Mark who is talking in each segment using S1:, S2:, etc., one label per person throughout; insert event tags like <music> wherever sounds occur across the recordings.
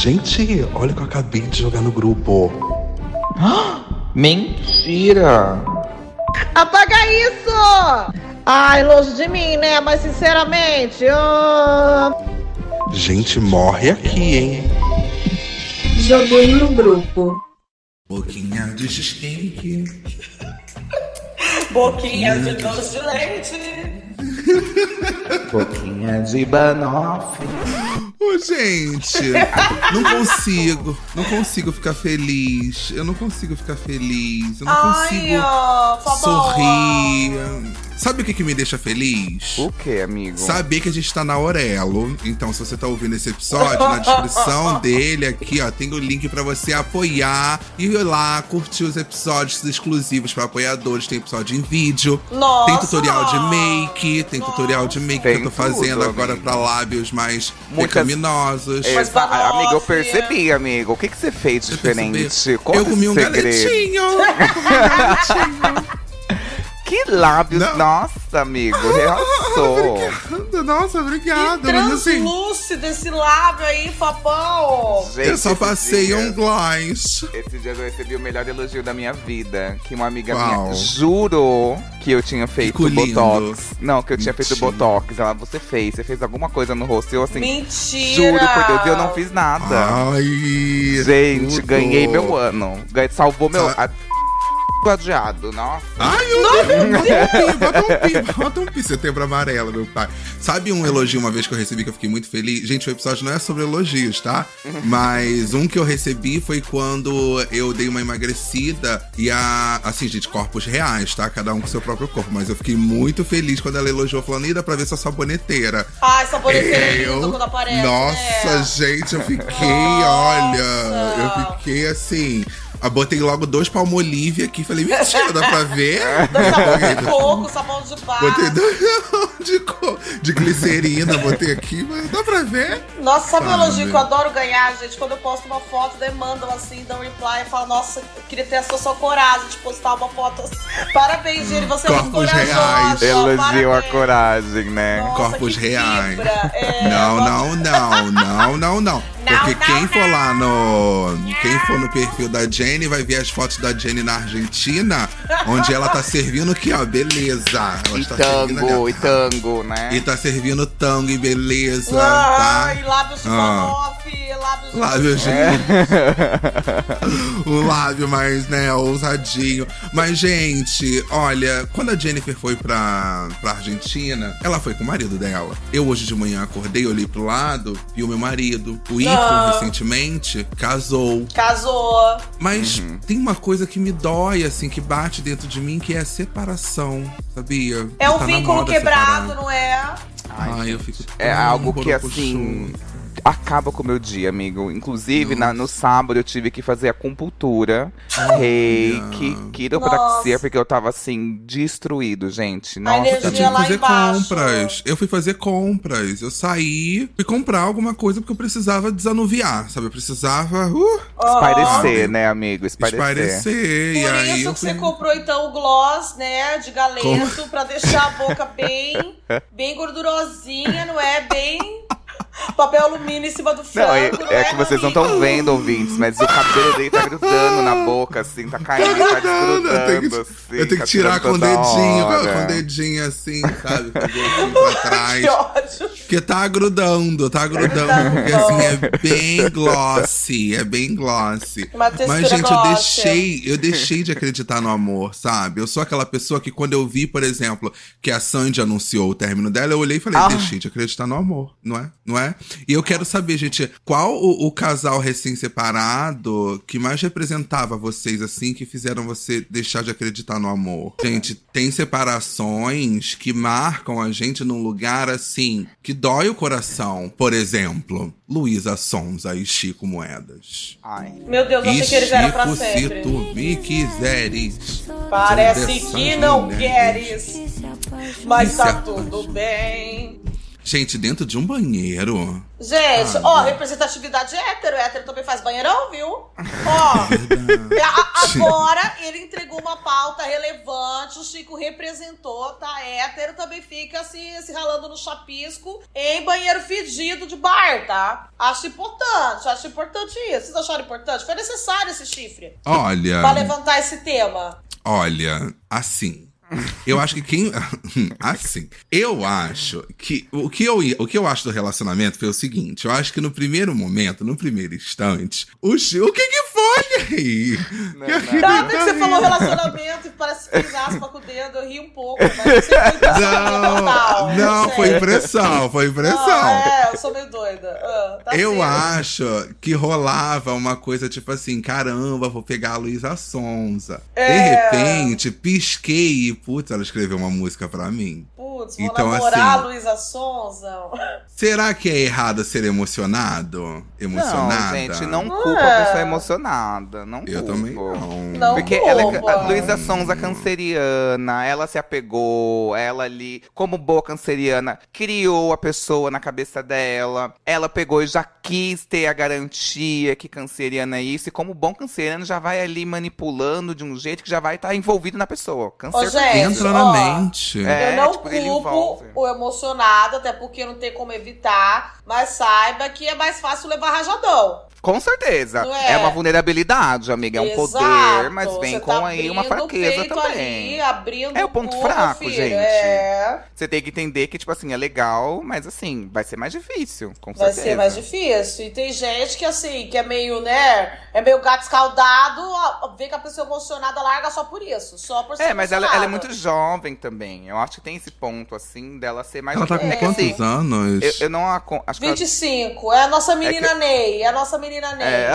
S1: Gente, olha o que eu acabei de jogar no grupo.
S2: Mentira!
S3: Apaga isso! Ai, longe de mim, né? Mas sinceramente, eu...
S1: Gente, morre aqui, hein?
S4: Joguei no grupo.
S5: Boquinha de cheesecake.
S6: Boquinha de doce de leite.
S2: Boquinha de banoffee.
S5: Ô, gente, <laughs> não consigo. Não consigo ficar feliz. Eu não consigo ficar feliz. Eu não
S6: Ai,
S5: consigo
S6: ó, Fabão,
S5: sorrir. Sabe o que, que me deixa feliz?
S2: O que, amigo?
S5: Saber que a gente tá na Orelo. Então, se você tá ouvindo esse episódio, na
S6: <laughs>
S5: descrição dele aqui, ó, tem o link pra você apoiar e ir lá curtir os episódios exclusivos pra apoiadores. Tem episódio em vídeo,
S6: ó. Nossa.
S5: tem tutorial de make, tem tutorial de make que
S2: Tem
S5: eu tô
S2: tudo,
S5: fazendo agora
S2: amigo.
S5: pra lábios mais
S2: Muitas-
S5: pecaminosos.
S2: É,
S6: Mas
S2: a-
S6: banoffee,
S2: amigo, eu
S6: é.
S2: percebi, amigo. O que, que você fez
S5: Você
S2: diferente?
S5: percebeu?
S2: Qual
S5: eu
S2: o
S5: comi um
S2: segredo?
S5: galetinho!
S2: <laughs> Que lábios,
S5: Não. <laughs>
S2: nossa, amigo. Realçou.
S5: Nossa,
S6: Que
S5: obrigada. Mas assim,
S6: translúcido esse lábio aí, Fabão.
S2: Gente,
S5: eu só
S2: esses
S5: passei
S2: dias-
S5: um gloss.
S2: Esses dias eu recebi o melhor elogio da minha vida. Que uma amiga
S5: Qual?
S2: minha jurou que eu tinha feito
S5: Fico lindo.
S2: Botox. Não, que eu tinha feito
S5: Mentira.
S2: Botox. Ela, você fez, você fez alguma coisa no rosto. Eu assim,
S6: Mentira.
S2: juro por Deus, eu não fiz nada.
S5: Ai,
S2: Gente,
S5: tudo.
S2: ganhei meu ano. Ganhei- salvou meu.
S5: Sa-
S2: A... <laughs> Adiado, nossa.
S5: Ai, eu não, pi, bota um pi, bota um pi, setembro amarelo, meu pai. Sabe um elogio uma vez que eu recebi que eu fiquei muito feliz? Gente, o episódio não é sobre elogios, tá? Mas um que eu recebi foi quando eu dei uma emagrecida e a. Assim, gente, corpos reais, tá? Cada um com seu próprio corpo. Mas eu fiquei muito feliz quando ela elogiou, falando, "Ih, dá pra ver sua saboneteira.
S6: Ai, saboneteira é lindo
S5: Eu,
S6: quando aparece,
S5: nossa,
S6: né?
S5: gente, eu fiquei, olha,
S6: Nossa.
S5: eu fiquei assim. ah, Botei logo dois palmolive aqui, falei, mentira, dá pra
S6: <laughs>
S5: ver?
S6: Dois sabão de coco, sabão de barro.
S5: Botei dois <laughs> de, co- de glicerina, botei aqui, mas dá pra ver?
S6: Nossa, sabe o
S5: Sabe.
S6: elogio que eu adoro ganhar, gente? Quando eu posto uma foto, demandam assim, dão reply e falam, nossa, eu queria ter a sua, sua coragem de postar uma foto assim. <laughs> Parabéns, Jenny, você é muito
S5: Hum, Corpos reais.
S6: corajosa.
S2: Elogio a
S6: parabéns.
S2: coragem, né?
S6: Nossa,
S5: Corpos
S6: que
S5: reais.
S6: fibra. É,
S5: <laughs> Não,
S6: nossa,
S5: não, não, não, não, não. Porque
S6: <laughs> não,
S5: quem for
S6: não.
S5: lá no. Quem for no perfil da Jenny vai ver as fotos da Jenny na Argentina, onde ela
S6: <laughs>
S5: tá servindo que, ó, beleza. Ela
S2: E
S6: tá
S5: está servindo a
S2: tango, e
S5: garrafa.
S2: tango, né?
S5: E tá servindo tango e beleza, tá?
S6: Ai, É. lábios de
S5: Ah.
S6: banoffee, lábios de
S5: Lábio, gente.
S2: É,
S5: o lábio mais, né, ousadinho. Mas, gente, olha, quando a Jennifer foi pra, pra Argentina, ela foi com o marido dela. Eu hoje de manhã acordei, olhei pro lado, vi o meu marido.
S6: Ah.
S5: O Ivo,
S6: Não.
S5: recentemente, casou.
S6: Casou.
S5: Mas
S2: Uhum.
S5: tem uma coisa que me dói, assim, que bate dentro de mim, que é a separação, sabia?
S6: É
S5: Que tá
S6: um
S5: na
S6: vínculo
S5: moda
S6: quebrado,
S5: separar.
S6: não é?
S5: Ai, eu fico
S2: É
S5: tão
S2: algo que
S5: borocochô.
S2: assim. Acaba com o meu dia, amigo. Inclusive, na- no sábado eu tive que fazer acupuntura, reiki, quiropraxia,
S6: Nossa.
S2: porque eu tava assim, destruído, gente.
S6: A
S2: Nossa,
S5: Eu
S6: energia
S5: tive
S6: Tinha
S5: que
S6: lá
S5: fazer
S6: embaixo.
S5: compras. Eu fui fazer compras. Eu saí, fui comprar alguma coisa porque eu precisava desanuviar, sabe? Eu precisava uh,
S2: esparecer, né, amigo? Esparecer.
S5: esparecer.
S6: Por
S5: e aí
S6: isso
S5: eu
S6: que
S5: fui-
S6: você comprou então o gloss, né, de galeto, pra deixar a boca
S5: <laughs>
S6: bem, bem gordurosinha, não é? Bem papel alumínio em cima do
S2: Não, é,
S6: frango, não
S2: é que vocês não estão
S6: amigo?
S2: vendo, ouvintes, mas o cabelo dele tá grudando na boca, assim, tá caindo, tá
S5: Grudando, eu tenho
S2: desgrudando,
S5: que,
S2: assim.
S5: eu tenho
S2: tá
S5: que tirar com o
S2: tirando toda
S5: dedinho,
S2: hora.
S5: com o dedinho assim, sabe? Com o dedinho pra
S6: <laughs>
S5: trás.
S6: Que ódio.
S5: Porque tá grudando, tá grudando. Porque assim, é bem glossy, é bem glossy.
S6: <laughs> Uma textura
S5: Mas, gente, eu
S6: glossy.
S5: deixei, eu deixei de acreditar no amor, sabe? Eu sou aquela pessoa que quando eu vi, por exemplo, que a Sandy anunciou o término dela, eu olhei e falei,
S2: Ah.
S5: deixei de acreditar no amor, não é? Não é? E eu quero saber, gente, qual o, o casal recém-separado que mais representava vocês, assim, que fizeram você deixar de acreditar no amor? Gente, tem separações que marcam a gente num lugar, assim, que dói o coração. Por exemplo, Luísa Sonza e Chico Moedas.
S2: Ai.
S6: Meu Deus, eu
S5: E
S6: achei que eles eram pra
S5: Chico,
S6: sempre.
S5: se tu me quiseres.
S6: Parece
S5: dessas
S6: que não
S5: mulheres.
S6: queres, mas
S5: Isso é
S6: tá
S5: apaixonante.
S6: tudo bem.
S5: Gente, dentro de um banheiro.
S6: Gente,
S5: Ah,
S6: ó,
S5: não.
S6: representatividade é hétero. Hétero também faz
S5: <laughs>
S6: banheirão, viu? Ó,
S5: É Verdade.
S6: a- a- agora ele entregou uma pauta relevante, o Chico representou, tá? Hétero também fica assim, se, se ralando no chapisco em banheiro fedido de bar, tá? Acho importante, acho importante isso. Vocês acharam importante? Foi necessário esse chifre
S5: Olha.
S6: pra levantar esse tema.
S5: Olha, assim. Eu acho que quem. <laughs> assim. Eu acho que. O que eu, ia- o que eu acho do relacionamento foi o seguinte: eu acho que no primeiro momento, no primeiro instante, o Chico. O que que foi, aí?
S2: <laughs> Não,
S6: Nada que você
S5: Tá
S6: falou
S5: rindo.
S6: relacionamento e parece que naspa com o dedo, eu ri um pouco,
S5: <laughs>
S6: mas você foi impressão minha total,
S5: Não, não,
S6: sério.
S5: foi impressão, foi impressão.
S6: Ah, é, eu sou meio doida. Ah, tá
S5: eu
S6: certo.
S5: acho que rolava uma coisa tipo assim: caramba, vou pegar a Luísa Sonza.
S6: É.
S5: De repente, pisquei e, putz, ela escreveu uma música pra mim.
S6: Putz, vou
S5: Então,
S6: namorar
S5: assim-
S6: a Luísa Sonza.
S5: Será que é errado ser emocionado?
S2: Não,
S5: Emocionada?
S2: gente, não culpa a pessoa emocionada. Não
S5: Eu
S2: culpo.
S5: também não.
S6: Não.
S2: Porque ela é
S6: Opa.
S2: a Luísa Sonza canceriana, ela se apegou, ela ali, como boa canceriana, criou a pessoa na cabeça dela. Ela pegou e já quis ter a garantia que canceriana é isso. E como bom canceriano, já vai ali manipulando de um jeito que já vai estar envolvido na pessoa. Câncer
S6: Ô, gente,
S5: Entra
S6: ó,
S5: na mente.
S2: É.
S6: eu não
S2: tipo, ele
S6: culpo
S2: envolve.
S6: o emocionado, até porque não tem como evitar. Mas saiba que é mais fácil levar rajadão.
S2: Com certeza.
S6: Não
S2: É.
S6: é?
S2: uma vulnerabilidade, amiga. É um poder,
S6: Exato,
S2: mas vem
S6: você
S2: com
S6: tá
S2: aí uma
S6: abrindo o
S2: fraqueza
S6: peito
S2: também.
S6: ali, abrindo
S2: É o ponto
S6: cu, meu
S2: fraco,
S6: filho,
S2: gente.
S6: É,
S2: Você tem que entender que, tipo assim, é legal, mas assim, vai ser mais difícil, com
S6: vai
S2: certeza.
S6: ser mais difícil. E tem gente que, assim, que é meio, né? É meio gato escaldado, ó, vê que a pessoa emocionada larga só por isso. Só por ser
S2: É, mas ela, ela é
S6: emocionada.
S2: muito jovem também. Eu acho que tem esse ponto, assim, dela ser mais...
S5: Ela tá com
S2: é que,
S5: quantos
S2: assim,
S5: anos?
S2: Eu, eu não... aco- Acho que ela-
S6: 25. É a nossa menina
S2: que-
S6: Ney. É a nossa menina Ney.
S2: É.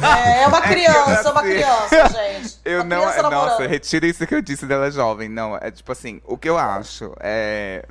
S6: É,
S2: <laughs>
S6: é uma
S2: que eu
S6: criança,
S2: nasci.
S6: uma criança, gente.
S2: <laughs> Eu
S6: uma
S2: não.
S6: criança namorando.
S2: Nossa, retira isso que eu disse dela jovem. Não, é tipo assim, o que eu acho é.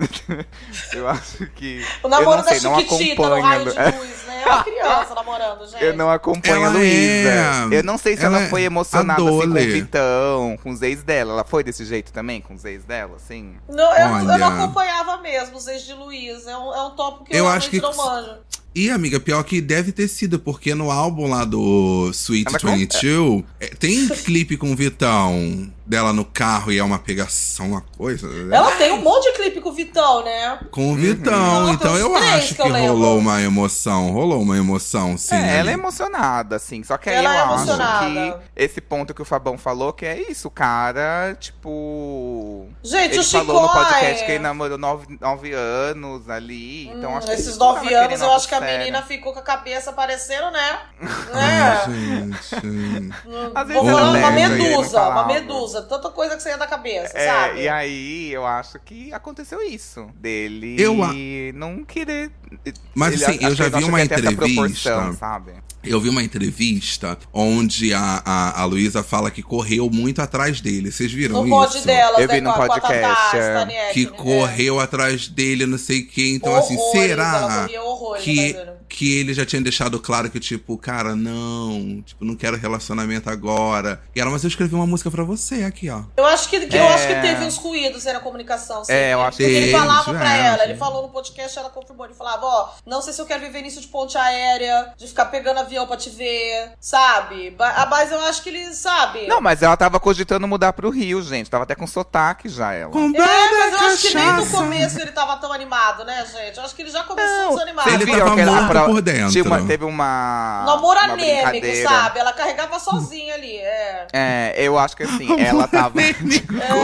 S2: <laughs> eu acho que.
S6: O
S2: eu
S6: namoro
S2: não sei,
S6: da
S2: não
S6: Chiquitita no raio
S2: acompanho.
S6: de luz, né?
S2: <laughs>
S6: É uma criança namorando, gente.
S2: Eu não acompanho
S5: Ela
S2: a Luísa.
S5: é-
S2: Eu não sei se
S5: ela
S2: ela,
S5: é
S2: foi emocionada assim, com o
S5: adole.
S2: Vitão, com os ex dela. Ela foi desse jeito também, com os ex dela, assim?
S6: Não, eu, eu
S5: Olha.
S6: não acompanhava mesmo os ex de Luiz. É um, é um tópico que eu,
S5: Eu
S6: realmente
S5: acho que-
S6: não manjo.
S5: Ih, amiga, pior que deve ter sido, porque no álbum lá do Sweet
S2: Ela
S5: 22, é, tem clipe com o Vitão dela no carro e é uma pegação, uma coisa. né?
S6: Ela tem um monte de clipe com o Vitão, né?
S5: Com o Vitão,
S6: Uhum. Nossa,
S5: então
S6: os
S5: eu
S6: três
S5: acho
S6: que
S5: que,
S6: eu lembro.
S5: rolou uma emoção. Rolou uma emoção, sim.
S2: É, ela é
S5: ali.
S2: emocionada, assim. Só que aí
S6: Ela
S2: eu
S6: é
S2: acho
S6: emocionada.
S2: que esse ponto que o Fabão falou, que é isso, o cara, tipo.
S6: Gente,
S2: Ele
S6: o Chico.
S2: falou no podcast
S6: é-
S2: que ele namorou nove, nove anos ali. Então
S6: Hum,
S2: acho que ele
S6: esses
S2: não tava
S6: nove anos,
S2: querendo né?
S6: eu
S2: algo
S6: acho que a
S2: sério.
S6: menina ficou com a cabeça
S2: <laughs>
S6: aparecendo, né?
S5: Ai,
S6: Né?
S5: Ah,
S2: né?
S5: gente.
S2: Às
S6: Vou
S2: vezes ela
S6: falar uma
S2: lembra e ele não
S6: medusa, uma
S2: falava.
S6: medusa. Tanta coisa que saía da cabeça,
S2: É,
S6: sabe?
S2: e aí eu acho que aconteceu isso. Dele
S5: Eu a-
S2: não querer.
S5: Mas,
S2: ele,
S5: assim,
S2: as
S5: eu já
S2: pessoas
S5: vi
S2: acham
S5: uma
S2: que ele tem essa
S5: entrevista.
S2: proporção, sabe?
S5: Eu vi uma entrevista onde a, a, a Luísa fala que correu muito atrás dele. Vocês viram
S6: No
S5: isso?
S6: pod delas,
S2: Eu vi
S6: né,
S2: no
S6: com a- com a
S2: podcast,
S6: Tatá,
S2: é.
S6: Staniek,
S5: que
S6: né?
S5: correu atrás dele, não sei o quê. Então, assim,
S6: Horrores, ela
S5: será
S6: corria horrores,
S5: que,
S6: né, Zero?
S5: que ele já tinha deixado claro que, tipo, cara, não, tipo, não quero relacionamento agora. E ela, mas eu escrevi uma música pra você aqui, ó.
S6: Eu acho que, que eu
S2: É.
S6: acho que teve uns ruídos né, na comunicação. sim.
S2: É, eu acho
S6: Porque ele
S5: que-
S6: falava
S5: Gente,
S6: pra
S5: é,
S6: ela, ele
S5: gente.
S6: falou no podcast, ela confirmou, ele falava, ó, não sei se eu quero viver nisso de ponte aérea, de ficar pegando avião pra te ver, sabe? Ba- Mas eu acho que ele, sabe?
S2: Não, mas ela tava cogitando mudar pro Rio, gente. Tava até com sotaque já ela.
S6: É, mas eu acho que nem no começo ele tava tão animado, né, gente? Eu acho que ele já começou
S2: Não,
S6: desanimado.
S5: Ele
S2: Você viu
S5: tava
S2: aquela
S5: morto
S2: pro-
S5: por dentro.
S2: Tinha uma- teve uma.
S6: Namoro
S2: Ah, uma
S6: anêmico,
S2: brincadeira.
S6: sabe? Ela carregava sozinha ali, é.
S2: É, eu acho que assim, ela <laughs> tava.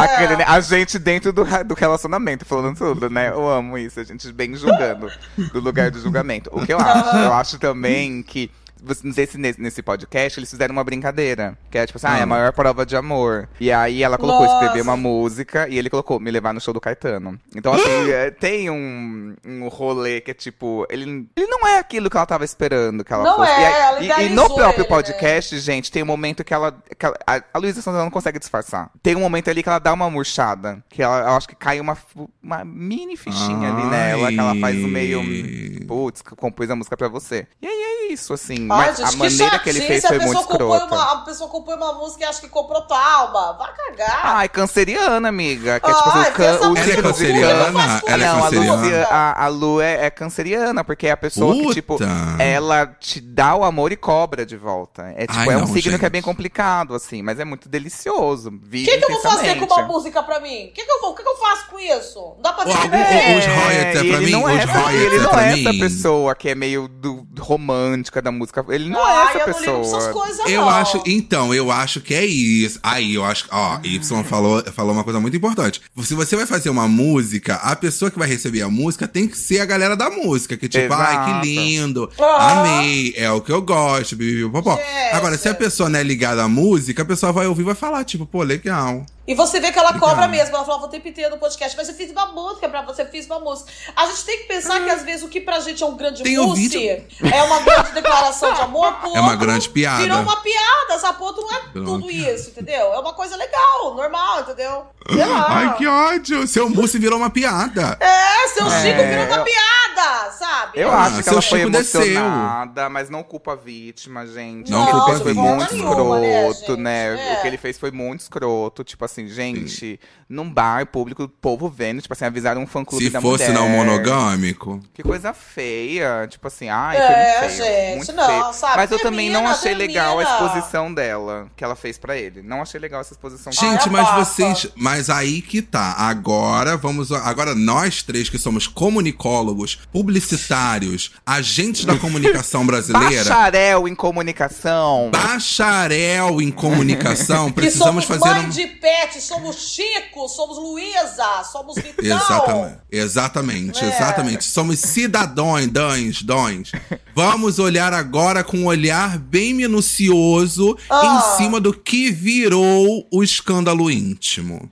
S2: Aquele, né, a gente dentro do, ra- do relacionamento, falando tudo, né? Eu amo isso, a gente bem julgando, do lugar do julgamento. O que eu acho? Eu acho também que. você- Não sei se nesse, nesse podcast eles fizeram uma brincadeira. Que é tipo assim, ah, é a maior prova de amor. E aí ela colocou
S6: Nossa.
S2: escrever uma música e ele colocou me levar no show do Caetano. Então, assim, é, tem um, um rolê que é tipo. Ele, ele não é aquilo que ela tava esperando que ela
S6: Não
S2: fosse.
S6: é,
S2: e, aí-
S6: ela
S2: e- e
S6: idealizou
S2: no próprio
S6: ele, né?
S2: podcast podcast, gente, tem um momento que ela. que ela- a, a Luísa Santana não consegue disfarçar. Tem um momento ali que ela dá uma murchada. Que ela, eu acho que cai uma, fu- uma mini fichinha ali nela. né? Que ela faz o meio.
S5: Ai.
S2: Putz, que eu compus a música pra você. E aí é isso, assim.
S6: Ai,
S2: mas a maneira que ele fez
S6: a
S2: foi muito
S6: pessoa compõe
S2: escrota.
S6: uma- a pessoa compõe uma música e acha que comprou palma. Vai cagar.
S2: Ai, canceriana, amiga. Que Ah, é tipo
S6: Ai,
S2: assim, o can-
S6: pensa
S2: o
S6: muito,
S5: Ela é
S2: signo de
S5: canceriana?
S2: câncer.
S5: Ela é
S2: Não, a, Lucia,
S5: canceriana?
S2: a, a Lu é, é canceriana, porque é a pessoa que, tipo,
S5: Puta.
S2: ela te dá o amor e cobra de volta. É tipo,
S5: Ai,
S2: é um
S5: não,
S2: signo que é
S5: gente.
S2: bem complicado, assim, mas é muito delicioso.
S6: O
S2: Vive
S6: que, que eu vou fazer com
S2: intensamente.
S6: uma música pra mim? O que, que, eu vou- o que, que eu faço com isso? Não dá pra
S5: Ó,
S6: escrever.
S5: algum-
S6: É.
S5: Os Royals é
S2: e
S5: pra
S2: ele
S5: mim,
S2: Não é
S5: os
S2: essa, e
S5: Royals
S2: ele
S5: é
S2: não
S5: pra
S2: é essa
S5: mim.
S2: pessoa que é meio do, romântica da música. Ele não
S6: Ai,
S2: é essa
S6: eu não ligo pra essas
S2: pessoa.
S6: coisas,
S5: Eu
S6: não.
S5: acho, então, eu acho que é isso. Aí, eu acho, ó, Y falou, falou uma coisa muito importante. Se você vai fazer uma música, a pessoa que vai receber a música tem que ser a galera da música, que tipo, ai,
S2: Exato.
S5: que lindo,
S6: Ah.
S5: amei, é o que eu gosto, bibibopó.
S6: Gente.
S5: Agora, se a pessoa não é ligada à música, a pessoa vai ouvir e vai falar, tipo, pô, legal.
S6: E você vê que ela
S5: Obrigado.
S6: cobra mesmo. Ela falava o tempo inteiro no podcast, mas eu fiz uma música pra você, eu fiz uma música. A gente tem que pensar que às vezes o que pra gente é um grande
S5: Ah. Tem um
S6: mousse
S5: vídeo.
S6: é uma grande declaração de amor, pro
S5: <laughs> É uma
S6: outro
S5: grande piada.
S6: Virou uma piada, sabe? Pro outro não é
S5: Virou uma
S6: tudo isso, entendeu? É uma coisa legal, normal, entendeu? Sei lá.
S5: Ai, que ódio! Seu mousse virou uma piada.
S6: É, seu
S2: É,
S6: Chico virou uma
S2: eu-
S6: piada, sabe?
S2: Eu
S5: Ah,
S2: acho que
S5: seu
S2: ela foi
S5: Chico desceu.
S2: emocionada, mas não culpa a vítima, gente.
S5: Não
S2: o que
S5: culpa
S2: ele
S5: a
S2: fez foi
S5: vítima
S2: muito
S5: nenhuma,
S6: né,
S2: escroto,
S6: gente?
S2: né?
S6: É.
S2: O que ele fez foi muito escroto. Tipo assim, gente, num bar público, o povo vendo, tipo assim, avisaram um fã clube
S5: Se
S2: da
S5: fosse né,
S2: mulher. Então,
S5: não monogâmico.
S2: Que coisa feia. Tipo assim, ai,
S6: É,
S2: que feio,
S6: gente,
S2: muito
S6: não,
S2: feio.
S6: sabe?
S2: Mas eu também não
S6: Termina,
S2: achei legal a
S6: termina.
S2: exposição dela, que ela fez pra ele. Não achei legal essa exposição.
S5: Gente,
S6: Ai,
S5: mas
S6: abafa.
S5: vocês. Mas aí que tá. Agora vamos. Agora nós três que somos comunicólogos, publicitários, agentes
S2: <laughs>
S5: da comunicação brasileira,
S2: Bacharel em comunicação.
S5: bacharel em
S2: <laughs>
S5: comunicação,
S6: Que
S5: precisamos
S6: somos
S5: fazer
S6: mãe
S5: um.
S6: de pet, somos Chico, somos Luísa, somos Vitão.
S5: Exatamente, exatamente,
S6: É.
S5: exatamente. Somos cidadãos, dães, dões. Vamos olhar agora com um olhar bem minucioso
S6: Ah.
S5: em cima do que virou o escândalo íntimo.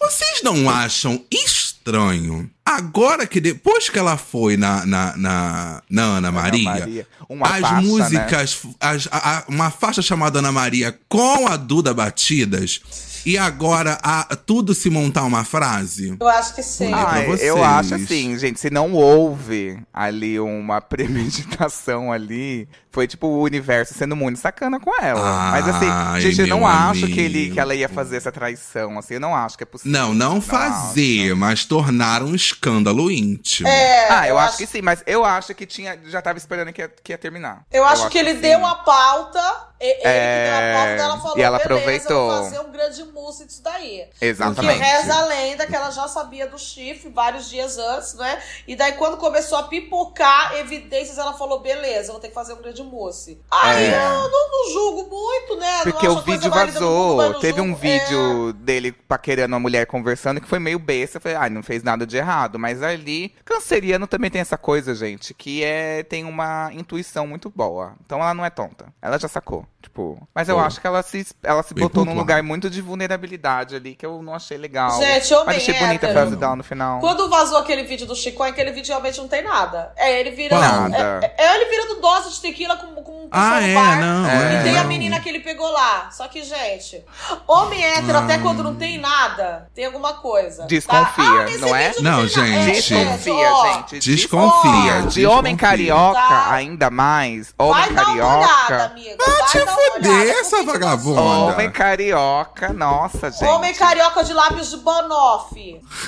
S5: Vocês não acham estranho? Agora que depois que ela foi na, na, na, na Ana Ah, Maria,
S2: Uma
S5: as
S2: faixa, né?
S5: músicas, as- a- a- uma faixa chamada Ana Maria com a Duda Batidas e agora a, tudo se montar uma frase.
S6: Eu acho que sim.
S5: Ah, pra
S2: Ai,
S5: vocês.
S2: eu acho assim, gente, se não houve ali uma <laughs> premeditação ali, foi tipo o universo sendo muito sacana com ela. Mas assim,
S5: Ai,
S2: gente, eu não
S5: meu
S2: acho que, ele,
S5: amigo.
S2: que ela ia fazer essa traição, assim, eu não acho que é possível.
S5: Não, não fazer, mas tornar um escândalo íntimo.
S6: É,
S2: Ah, eu, acho, que sim, mas eu acho que tinha, já tava esperando que ia, que ia terminar.
S6: Eu acho que ele deu
S2: sim.
S6: a pauta, e- ele que deu
S2: É,
S6: a pauta, ela falou,
S2: e ela
S6: beleza, eu vou
S2: aproveitou.
S6: fazer um grande mousse disso daí. Porque
S2: Exatamente.
S6: reza a lenda que ela já sabia do chifre vários dias antes, né? E daí, quando começou a pipocar evidências, ela falou: beleza, vou ter que fazer um grande mousse. Aí
S2: É.
S6: eu não, não julgo muito, né?
S2: Porque
S6: não
S2: o
S6: acho a coisa
S2: vídeo
S6: mais linda do mundo, mas
S2: vazou.
S6: não
S2: Teve um
S6: julgo. É.
S2: vídeo dele paquerando uma mulher conversando que foi meio besta. Eu Falei, ai, não fez nada de errado. Mas ali, canceriano também tem essa coisa, gente, que é tem uma intuição muito boa. Então ela não é tonta. Ela já sacou. Tipo. Mas eu
S5: Boa.
S2: acho que ela se, ela se
S5: Bem
S2: botou num
S5: pontuado.
S2: lugar muito de vulnerabilidade ali, que eu não achei legal.
S6: É. Gente, homem
S2: mas achei bonita a
S6: hétero.
S2: frase dela no final.
S6: Quando vazou aquele vídeo do Chico, aquele vídeo realmente não tem nada. É, ele vira.
S5: Qual?
S2: Nada.
S6: É, é, ele vira do dose de tequila com, com um
S5: Ah,
S6: pessoal no
S5: é,
S6: bar.
S5: não.
S2: É.
S5: é,
S6: E tem a
S5: não.
S6: menina que ele pegou lá. Só que, gente, homem hétero, até quando não tem nada, tem alguma coisa. tá?
S2: Ah. Desconfia,
S6: Ah, nesse
S2: não é?
S6: vídeo
S5: Não,
S6: tem nada. É,
S5: gente.
S2: Desconfia,
S6: ó,
S2: gente.
S5: Desconfia.
S2: De homem
S5: desconfia.
S2: carioca,
S6: Tá.
S2: ainda mais. Homem
S6: Vai dar uma olhada,
S2: carioca.
S6: amigo. Vai te
S5: fuder, essa vagabunda. Olha.
S2: Homem carioca, nossa, gente.
S6: Homem carioca de lábios de banoff.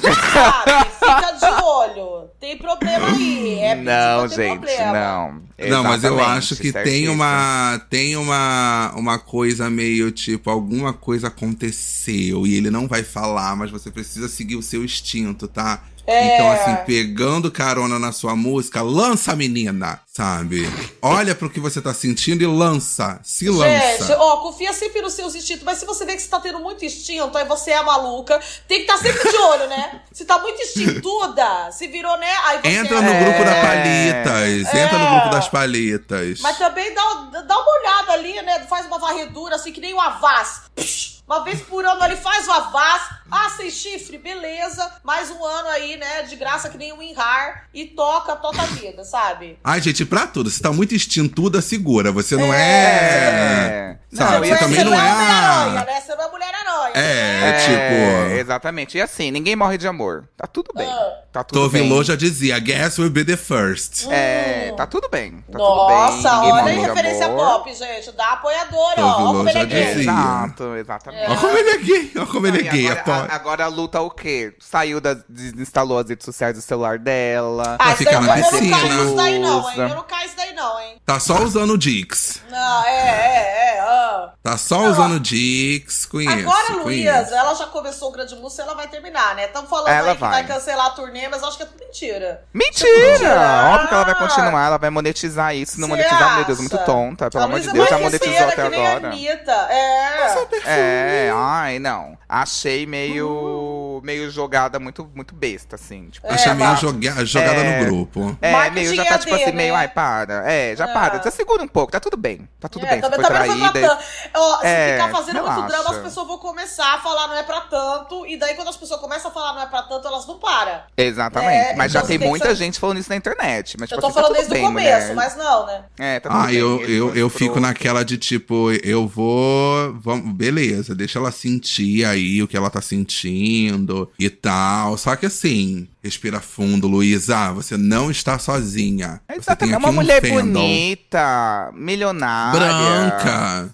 S6: Sabe? Fica de olho. Tem problema aí. É pedido,
S2: não,
S6: tem
S2: gente,
S6: problema.
S2: não.
S5: Não, mas eu
S2: Exatamente,
S5: acho que tem
S2: certíssimo.
S5: uma tem uma uma coisa meio tipo alguma coisa aconteceu e ele não vai falar, mas você precisa seguir o seu instinto, tá?
S6: É.
S5: Então assim, pegando carona na sua música, lança a menina, sabe? Olha pro que você tá sentindo e lança, se lança.
S6: Gente, ó, confia sempre nos seus instintos, mas se você vê que você tá tendo muito instinto, aí você é maluca, tem que estar sempre de olho, né? Se tá muito instintuda, se virou, né? Aí você
S5: Entra
S6: é...
S5: no grupo da
S2: É.
S5: Palitas. Entra no grupo das Palitas.
S6: Mas também dá, dá uma olhada ali, né? Faz uma varredura, assim, que nem o Avaz. Psh, Uma vez por ano ele faz o Avaz, Ah, sem chifre, beleza. Mais um ano aí, né? De graça que nem o Inhar. E toca, toca a vida, sabe?
S5: Ai, gente, pra tudo. Você tá muito instintuda, segura. Você não é.
S2: É.
S5: Sabe,
S2: Não,
S5: você
S2: e assim,
S5: também não é.
S6: a
S5: a-
S6: mulher-aranha, né? Você não é a mulher-aranha.
S5: É,
S6: né?
S5: tipo.
S2: Exatamente. E assim, ninguém morre de amor. Tá tudo bem.
S6: Ah.
S2: Tá tudo
S5: Tove
S2: bem.
S5: Lo já dizia, guess will be the first.
S2: É, tá tudo bem. Tá tudo bem.
S6: Nossa,
S2: ninguém
S6: olha
S2: morre
S6: aí
S2: de
S6: referência
S2: amor.
S6: pop, gente. Da apoiadora, ó.
S5: Tô
S6: Ó como ele é
S5: vilão, já
S6: gay.
S5: disse.
S2: Exato, exatamente.
S5: Olha como ele é gay, olha como ele é
S2: E
S5: gay.
S2: agora,
S5: apo-
S2: a- agora a luta é o quê? Saiu da. Desinstalou as redes sociais do celular dela.
S6: Ah,
S5: Vai
S6: isso
S5: ficar
S6: aí
S5: na
S6: eu não
S5: piscina.
S6: caio nisso daí, não, hein?
S2: Usa.
S6: Eu não caio nisso daí, não, hein?
S5: Tá só usando o Dix.
S6: Não, é, é, é. ah.
S5: Tá só
S6: Não,
S5: usando o Dix. Conheço.
S6: Agora,
S5: conheço.
S6: Luísa, ela já começou o Grande Música, ela vai terminar, né? Estão falando
S2: Ela
S6: aí que vai
S2: vai.
S6: cancelar a turnê, mas acho que é tudo mentira.
S2: Mentira!
S6: Mentira!
S2: Óbvio que ela vai continuar, ela vai monetizar isso. Não
S6: Você
S2: monetizar, meu
S6: acha?
S2: Deus, é muito tonta. Pelo
S6: a
S2: amor de
S6: Luísa
S2: Deus,
S6: é
S2: já
S6: marqueteira,
S2: monetizou até
S6: que nem
S2: agora.
S6: A Anitta. É.
S2: É, ai, não. Achei meio. meio jogada, muito, muito besta, assim. Tipo,
S5: Achei
S2: já
S5: meio
S2: tá-
S5: joga- jogada
S2: É.
S5: no grupo.
S2: É,
S6: Marketing
S2: meio, já tá tipo
S6: AD,
S2: assim, meio,
S6: né?
S2: ai, para. É, já
S6: Ah.
S2: para. Já segura um pouco, tá tudo bem. Tá tudo
S6: É,
S2: bem, se
S6: também,
S2: foi
S6: também não foi pra
S2: traída.
S6: tanto. Ó, se
S2: É,
S6: ficar fazendo muito
S2: relaxa.
S6: drama, as pessoas vão começar a falar não é pra tanto. E daí, quando as pessoas começam a falar não é pra tanto, elas não param.
S2: Exatamente.
S6: É,
S2: mas já
S6: então
S2: tem
S6: tem que
S2: muita
S6: ser-
S2: gente falando isso na internet. Mas, tipo,
S6: eu tô
S2: assim,
S6: falando
S2: tá tudo
S6: desde
S2: bem,
S6: o começo,
S2: mulher.
S6: mas não, né?
S2: É, tá tudo
S5: Ah,
S2: bem.
S5: eu,
S2: Ele
S5: eu,
S2: foi
S5: eu
S2: pro-
S5: fico naquela de tipo, eu vou. Vamos, beleza, deixa ela sentir aí o que ela tá sentindo e tal. Só que assim, respira fundo, Luísa. Você não está sozinha.
S2: É
S6: tá
S5: Você tem
S2: Exatamente.
S5: aqui
S2: Uma
S5: um
S2: mulher
S5: fandom
S2: bonita, milionária.
S5: Branca.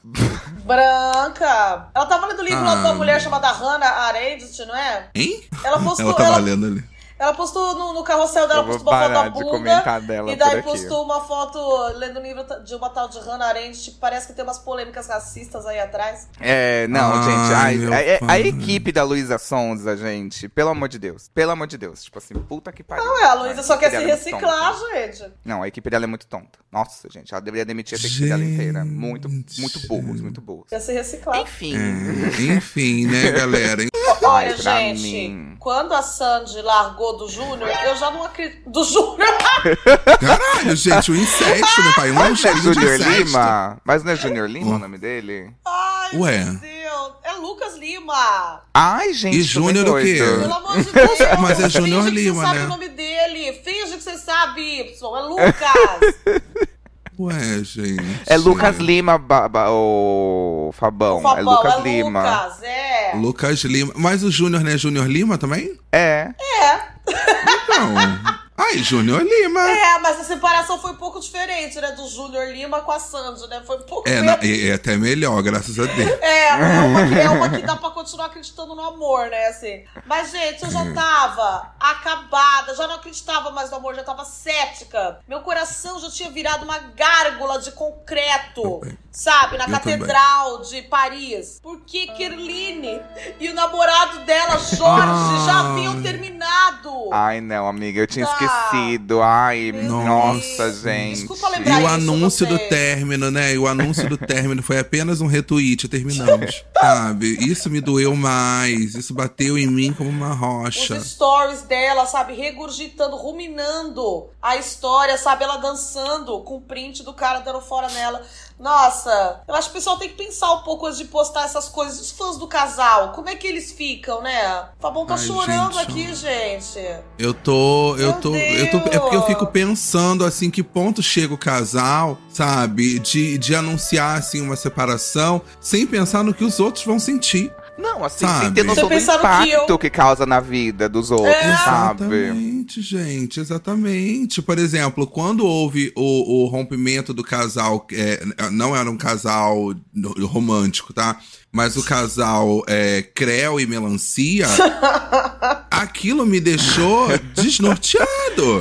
S6: Branca. Ela tava lendo o livro lá de
S5: Ah.
S6: uma mulher chamada Hannah Arendt, não é?
S5: Hein?
S2: <laughs>
S6: Ela postou,
S5: Ela
S6: ela,
S5: tava lendo ali.
S6: ela postou no, no carrossel dela,
S2: Eu vou
S6: postou uma foto da
S2: parar de
S6: bunda.
S2: comentar dela
S6: E
S2: por
S6: daí
S2: aqui.
S6: postou uma foto lendo um livro de uma tal de Hannah Arendt. Tipo, parece que tem umas polêmicas racistas aí atrás.
S2: É, não,
S5: Ai,
S2: gente.
S5: meu
S2: A, a- a
S5: pai.
S2: equipe da Luísa Sonza, gente. Pelo amor de Deus. Pelo amor de Deus. Tipo assim, puta que pariu.
S6: Não é, a Luísa só
S2: equipe
S6: quer se
S2: dela é muito
S6: reciclar,
S2: tonta.
S6: gente.
S2: Não, a equipe dela é muito tonta. Nossa, gente. Ela deveria demitir essa equipe dela inteira. Muito, muito burros, muito burros.
S6: Quer se reciclar.
S2: Enfim.
S5: É, enfim, né, galera?
S6: Olha,
S2: pra
S6: gente,
S2: mim.
S6: quando a Sandy largou do Júnior, eu já não acredito. Do Júnior! <laughs>
S5: Caralho, gente, o incesto, meu pai. Um
S2: Mas não é
S5: cheiro de
S2: Junior
S5: incesto.
S2: Lima? Mas não é Junior Lima o nome dele?
S6: Ai,
S5: Ué.
S6: meu Deus! É Lucas Lima!
S2: Ai, gente.
S5: E
S2: tô
S5: Júnior
S2: bem
S5: o quê?
S2: doido.
S6: Pelo amor de Deus!
S5: Mas é
S6: finge
S5: Júnior
S6: que
S5: Lima,
S6: você sabe
S5: né?
S6: o nome dele! Finge que você sabe, Y!
S5: <laughs>
S6: É Lucas!
S5: Ué, gente.
S2: É Lucas Lima, ba- ba- o Fabão.
S6: Fabão,
S2: É Lucas Lima.
S6: Lucas, é!
S5: Lucas Lima. Mas o Júnior não é Júnior Lima também?
S2: É.
S5: Então. Ai, Júnior Lima.
S6: É, mas a separação foi um pouco diferente, né? Do Júnior Lima com a Sandy, né? Foi um pouco.
S5: É, na- e- é até melhor, graças a Deus.
S6: É, é uma, que- é uma que dá pra continuar acreditando no amor, né? Assim. Mas, gente, eu já tava acabada, já não acreditava mais no amor, já tava cética. Meu coração já tinha virado uma gárgula de concreto,
S5: Também.
S6: sabe? Na
S5: Eu
S6: Catedral de Paris. Porque Kirline e o namorado dela, Jorge, já haviam
S5: Ai.
S6: terminado.
S2: Ai, não, amiga, eu tinha
S6: Tá.
S2: esquecido. Ai,
S6: Meu
S2: nossa,
S6: Deus.
S2: gente.
S6: Desculpa
S5: E
S6: lembrar. Pra
S5: o
S6: isso,
S5: anúncio do
S6: vocês.
S5: término, né? E o anúncio do término foi apenas um retweet,
S6: <laughs>
S5: terminamos. Sabe? Isso me doeu mais. Isso bateu em mim como uma rocha.
S6: Os stories dela, sabe, regurgitando, ruminando a história, sabe? Ela dançando com o print do cara dando fora nela. Nossa, eu acho que o pessoal tem que pensar um pouco antes de postar essas coisas. Os fãs do casal, como é que eles ficam, né? O Fabão tá
S5: Ai,
S6: chorando
S5: gente,
S6: aqui,
S5: ó.
S6: gente.
S5: Eu tô, eu
S6: Meu
S5: tô, eu tô. É porque eu fico pensando assim, que ponto chega o casal, sabe? De, de anunciar assim uma separação sem pensar no que os outros vão sentir.
S2: Não, assim, sem
S5: Sabe?
S2: ter noção do
S6: Vocês pensaram que
S2: impacto que,
S6: eu-
S2: causa na vida dos outros,
S6: É.
S2: sabe?
S5: Exatamente, gente, exatamente. Por exemplo, quando houve o, o rompimento do casal, é, não era um casal no- romântico, tá? Mas o casal é, Creu e Melancia,
S2: <laughs>
S5: aquilo me deixou desnorteado.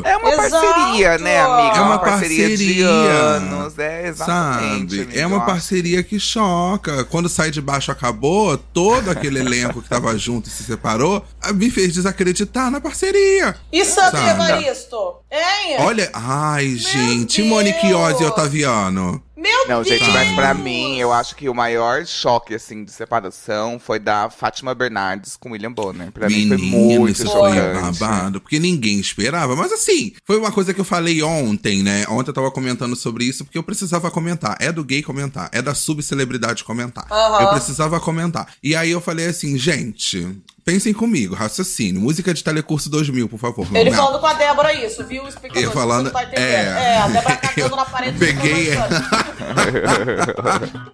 S2: É uma
S6: Exato.
S2: parceria, né, amiga?
S5: É uma
S2: de
S5: parceria.
S2: anos. É, exatamente.
S5: Sabe?
S2: amiga,
S5: É
S2: eu
S5: uma
S2: acho.
S5: parceria que choca. Quando sai de baixo acabou, todo aquele elenco que tava junto e se separou, me fez desacreditar na parceria.
S6: E Sandra e
S5: Sandra.
S6: Evaristo? Hein?
S5: Olha, ai, gente,
S6: Deus!
S5: Monique Oz e Otaviano.
S6: Meu
S2: Não,
S6: Deus!
S2: gente, mas pra mim, eu acho que o maior choque, assim, de separação foi da Fátima Bernardes com William Bonner. Pra mim foi
S5: Menino,
S2: muito
S5: isso foi
S2: chocante.
S5: babado, porque ninguém esperava. Mas assim, foi uma coisa que eu falei ontem, né? Ontem eu tava comentando sobre isso, porque eu precisava comentar. É do gay comentar, é da subcelebridade comentar.
S6: Aham.
S5: Eu precisava comentar. E aí eu falei assim, gente, Pensem comigo, raciocínio. Música de Telecurso 2000, por favor.
S6: Ele
S5: Não.
S6: falando com a Débora isso, viu? O espectador,
S5: Eu falando-
S6: você não tá entendendo.
S5: é.
S6: É,
S5: <laughs>
S6: a Débora cagando na parede.
S5: peguei- <laughs>
S6: desconversando.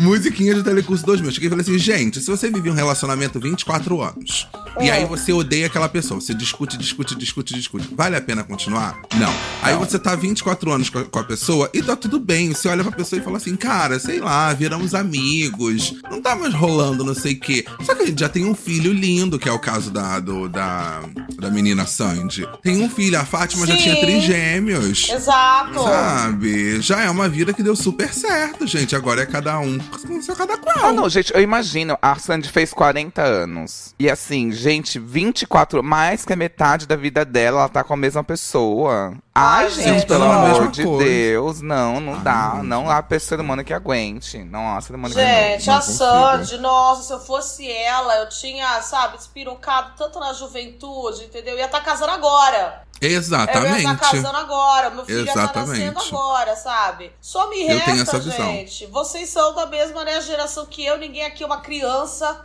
S5: Musiquinha do Telecurso 2000. Eu cheguei e falei assim, gente, se você vive um relacionamento 24 anos e aí você odeia aquela pessoa, você discute, discute, discute, discute, vale a pena continuar? Não. Aí você tá 24 anos com a, com a pessoa e tá tudo bem. Você olha pra pessoa e fala assim, cara, sei lá, viramos amigos, não tá mais rolando não sei o quê. Só que a gente já tem um filho lindo, que é o caso da, do- da, da menina Sandy. Tem um filho, a Fátima já
S6: Sim.
S5: tinha três gêmeos.
S6: Exato.
S5: Sabe? Já é uma vida que deu super certo, gente. Agora é cada um com seu cada qual.
S2: <laughs> Ah,
S6: um.
S2: não, gente, eu imagino. A Sandy fez 40 anos. E assim, gente, 24, mais que a metade da vida dela, ela tá com a mesma pessoa. Ai,
S6: Ai,
S2: gente,
S6: gente,
S2: pelo
S6: não.
S2: amor
S5: Mesma
S2: de
S5: coisa.
S2: Deus. Não, não
S5: Ah,
S2: dá.
S5: não,
S2: Não há pessoa humana que aguente. Não há ser humano que aguente.
S6: Gente,
S5: não
S6: a
S5: consigo.
S6: Sandy, nossa, se eu fosse ela, eu tinha, sabe, despirocado tanto na juventude, entendeu? Eu ia estar casando agora. É, Eu ia estar
S5: Exatamente.
S6: tá casando agora. Meu filho ia
S5: Exatamente.
S6: estar nascendo agora, sabe? Só me
S5: Eu
S6: resta,
S5: tenho essa visão.
S6: gente. Vocês são da mesma né, geração que eu, ninguém aqui é
S5: <laughs>
S6: uma criança.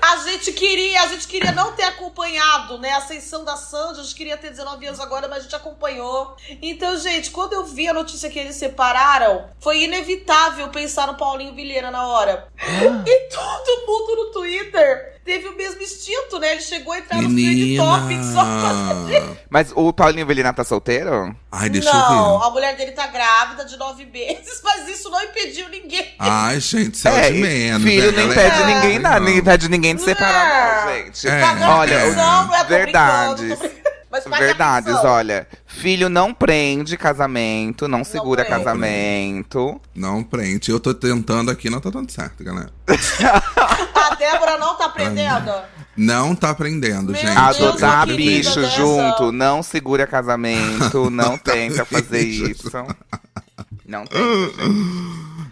S6: A gente queria, a gente queria não ter acompanhado, né? A ascensão da Sandy, a gente queria ter 19 anos agora, mas a gente acompanhou. Então, gente, quando eu vi a notícia que eles separaram, foi inevitável pensar no Paulinho Vilheira na hora.
S5: Ah.
S6: E todo mundo no Twitter teve o mesmo instinto, né? Ele chegou a entrar nos trend topics só pra
S5: Menina.
S2: Mas o Paulinho Vilhena tá solteiro?
S5: Ai, deixa
S6: não,
S5: eu ver.
S6: a mulher dele tá grávida de nove meses, <laughs> mas isso não impediu ninguém.
S5: Ai, gente, céu é, de
S2: e
S5: menos.
S2: filho
S5: né? Ela
S2: não impede
S5: é-
S2: ninguém tá-
S5: Ai,
S2: nada,
S5: não.
S2: não impede ninguém de separar, não,
S6: É.
S2: gente.
S5: É.
S2: Olha,
S5: Paga a
S2: eu-
S6: Não, eu tô
S2: verdades.
S6: brincando, tô brincando. Mas é paga a
S2: Verdades,
S6: pensão.
S2: olha. Filho não prende casamento, não segura
S6: prende.
S2: casamento.
S5: Não prende. Eu tô tentando aqui, não tá dando certo, galera.
S6: A Débora não tá aprendendo.
S5: Não tá aprendendo,
S6: Meu
S5: gente.
S6: Deus,
S2: Adotar
S6: que vida
S2: bicho
S6: dessa.
S2: junto, não segura casamento,
S5: <laughs>
S2: não
S5: tá
S2: tenta fazer
S5: bicho.
S2: isso.
S5: <laughs>
S2: Não tenta, gente.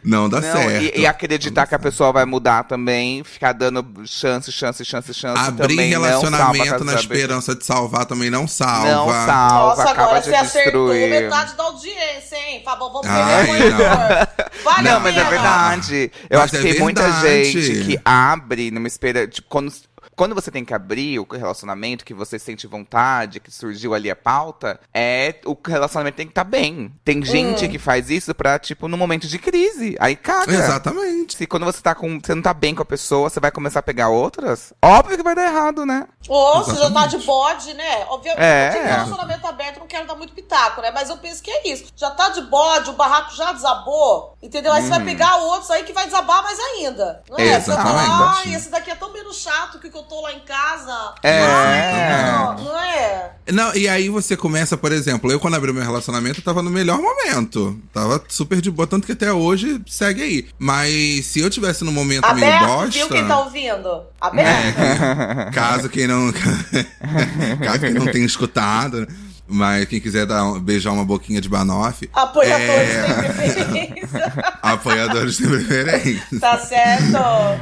S5: Não dá
S2: Não,
S5: Tá certo.
S2: e, e acreditar que a pessoa vai mudar também, ficar dando chance, chance, chance, chance.
S5: Abrir
S2: também não
S5: relacionamento
S2: salva
S5: na
S2: casamento.
S5: esperança de salvar também não salva.
S2: Não salva,
S6: Nossa,
S2: acaba
S6: agora
S2: de
S6: você acertou né,
S2: destruir.
S6: metade da audiência, hein? Fabão, vamos
S5: Ai,
S6: perder o monitor. Vale
S2: Não,
S6: a
S2: mas é
S6: pena.
S2: verdade. Eu
S5: Mas
S2: acho que
S5: é
S2: tem muita
S5: verdade.
S2: gente que abre numa espera. Tipo, quando, quando você tem que abrir o relacionamento, que você sente vontade, que surgiu ali a pauta, é o relacionamento tem que estar bem.
S5: É.
S2: Tem gente que faz isso pra, tipo, no momento de crise. Aí caga.
S5: Exatamente.
S2: Se quando você tá com. Você não tá bem com a pessoa, você vai começar a pegar outras, óbvio que vai dar errado, né?
S6: Ou você já tá
S5: Exatamente.
S6: de bode, né? Obviamente,
S2: É.
S6: eu tive relacionamento aberto, não quero dar muito pitaco, né? Mas eu penso que é isso. Já tá de bode, o barraco já desabou, entendeu? Aí você
S5: Uhum.
S6: vai pegar outros aí que vai desabar mais ainda. Não é? Você vai falar,
S5: Exatamente.
S6: ai, esse daqui é tão menos chato que o que eu tô lá em casa.
S2: É.
S6: Ai,
S5: né?
S2: <laughs>
S6: não, não é?
S5: Não, e aí você começa, por exemplo, eu quando abri meu relacionamento, eu tava no melhor momento. Tava super de boa, tanto que até hoje segue aí. Mas se eu tivesse num momento meio
S6: Aberto,
S5: bosta.
S6: viu quem tá ouvindo? Aberto.
S5: É, que- caso quem não. <laughs> caso quem não tenha escutado, né? mas quem quiser dar, um- beijar uma boquinha de banoff,
S6: Apoiadores
S5: É.
S6: sem preferência. <laughs>
S5: apoiadores de preferência.
S6: tá certo?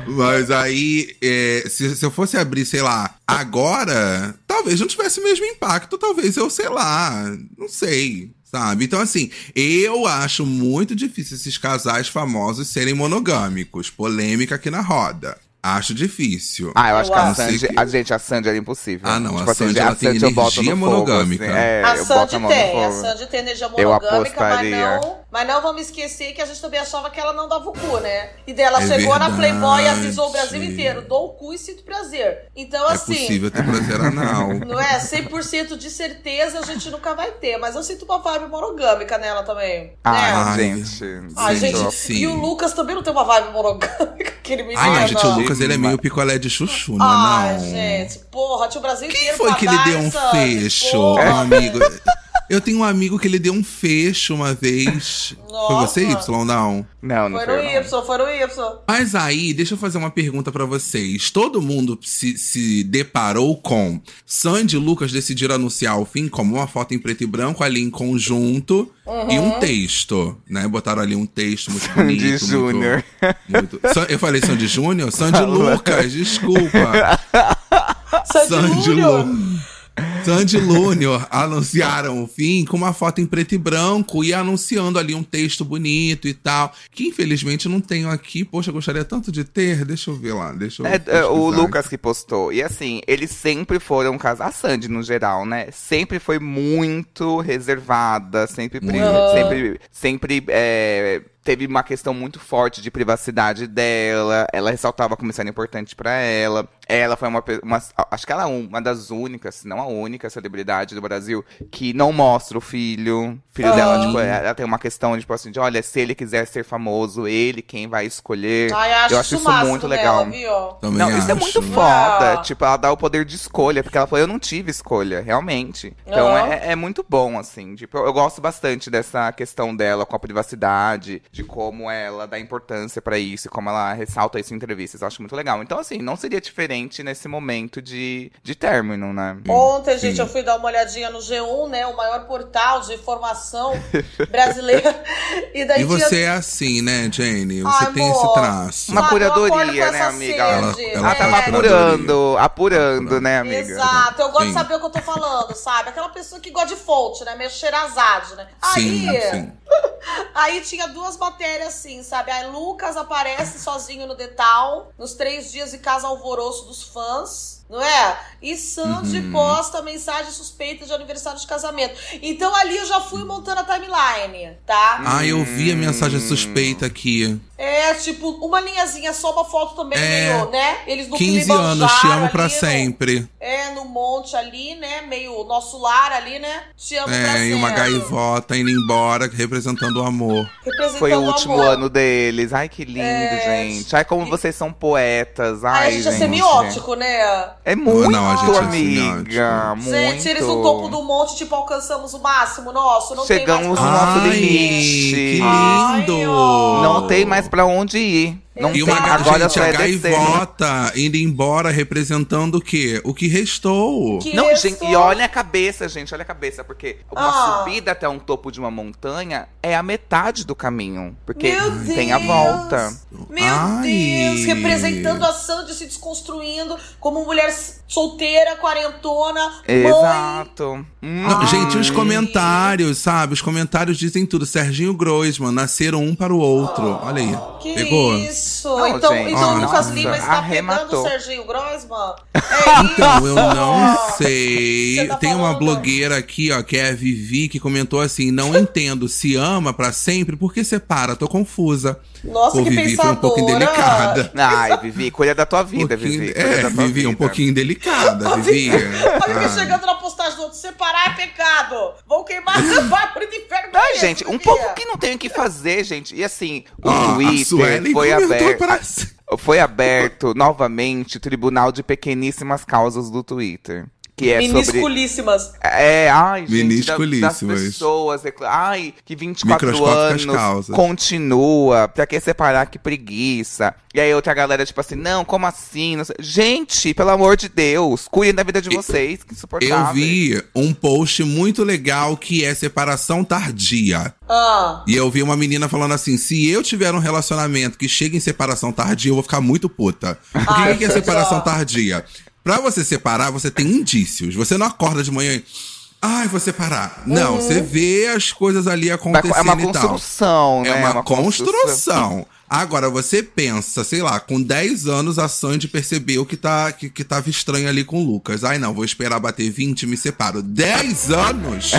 S5: Mas aí, é, se, se eu fosse abrir, sei lá, agora, talvez não tivesse o mesmo impacto, talvez eu, sei lá, não sei, sabe? Então, assim, eu acho muito difícil esses casais famosos serem monogâmicos. Polêmica aqui na roda. Acho difícil.
S2: Ah, eu acho
S6: Eu
S2: que a
S5: acho.
S2: Sandy.
S5: Não sei
S2: A gente, a Sandy era impossível. Tipo assim,
S5: Ah, não, a Sandy, ela tem
S2: eu boto no
S5: energia
S2: fogo,
S5: monogâmica.
S2: assim, é,
S6: A
S2: eu boto
S6: Sandy
S2: a mão no
S6: tem, a
S2: fogo.
S6: Sandy tem energia
S2: Eu
S6: monogâmica, mas
S2: apostaria.
S6: não, mas não vamos esquecer que a gente também achava que ela não dava o cu, né? E dela
S5: É
S6: chegou na Playboy e
S5: verdade.
S6: avisou o Brasil inteiro: dou o cu e sinto prazer. Então,
S5: é
S6: assim,
S5: possível ter prazer anal.
S6: não é 100% de certeza a gente nunca vai ter, mas eu sinto uma vibe monogâmica nela também. né?
S2: Ah,
S5: Ai,
S2: gente.
S6: Ai,
S5: sim,
S6: gente,
S5: sim.
S6: e o Lucas também não tem uma vibe monogâmica, <laughs> aquele menino.
S5: Ai, não,
S2: Ai,
S5: gente, o
S2: não.
S5: Lucas, ele é meio picolé de chuchu, não é
S6: Ai,
S5: não?
S6: Ah, gente, porra, tinha o Brasil
S5: Quem
S6: inteiro
S5: foi
S6: pra
S5: que lhe
S6: dar
S5: deu um
S6: essa-
S5: fecho,
S6: Porra,
S5: um amigo? Eu tenho um amigo que ele deu um fecho uma vez. Foi
S6: Nossa.
S5: você, Y, não?
S2: Não, não
S6: Foi
S2: foi.
S6: no
S2: eu, <laughs> não.
S6: Y, foi no Y.
S5: Mas aí, deixa eu fazer uma pergunta pra vocês. Todo mundo se, se deparou com Sandy e Lucas decidiram anunciar o fim como uma foto em preto e branco ali em conjunto e
S6: Uhum.
S5: um texto, né? Botaram ali um texto
S6: <laughs>
S5: muito bonito.
S2: De
S5: muito-
S2: Júnior.
S5: muito- Sa- Eu falei Sandy Júnior? Sandy Lucas, desculpa.
S6: Sandy
S5: Sandy
S6: Júnior.
S5: Lu. Sandy Júnior anunciaram o fim com uma foto em preto e branco e anunciando ali um texto bonito e tal. Que infelizmente eu não tenho aqui. Poxa, eu gostaria tanto de ter. Deixa eu ver lá. Deixa eu
S2: É, é, o
S5: pesquisar.
S2: Lucas que postou. E assim, eles sempre foram um casal. A Sandy, no geral, né? Sempre foi muito reservada, sempre. pri-
S6: Muito.
S2: Sempre. sempre é, Teve uma questão muito forte de privacidade dela. Ela ressaltava como isso era importante pra ela. Ela foi uma, pe- uma. Acho que ela é uma das únicas, se não a única celebridade do Brasil que não mostra o filho. O filho dela, tipo, ela tem uma questão, tipo assim, de olha, se ele quiser ser famoso, ele quem vai escolher.
S6: Ai,
S2: Eu acho
S6: o
S2: isso
S6: máximo
S2: muito
S6: dela,
S2: legal.
S6: viu?
S5: Também
S2: Não, isso é
S5: acho.
S2: muito foda.
S6: Ah.
S2: Tipo, ela dá o poder de escolha, porque ela falou, eu não tive escolha, realmente. Então
S6: Aham.
S2: é, é muito bom, assim. Tipo, eu, eu gosto bastante dessa questão dela com a privacidade, de como ela dá importância pra isso, e como ela ressalta isso em entrevistas. Eu acho muito legal. Então, assim, não seria diferente nesse momento de, de término, né?
S6: Ontem, gente,
S5: sim.
S6: eu fui dar uma olhadinha no G1, né? O maior portal de informação <laughs> brasileira. E daí
S5: E
S6: tinha
S5: você é assim, né, Jane? Você
S6: Ai,
S5: tem
S6: amor.
S5: esse traço.
S2: Uma
S6: Sabe, eu acordo com
S2: curadoria,
S6: essa
S2: né, amiga? É.
S6: sede,
S5: Ela-
S2: Ela
S5: ela
S6: né?
S2: tava
S5: tá
S2: apurando, apurando, né, amiga?
S6: Exato, eu gosto de
S5: Sim.
S6: saber o que eu tô falando, sabe? Aquela pessoa que gosta de fonte, né? Meio cheirazade, né?
S5: Sim, assim.
S6: Aí,
S5: sim.
S6: aí tinha duas matérias assim, sabe? Aí Lucas aparece sozinho no detal, nos três dias de casa alvoroço dos fãs, não é? E Sandy
S5: Uhum.
S6: posta mensagem suspeita de aniversário de casamento. Então ali eu já fui montando a timeline, tá?
S5: Ah, eu vi a mensagem suspeita aqui.
S6: É, tipo, uma linhazinha só, uma foto também,
S5: É.
S6: meio, né? Eles no
S5: 15
S6: Kilimanjaro
S5: anos, te amo
S6: ali,
S5: pra
S6: no-
S5: sempre.
S6: É, no monte ali, né? Meio nosso lar ali, né? Te amo pra
S5: É,
S6: sempre.
S5: e uma gaivota indo embora, representando o amor.
S6: Representando
S2: Foi o último
S6: Então, amor.
S2: ano deles. Ai, que lindo,
S6: É,
S2: gente. Ai, como vocês são poetas. Ai,
S6: Ai, a gente é
S2: gente.
S6: semiótico, né?
S2: É muito,
S5: Não, tipo, a gente é
S2: amiga.
S5: semiótico.
S2: muito.
S6: Gente, eles no topo do monte, tipo, alcançamos o máximo nosso. Não tem
S2: Chegamos
S6: mais
S2: no
S6: pra
S2: nosso
S6: onde ir.
S2: limite.
S5: que
S6: Ai,
S5: lindo!
S6: ó.
S2: Não tem mais pra onde ir. Não
S5: E
S2: tem.
S5: uma
S2: Agora
S5: gente,
S2: só é
S5: a
S2: descer.
S5: gaivota indo embora representando o quê? O que restou.
S6: Que
S2: Não,
S6: isso?
S2: gente, e olha a cabeça, gente, olha a cabeça, porque uma
S6: Ah.
S2: subida até um topo de uma montanha é a metade do caminho, porque
S6: Meu
S2: tem a
S6: Deus.
S2: volta.
S6: Meu
S5: Ai.
S6: Deus, representando a Sandy se desconstruindo como mulher solteira, quarentona, mãe.
S2: Exato. Hum.
S5: Não,
S6: Ai.
S5: gente, os comentários, sabe? Os comentários dizem tudo. Serginho Groisman, nasceram um para o outro. Olha aí.
S6: Que
S5: Pegou?
S6: isso?
S2: Não,
S6: então
S2: gente,
S6: então o
S5: nossa,
S6: Lucas Lima está pegando
S2: arrematou.
S6: o Serginho Grossman?
S2: <laughs>
S6: É isso?
S5: Então, eu não sei.
S6: <laughs> Você tá
S5: Tem uma
S6: falando?
S5: blogueira aqui, ó, que é a Vivi, que comentou assim: não entendo, se ama pra sempre, por que separa? Tô confusa.
S6: Nossa,
S5: Pô,
S6: que
S5: Vivi, foi
S6: pensadora.
S5: um pouquinho delicada.
S2: Ai, Vivi, cuida da tua vida,
S5: Pouquinho-
S2: Vivi. Cuida
S5: é,
S2: da tua
S5: Vivi, um
S2: vida.
S5: pouquinho
S2: <laughs>
S5: delicada, Vivi.
S6: Olha o que
S5: Ah.
S6: chegando na postagem do outro, separar é pecado. Vão queimar, <laughs> você vai pro inferno.
S2: Ai,
S6: mesmo,
S2: gente, um
S6: Vivi.
S2: povo que não tem o que fazer, gente. E assim, o
S5: Ó, Ah, a
S2: Twitter
S5: Suelen
S2: foi Tá
S5: comentou
S2: aberto.
S5: pra sempre.
S2: Foi aberto novamente o Tribunal de Pequeníssimas Causas do Twitter. Que é sobre.
S6: Minusculíssimas.
S2: É, ai, gente, da- das
S5: Minusculíssimas.
S2: pessoas. recla- Ai, que 24
S5: Microscópicas
S2: anos
S5: causas.
S2: continua. Pra que separar? Que preguiça. E aí outra galera, tipo assim, não, como assim? Não sei- Gente, pelo amor de Deus, cuidem da vida de vocês, que insuportável.
S5: Eu vi um post muito legal que é separação tardia.
S6: Ah,
S5: E eu vi uma menina falando assim: se eu tiver um relacionamento que chega em separação tardia, eu vou ficar muito puta. O que,
S6: Ai,
S5: que é
S6: gente,
S5: separação
S6: ó.
S5: tardia? Pra você separar, você tem indícios. Você não acorda de manhã e. Ai, vou separar. Não, você vê as coisas ali
S2: Uhum. Vai-
S5: acontecendo
S2: É uma
S5: e tal.
S2: construção,
S5: É
S2: né?
S5: uma construção. Agora, você pensa, sei lá, com 10 anos a Sandy percebeu que, tá, que, que tava estranho ali com o Lucas. Ai, não, vou esperar bater 20 e me separo. 10 anos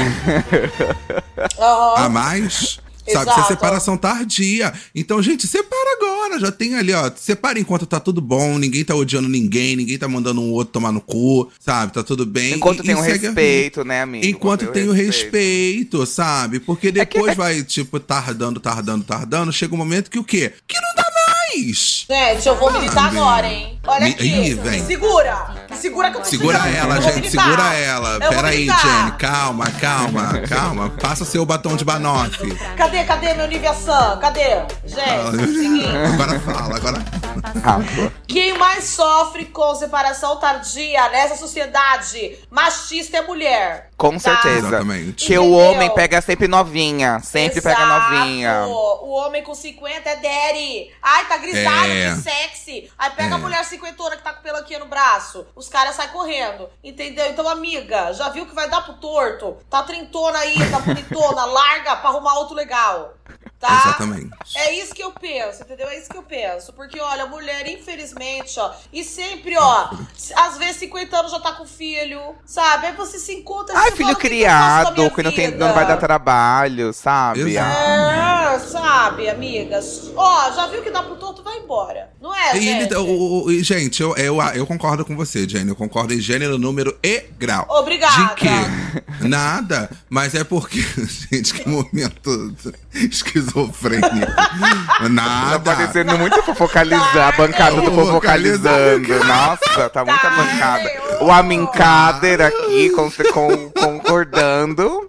S6: aham.
S5: a mais? Sabe, isso é
S6: Exato.
S5: separação tardia. Então, gente, separa agora. Já tem ali, ó. Separa enquanto tá tudo bom, ninguém tá odiando ninguém, ninguém tá mandando um outro tomar no cu, sabe? Tá tudo bem.
S2: Enquanto
S5: e-
S2: tem
S5: e
S2: o
S5: segue a vida.
S2: respeito, né, amigo?
S5: Enquanto tem o respeito, sabe? Porque
S2: É que-
S5: depois vai, tipo, tardando, tardando, tardando. Chega um momento que o quê? Que não dá mais!
S6: Gente, eu vou militar
S5: Ah,
S6: agora, hein? Olha
S5: Me-
S6: aqui.
S5: Ih, vem.
S6: Me segura. Me segura que eu tô
S5: Segura
S6: chegando.
S5: ela,
S6: Eu vou
S5: gente,
S6: militar.
S5: segura ela.
S6: Eu vou
S5: Pera aí,
S6: militar.
S5: Jenny, calma, calma, calma. Passa seu batom de banoff.
S6: Cadê, cadê meu Nivea Sun? Cadê?
S5: Ah.
S6: Gente, seguinte.
S5: Agora fala, agora.
S2: Rafa.
S6: Quem mais sofre com separação tardia nessa sociedade machista é mulher.
S2: Com certeza.
S5: Exatamente.
S2: Que o
S6: Entendeu?
S2: homem pega sempre novinha. Sempre pega
S6: Exato.
S2: novinha.
S6: O homem com 50 é daddy. Ai, tá grisalho,
S5: É.
S6: que sexy. Aí pega
S5: É.
S6: a mulher cinquentona que tá com pelo aqui no braço. Os caras saem correndo. Entendeu? Então, amiga, já viu que vai dar pro torto? Tá trintona aí, tá
S2: <laughs>
S6: bonitona. larga pra arrumar outro legal. Tá?
S5: Exatamente.
S6: É isso que eu penso, entendeu? É isso que eu penso. Porque, olha, mulher, infelizmente, ó, e sempre, ó, s- às vezes 50 anos já tá com filho, sabe? Aí você se encontra e
S2: Ai,
S6: você
S2: filho
S6: fala, "O que que eu faço com a minha
S2: criado, que não, tem,
S6: vida?"
S2: não vai dar trabalho, sabe?
S5: Exato.
S6: É, sabe, amigas? Ó, já viu que dá pro torto, vai embora. Não é,
S5: E
S6: gente?
S5: ele- o- o- e, gente, eu, eu, eu concordo com você, Jenny. Eu concordo em gênero, número e grau.
S6: Obrigada.
S5: De quê? Nada. Mas é porque, <laughs> gente, que momento esquizofrênico.
S2: Tá
S5: Nada.
S2: parecendo muito fofocalizar, a bancada do fofocalizando. Nossa, tá muita
S6: Tá,
S2: bancada.
S6: eu-
S2: O Amincader aqui con- con- concordando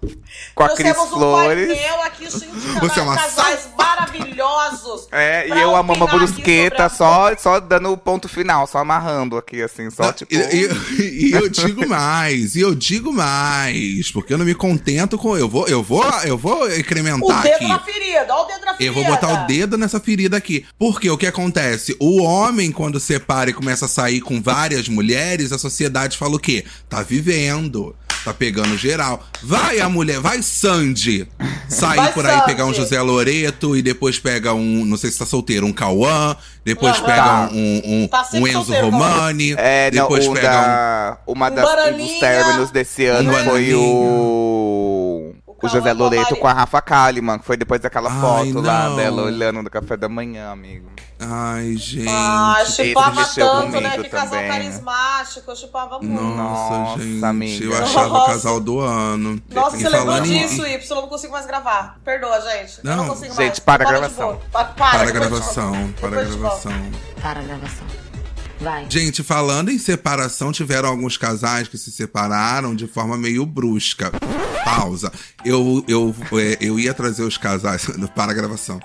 S2: com a Cris
S6: Trouxemos um
S2: Flores.
S6: painel aqui cheio de
S5: <laughs> Você é uma
S6: casais maravilhosos.
S2: É,
S6: pra
S2: e eu a Mama
S6: opinar aqui sobre
S2: Brusqueta
S6: a-
S2: só, só dando o ponto final, só amarrando aqui, assim, só tipo.
S5: E, e- e eu digo mais, e eu digo mais, porque eu não me contento com. Eu vou, eu vou, eu vou
S6: O
S5: incrementar tá
S6: dedo tá
S5: aqui.
S6: na ferida, ó o dedo na ferida.
S5: Eu vou botar o dedo nessa ferida aqui. Porque o que acontece? O homem, quando separa e começa a sair com várias mulheres, a sociedade fala o quê? Tá vivendo. Tá pegando geral. Vai a mulher, vai Sandy! Sair
S6: Vai,
S5: por aí,
S6: Sandy.
S5: pegar um José Loreto e depois pega um, não sei se tá solteiro, um Cauã, depois
S6: Aham.
S5: pega um, um, um-
S6: Tá sempre
S5: um Enzo
S6: solteiro, Cauã.
S5: Romani,
S2: É, não,
S5: depois
S2: um
S5: pega
S2: da, uma
S6: Um
S2: das dos
S6: bananinha.
S2: términos desse ano
S5: Um
S2: foi o.
S6: O
S2: O José
S6: Cauã com a
S2: Loreto
S6: Maria.
S2: com a Rafa Kalimann, que foi depois daquela
S5: Ai,
S2: foto lá
S5: não.
S2: dela olhando do café da manhã, amigo. <laughs>
S5: um. Ai, gente.
S6: Ah, chupava
S2: mexeu
S6: tanto, né?
S2: comigo
S6: Que casal
S2: também.
S6: carismático, eu chupava muito.
S5: Nossa,
S2: Nossa,
S5: gente.
S2: amiga.
S5: Eu achava o
S6: Nossa.
S5: casal do ano.
S6: Nossa,
S5: E
S6: você lembrou
S5: falando em-
S6: disso, Y? Eu não consigo mais gravar. Perdoa, gente. eu
S5: Não.
S6: não consigo mais.
S2: Gente, para a
S6: Bola de
S2: gravação.
S6: boa. Pa- Para,
S5: Para a
S6: depois eu te
S5: gravação,
S6: volto.
S5: para a
S6: Depois eu te volto.
S5: gravação.
S7: Para a gravação. Vai.
S5: Gente, falando em separação, tiveram alguns casais que se separaram de forma meio brusca. Pausa. Eu, eu, é, eu ia trazer os casais <laughs> para a gravação.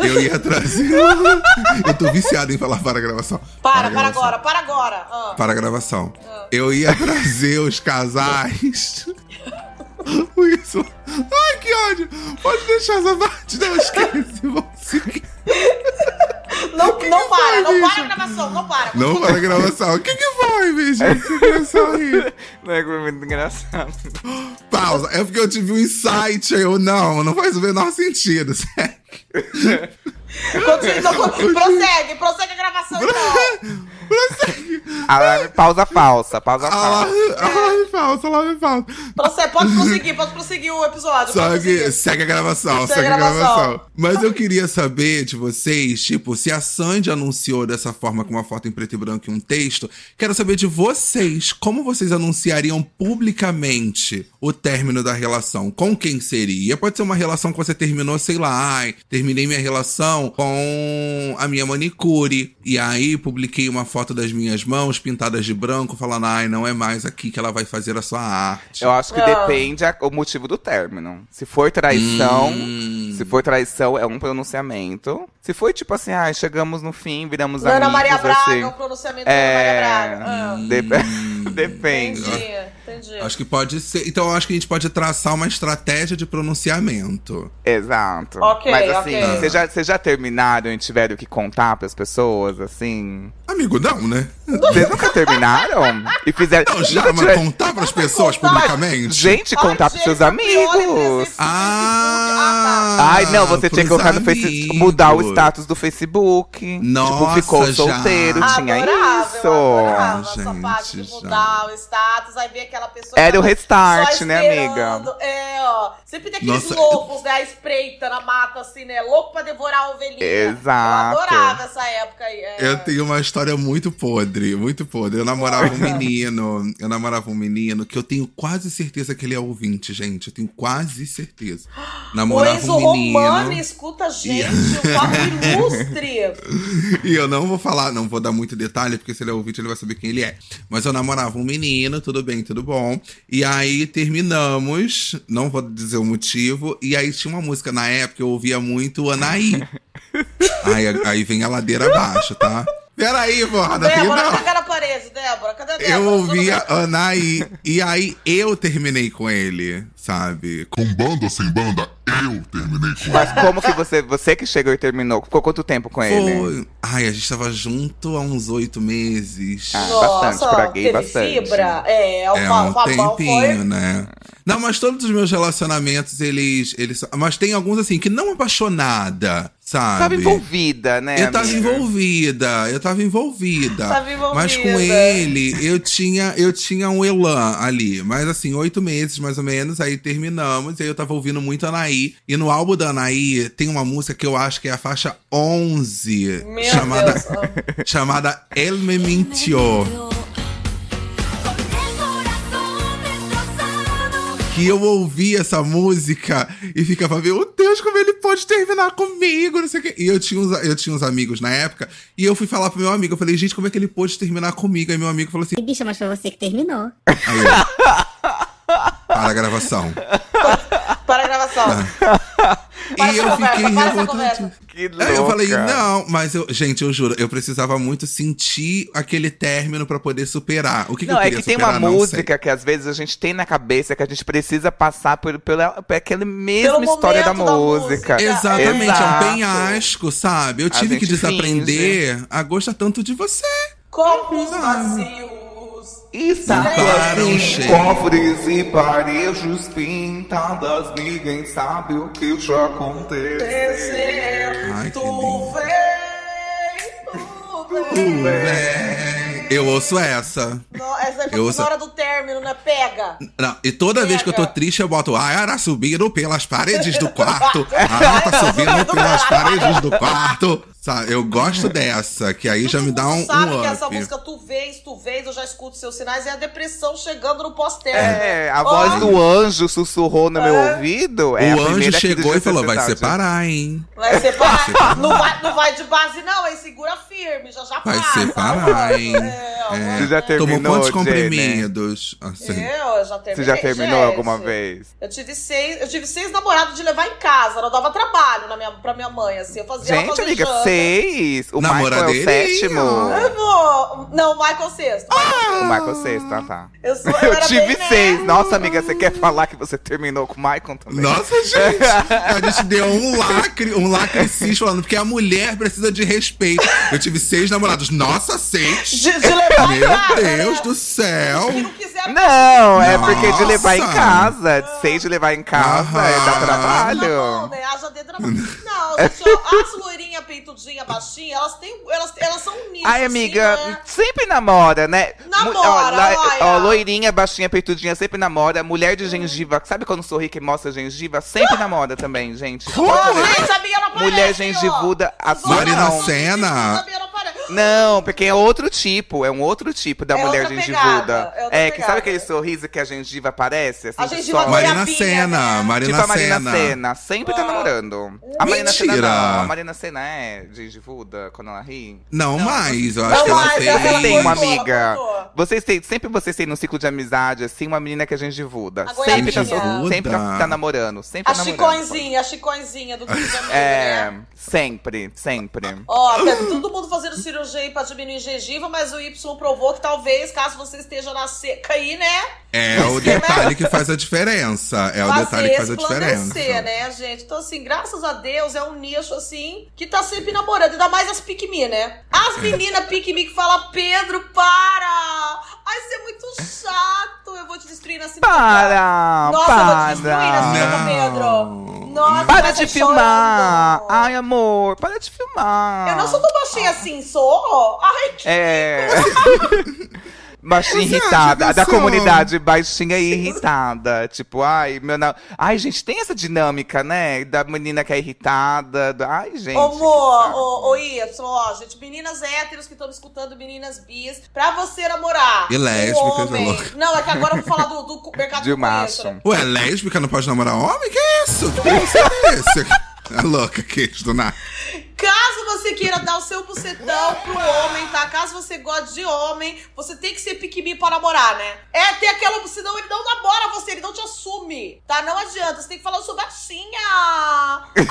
S5: Eu ia
S6: <laughs>
S5: trazer. eu tô viciado em falar para a gravação.
S6: Para,
S5: a
S6: para
S5: gravação.
S6: agora, Ah. para agora. Ah.
S5: Para a gravação. Eu ia trazer os
S6: <laughs>
S5: casais. <laughs> Isso. Ai, que ódio! Pode deixar essa parte, não esquece. Vamos seguir.
S6: Não, não para, não
S5: foi,
S6: para a gravação, não para.
S5: Não para a gravação. O que, que foi, bicho? Você começou a rir.
S2: Não é que foi
S5: <laughs>
S2: muito engraçado.
S5: <gasps> Pausa. É porque eu tive um insight. aí Eu não, não faz o menor sentido. <laughs> sério.
S6: Continua, então,
S2: <laughs>
S6: con- prossegue, prossegue a gravação então.
S2: Alarme, Ah, pausa falsa,
S5: Ah.
S2: pausa falsa.
S5: Alarme alarme falso, alarme falso.
S6: Prossegue, pode prosseguir, pode prosseguir o episódio.
S5: Só
S6: pode
S5: que
S6: prosseguir.
S5: segue a gravação,
S6: Segue
S5: segue a
S6: a gravação.
S5: gravação. Mas eu queria saber de vocês, tipo, se a Sandy anunciou dessa forma com uma foto em preto e branco e um texto, quero saber de vocês, como vocês anunciariam publicamente o término da relação? Com quem seria? Pode ser uma relação que você terminou, sei lá, ai, terminei minha relação com a minha manicure. E aí publiquei uma foto das minhas mãos pintadas de branco, falando, ai, não é mais aqui que ela vai fazer a sua arte.
S2: Eu acho que
S6: Ah.
S2: depende a- o motivo do término. Se for traição,
S5: Hum.
S2: se for traição, é um pronunciamento. Se for tipo assim, ah, chegamos no fim, viramos
S6: Ana
S2: amigos,
S6: Maria Braga,
S2: assim.
S6: o pronunciamento
S2: É.
S6: da Ana Maria Braga. Ah,
S5: Hum.
S2: Dep- <laughs> Depende.
S6: entendi, entendi.
S5: Acho que pode ser. Então, eu acho que a gente pode traçar uma estratégia de pronunciamento.
S2: Exato.
S6: Ok,
S2: Mas assim,
S6: ok.
S2: vocês já, vocês já terminaram e tiveram que contar pras pessoas, assim?
S5: Amigo, não, né?
S2: <laughs> Vocês nunca terminaram? E fizeram.
S5: Não, já,
S2: Nunca
S5: mas
S2: tiveram-
S5: contar pras pessoas
S6: contar.
S5: publicamente?
S2: Gente, contar pros
S6: Ai,
S2: seus
S6: gente, a pior
S2: amigos.
S6: é tá.
S5: Ah!
S2: Ai, não, você tinha que
S5: pros
S2: colocar no Facebook.
S5: amigos.
S2: Mudar o status do Facebook. tipo,
S5: Nossa,
S2: ficou
S5: já.
S2: solteiro,
S6: Ah,
S2: tinha
S6: adorável,
S2: isso.
S6: Adorava essa
S5: Gente,
S6: parte de
S5: já.
S6: mudar o status, aí vem aquela pessoa.
S2: Era
S6: que
S2: o
S6: tá
S2: restart,
S6: só
S2: né, amiga?
S6: esperando. É, ó. Sempre tem aqueles
S5: Nossa,
S6: loucos, né? A espreita na mata, assim, né? Louco pra devorar a ovelhinha.
S2: Exato.
S6: Eu adorava essa época aí. é.
S5: Eu tenho uma história muito podre, muito podre. Eu namorava um menino, eu namorava um menino que eu tenho quase certeza que ele é ouvinte, gente. Eu tenho quase certeza.
S6: O
S5: Namorava
S6: Enzo
S5: um menino.
S6: Romani escuta gente, o papo
S5: <laughs>
S6: ilustre.
S5: E eu não vou falar, não vou dar muito detalhe, porque se ele é ouvinte, ele vai saber quem ele é. Mas eu namorava um menino, tudo bem, tudo bom. E aí terminamos, não vou dizer o motivo. E aí tinha uma música
S2: <laughs>
S5: na época, eu ouvia muito Anaí. aí, aí vem a ladeira abaixo, tá? Peraí, Borda.
S6: Débora,
S5: não.
S6: caga na parede, Débora. Cadê a Débora?
S5: Eu ouvi a
S6: Tudo bem?
S5: Anaí e aí eu terminei com ele, sabe?
S8: Com banda ou sem banda, eu terminei com ele.
S2: Mas como que você. Você que chegou e terminou? Ficou quanto tempo com ele?
S5: Foi. Ai, a gente tava junto há uns oito meses.
S2: Ah,
S6: Nossa,
S2: bastante, pra gay,
S6: teve
S2: bastante.
S6: fibra. É, o
S5: É
S6: fa-
S5: um
S6: Fabão
S5: tempinho,
S6: foi.
S5: né? Não, mas todos os meus relacionamentos, eles, eles. são- Mas tem alguns assim que não apaixonada, sabe?
S2: Tava envolvida, né?
S5: Eu tava
S2: amiga?
S5: envolvida, eu tava envolvida.
S6: Tava envolvida.
S5: Mas com ele, eu tinha, eu tinha um elan ali. Mas assim, oito meses mais ou menos, aí terminamos. E aí eu tava ouvindo muito Anaí. E no álbum da Anaí tem uma música que eu acho que é a faixa 11,
S6: Meu
S5: chamada,
S6: Deus.
S5: <laughs> chamada El Me Mintió. que eu ouvi essa música e ficava, meu Deus, como ele pode terminar comigo, não sei o quê. E eu tinha, uns, eu tinha uns amigos na época, e eu fui falar pro meu amigo, eu falei, gente, como é que ele pôde terminar comigo? Aí meu amigo falou assim,
S9: E bicha, mas foi você que terminou.
S5: aí eu, para a gravação.
S6: Para
S5: <laughs>
S6: a gravação.
S5: Ah.
S6: Para
S5: e
S6: essa
S5: eu
S6: conversa,
S5: fiquei
S6: para essa
S5: revoltado.
S6: conversa.
S2: Que louca.
S5: Aí É, eu falei, não, mas eu, gente, eu juro, eu precisava muito sentir aquele término pra poder superar. O que,
S2: Não,
S5: que eu
S2: é
S5: queria
S2: que tem uma
S5: superar, não sei.
S2: música que às vezes a gente tem na cabeça que a gente precisa passar por, pela, por aquela mesma história da
S6: momento da
S2: música.
S6: música.
S5: Exatamente,
S2: Exato.
S5: é um penhasco, sabe? Eu
S2: A
S5: tive que
S2: gente
S5: desaprender a gostar tanto de você.
S6: Corpos vazios.
S2: Isso,
S5: Para um
S2: assim,
S5: cheiro.
S2: cofres e parejos pintadas, ninguém sabe o que já aconteceu.
S6: É.
S5: Ai, que
S6: Tu
S5: lindo.
S6: vem, tu vem.
S5: Eu ouço essa.
S6: Não, Essa é
S5: Uh. Eu
S6: a
S5: ouço-
S6: hora do término, né? Pega.
S5: Não, e toda vez que eu tô
S6: Pega.
S5: triste, eu boto a Ara subindo pelas paredes do quarto. A Ara tá subindo pelas paredes do quarto. Sabe, eu gosto dessa, que aí já me dá um,
S6: Sabe
S5: um
S6: que essa
S5: up.
S6: música tu vês, tu vês, eu já escuto seus sinais, é a depressão chegando no pós-término.
S2: É, a voz
S6: Ó.
S2: do anjo sussurrou no meu
S6: É.
S2: ouvido. é a
S5: O anjo
S2: primeira que tá
S5: chegou e
S2: diz
S5: falou: vai
S2: necessidade.
S5: separar, hein?
S6: Vai separar.
S5: separar.
S6: não, vai, não vai de base, não, aí segura firme, já já
S5: Vai
S6: passa.
S5: separar, hein?
S6: É,
S5: É.
S2: Você já
S5: Tomou
S2: terminou,
S5: quantos
S2: Jenny?
S5: comprimidos? Assim.
S6: Eu já terminei.
S2: Você já terminou
S6: gente.
S2: alguma vez?
S6: Eu tive seis, eu tive seis namorados de levar em casa, não dava trabalho na minha, pra minha mãe, assim. Eu fazia ela
S2: Gente,
S6: fazer
S2: amiga,
S6: janta.
S2: seis. O Michael é o
S5: Namoradeirinho.
S2: sétimo.
S6: Eu vou- Não, o Michael Sexto.
S2: O Michael seis, tá, tá.
S6: Eu, sou, eu
S2: Eu
S6: era
S2: tive
S6: bem
S2: seis.
S6: nerd.
S2: Nossa, amiga, você quer falar que você terminou com o Michael também? <laughs>
S5: Nossa, gente! A gente deu um lacre, um lacre cis falando, porque a mulher precisa de respeito. Eu tive seis namorados. Nossa, seis!
S6: De, de levar em casa.
S5: Meu
S6: né?
S5: Deus do céu!
S6: Que não quiseram
S2: <laughs> Não, é porque de
S5: Nossa.
S2: levar em casa. Seis de levar em casa é dar
S5: Aham.
S6: Não,
S2: trabalho.
S6: né? Haja dedo na mão. Não,
S2: É.
S6: gente, ó, as loirinhas peitudinhas, baixinhas, elas têm. Elas, elas são unidas.
S2: Ai, amiga,
S6: Assim, né?
S2: sempre namora, né? Mu- ó,
S6: Namora, olha.
S2: ó, loirinha, baixinha, peitudinha, sempre namora. Mulher
S6: Hum.
S2: de gengiva, sabe quando sorri que mostra gengiva?
S6: Ah!
S2: Sempre namora também, gente. Pode ver.
S6: Gente, a Bia não aparece,
S2: Mulher
S6: ó.
S2: gengivuda, a
S6: Os olhos
S5: Marina
S6: não.
S5: Sena.
S6: A Bia não aparece.
S2: Não, porque é outro tipo, é um outro tipo da
S6: É
S2: mulher
S6: outra
S2: gengivuda.
S6: pegada, é outra
S2: é, que sabe
S6: pegada.
S2: aquele sorriso que a gengiva aparece? Assim,
S6: A
S2: que
S6: gengiva
S2: some?
S6: molha
S5: Marina
S6: Goiabinha,
S5: Sena,
S6: né?
S5: Marina
S2: tipo a Marina
S5: Sena.
S2: Senna, sempre
S6: Ah.
S2: tá namorando. A Marina Senna
S5: Mentira.
S2: não, a Marina Senna é gengivuda quando ela ri.
S5: Não, mais, eu
S6: Não,
S5: acho que
S6: mas
S5: ela
S6: ela
S5: tem.
S2: Vocês têm uma
S6: cortou,
S2: amiga.
S6: cortou.
S2: Vocês têm, sempre vocês têm no ciclo de amizade, assim, uma menina que é gengivuda.
S6: A
S2: Sempre tá,
S6: Goiabinha.
S2: sempre tá, tá namorando. Sempre
S6: A
S2: tá namorando.
S6: Chiconzinha,
S2: <laughs>
S6: a Chiconzinha do Cris Amigo,
S2: É,
S6: né?
S2: sempre, sempre.
S6: Ó, tá todo mundo fazendo cirurgia aí pra diminuir gengiva, mas o Y provou que talvez, caso você esteja na seca aí, né?
S5: É o detalhe que faz a diferença. É o
S6: fazer
S5: detalhe que faz a
S6: resplandecer,
S5: diferença.
S6: né, gente? Então, assim, graças a Deus, é um nicho, assim, que tá sempre namorando. Ainda mais as pique-me, né?
S5: É.
S6: As meninas pique-me que falam, Pedro, para! Ai, você é muito chato, eu vou te destruir na cintura.
S2: Para!
S6: Nossa, eu vou te destruir na
S2: para!
S6: cintura, Pedro!
S5: Não.
S6: Nossa, é
S2: Para
S6: vai
S2: de
S6: sair
S2: filmar!
S6: chorando.
S2: Ai, amor, para de filmar!
S6: Eu não sou tão baixinha assim, sou? Ai,
S2: <laughs>
S6: que...
S2: É. Baixinha
S5: Você acha
S2: irritada,
S5: que
S2: a
S5: eu
S2: da
S5: sou?
S2: comunidade baixinha e irritada. Tipo, ai, meu na... Ai, gente, tem essa dinâmica, né? Da menina que é irritada. do- Ai, gente.
S6: Ô, amor,
S2: que
S6: ô, ô, Y, ó, gente, meninas héteros que estão escutando, meninas bis, pra você namorar.
S5: E
S6: um
S5: lésbicas, é
S6: homem.
S5: louco.
S6: Não, é que agora eu vou falar do, do mercado
S2: De
S6: que eu conheço,
S2: macho.
S6: né?
S5: Ué, é lésbica não pode namorar homem? Que isso? Que isso é esse? É louca que do nada.
S6: Caso você queira dar o seu bucetão pro homem, tá? Caso você goste de homem, você tem que ser piquimi pra namorar, né? É, tem aquela. Senão ele não namora você, ele não te assume, tá? Não adianta. Você tem que falar, eu sou baixinha. Ai,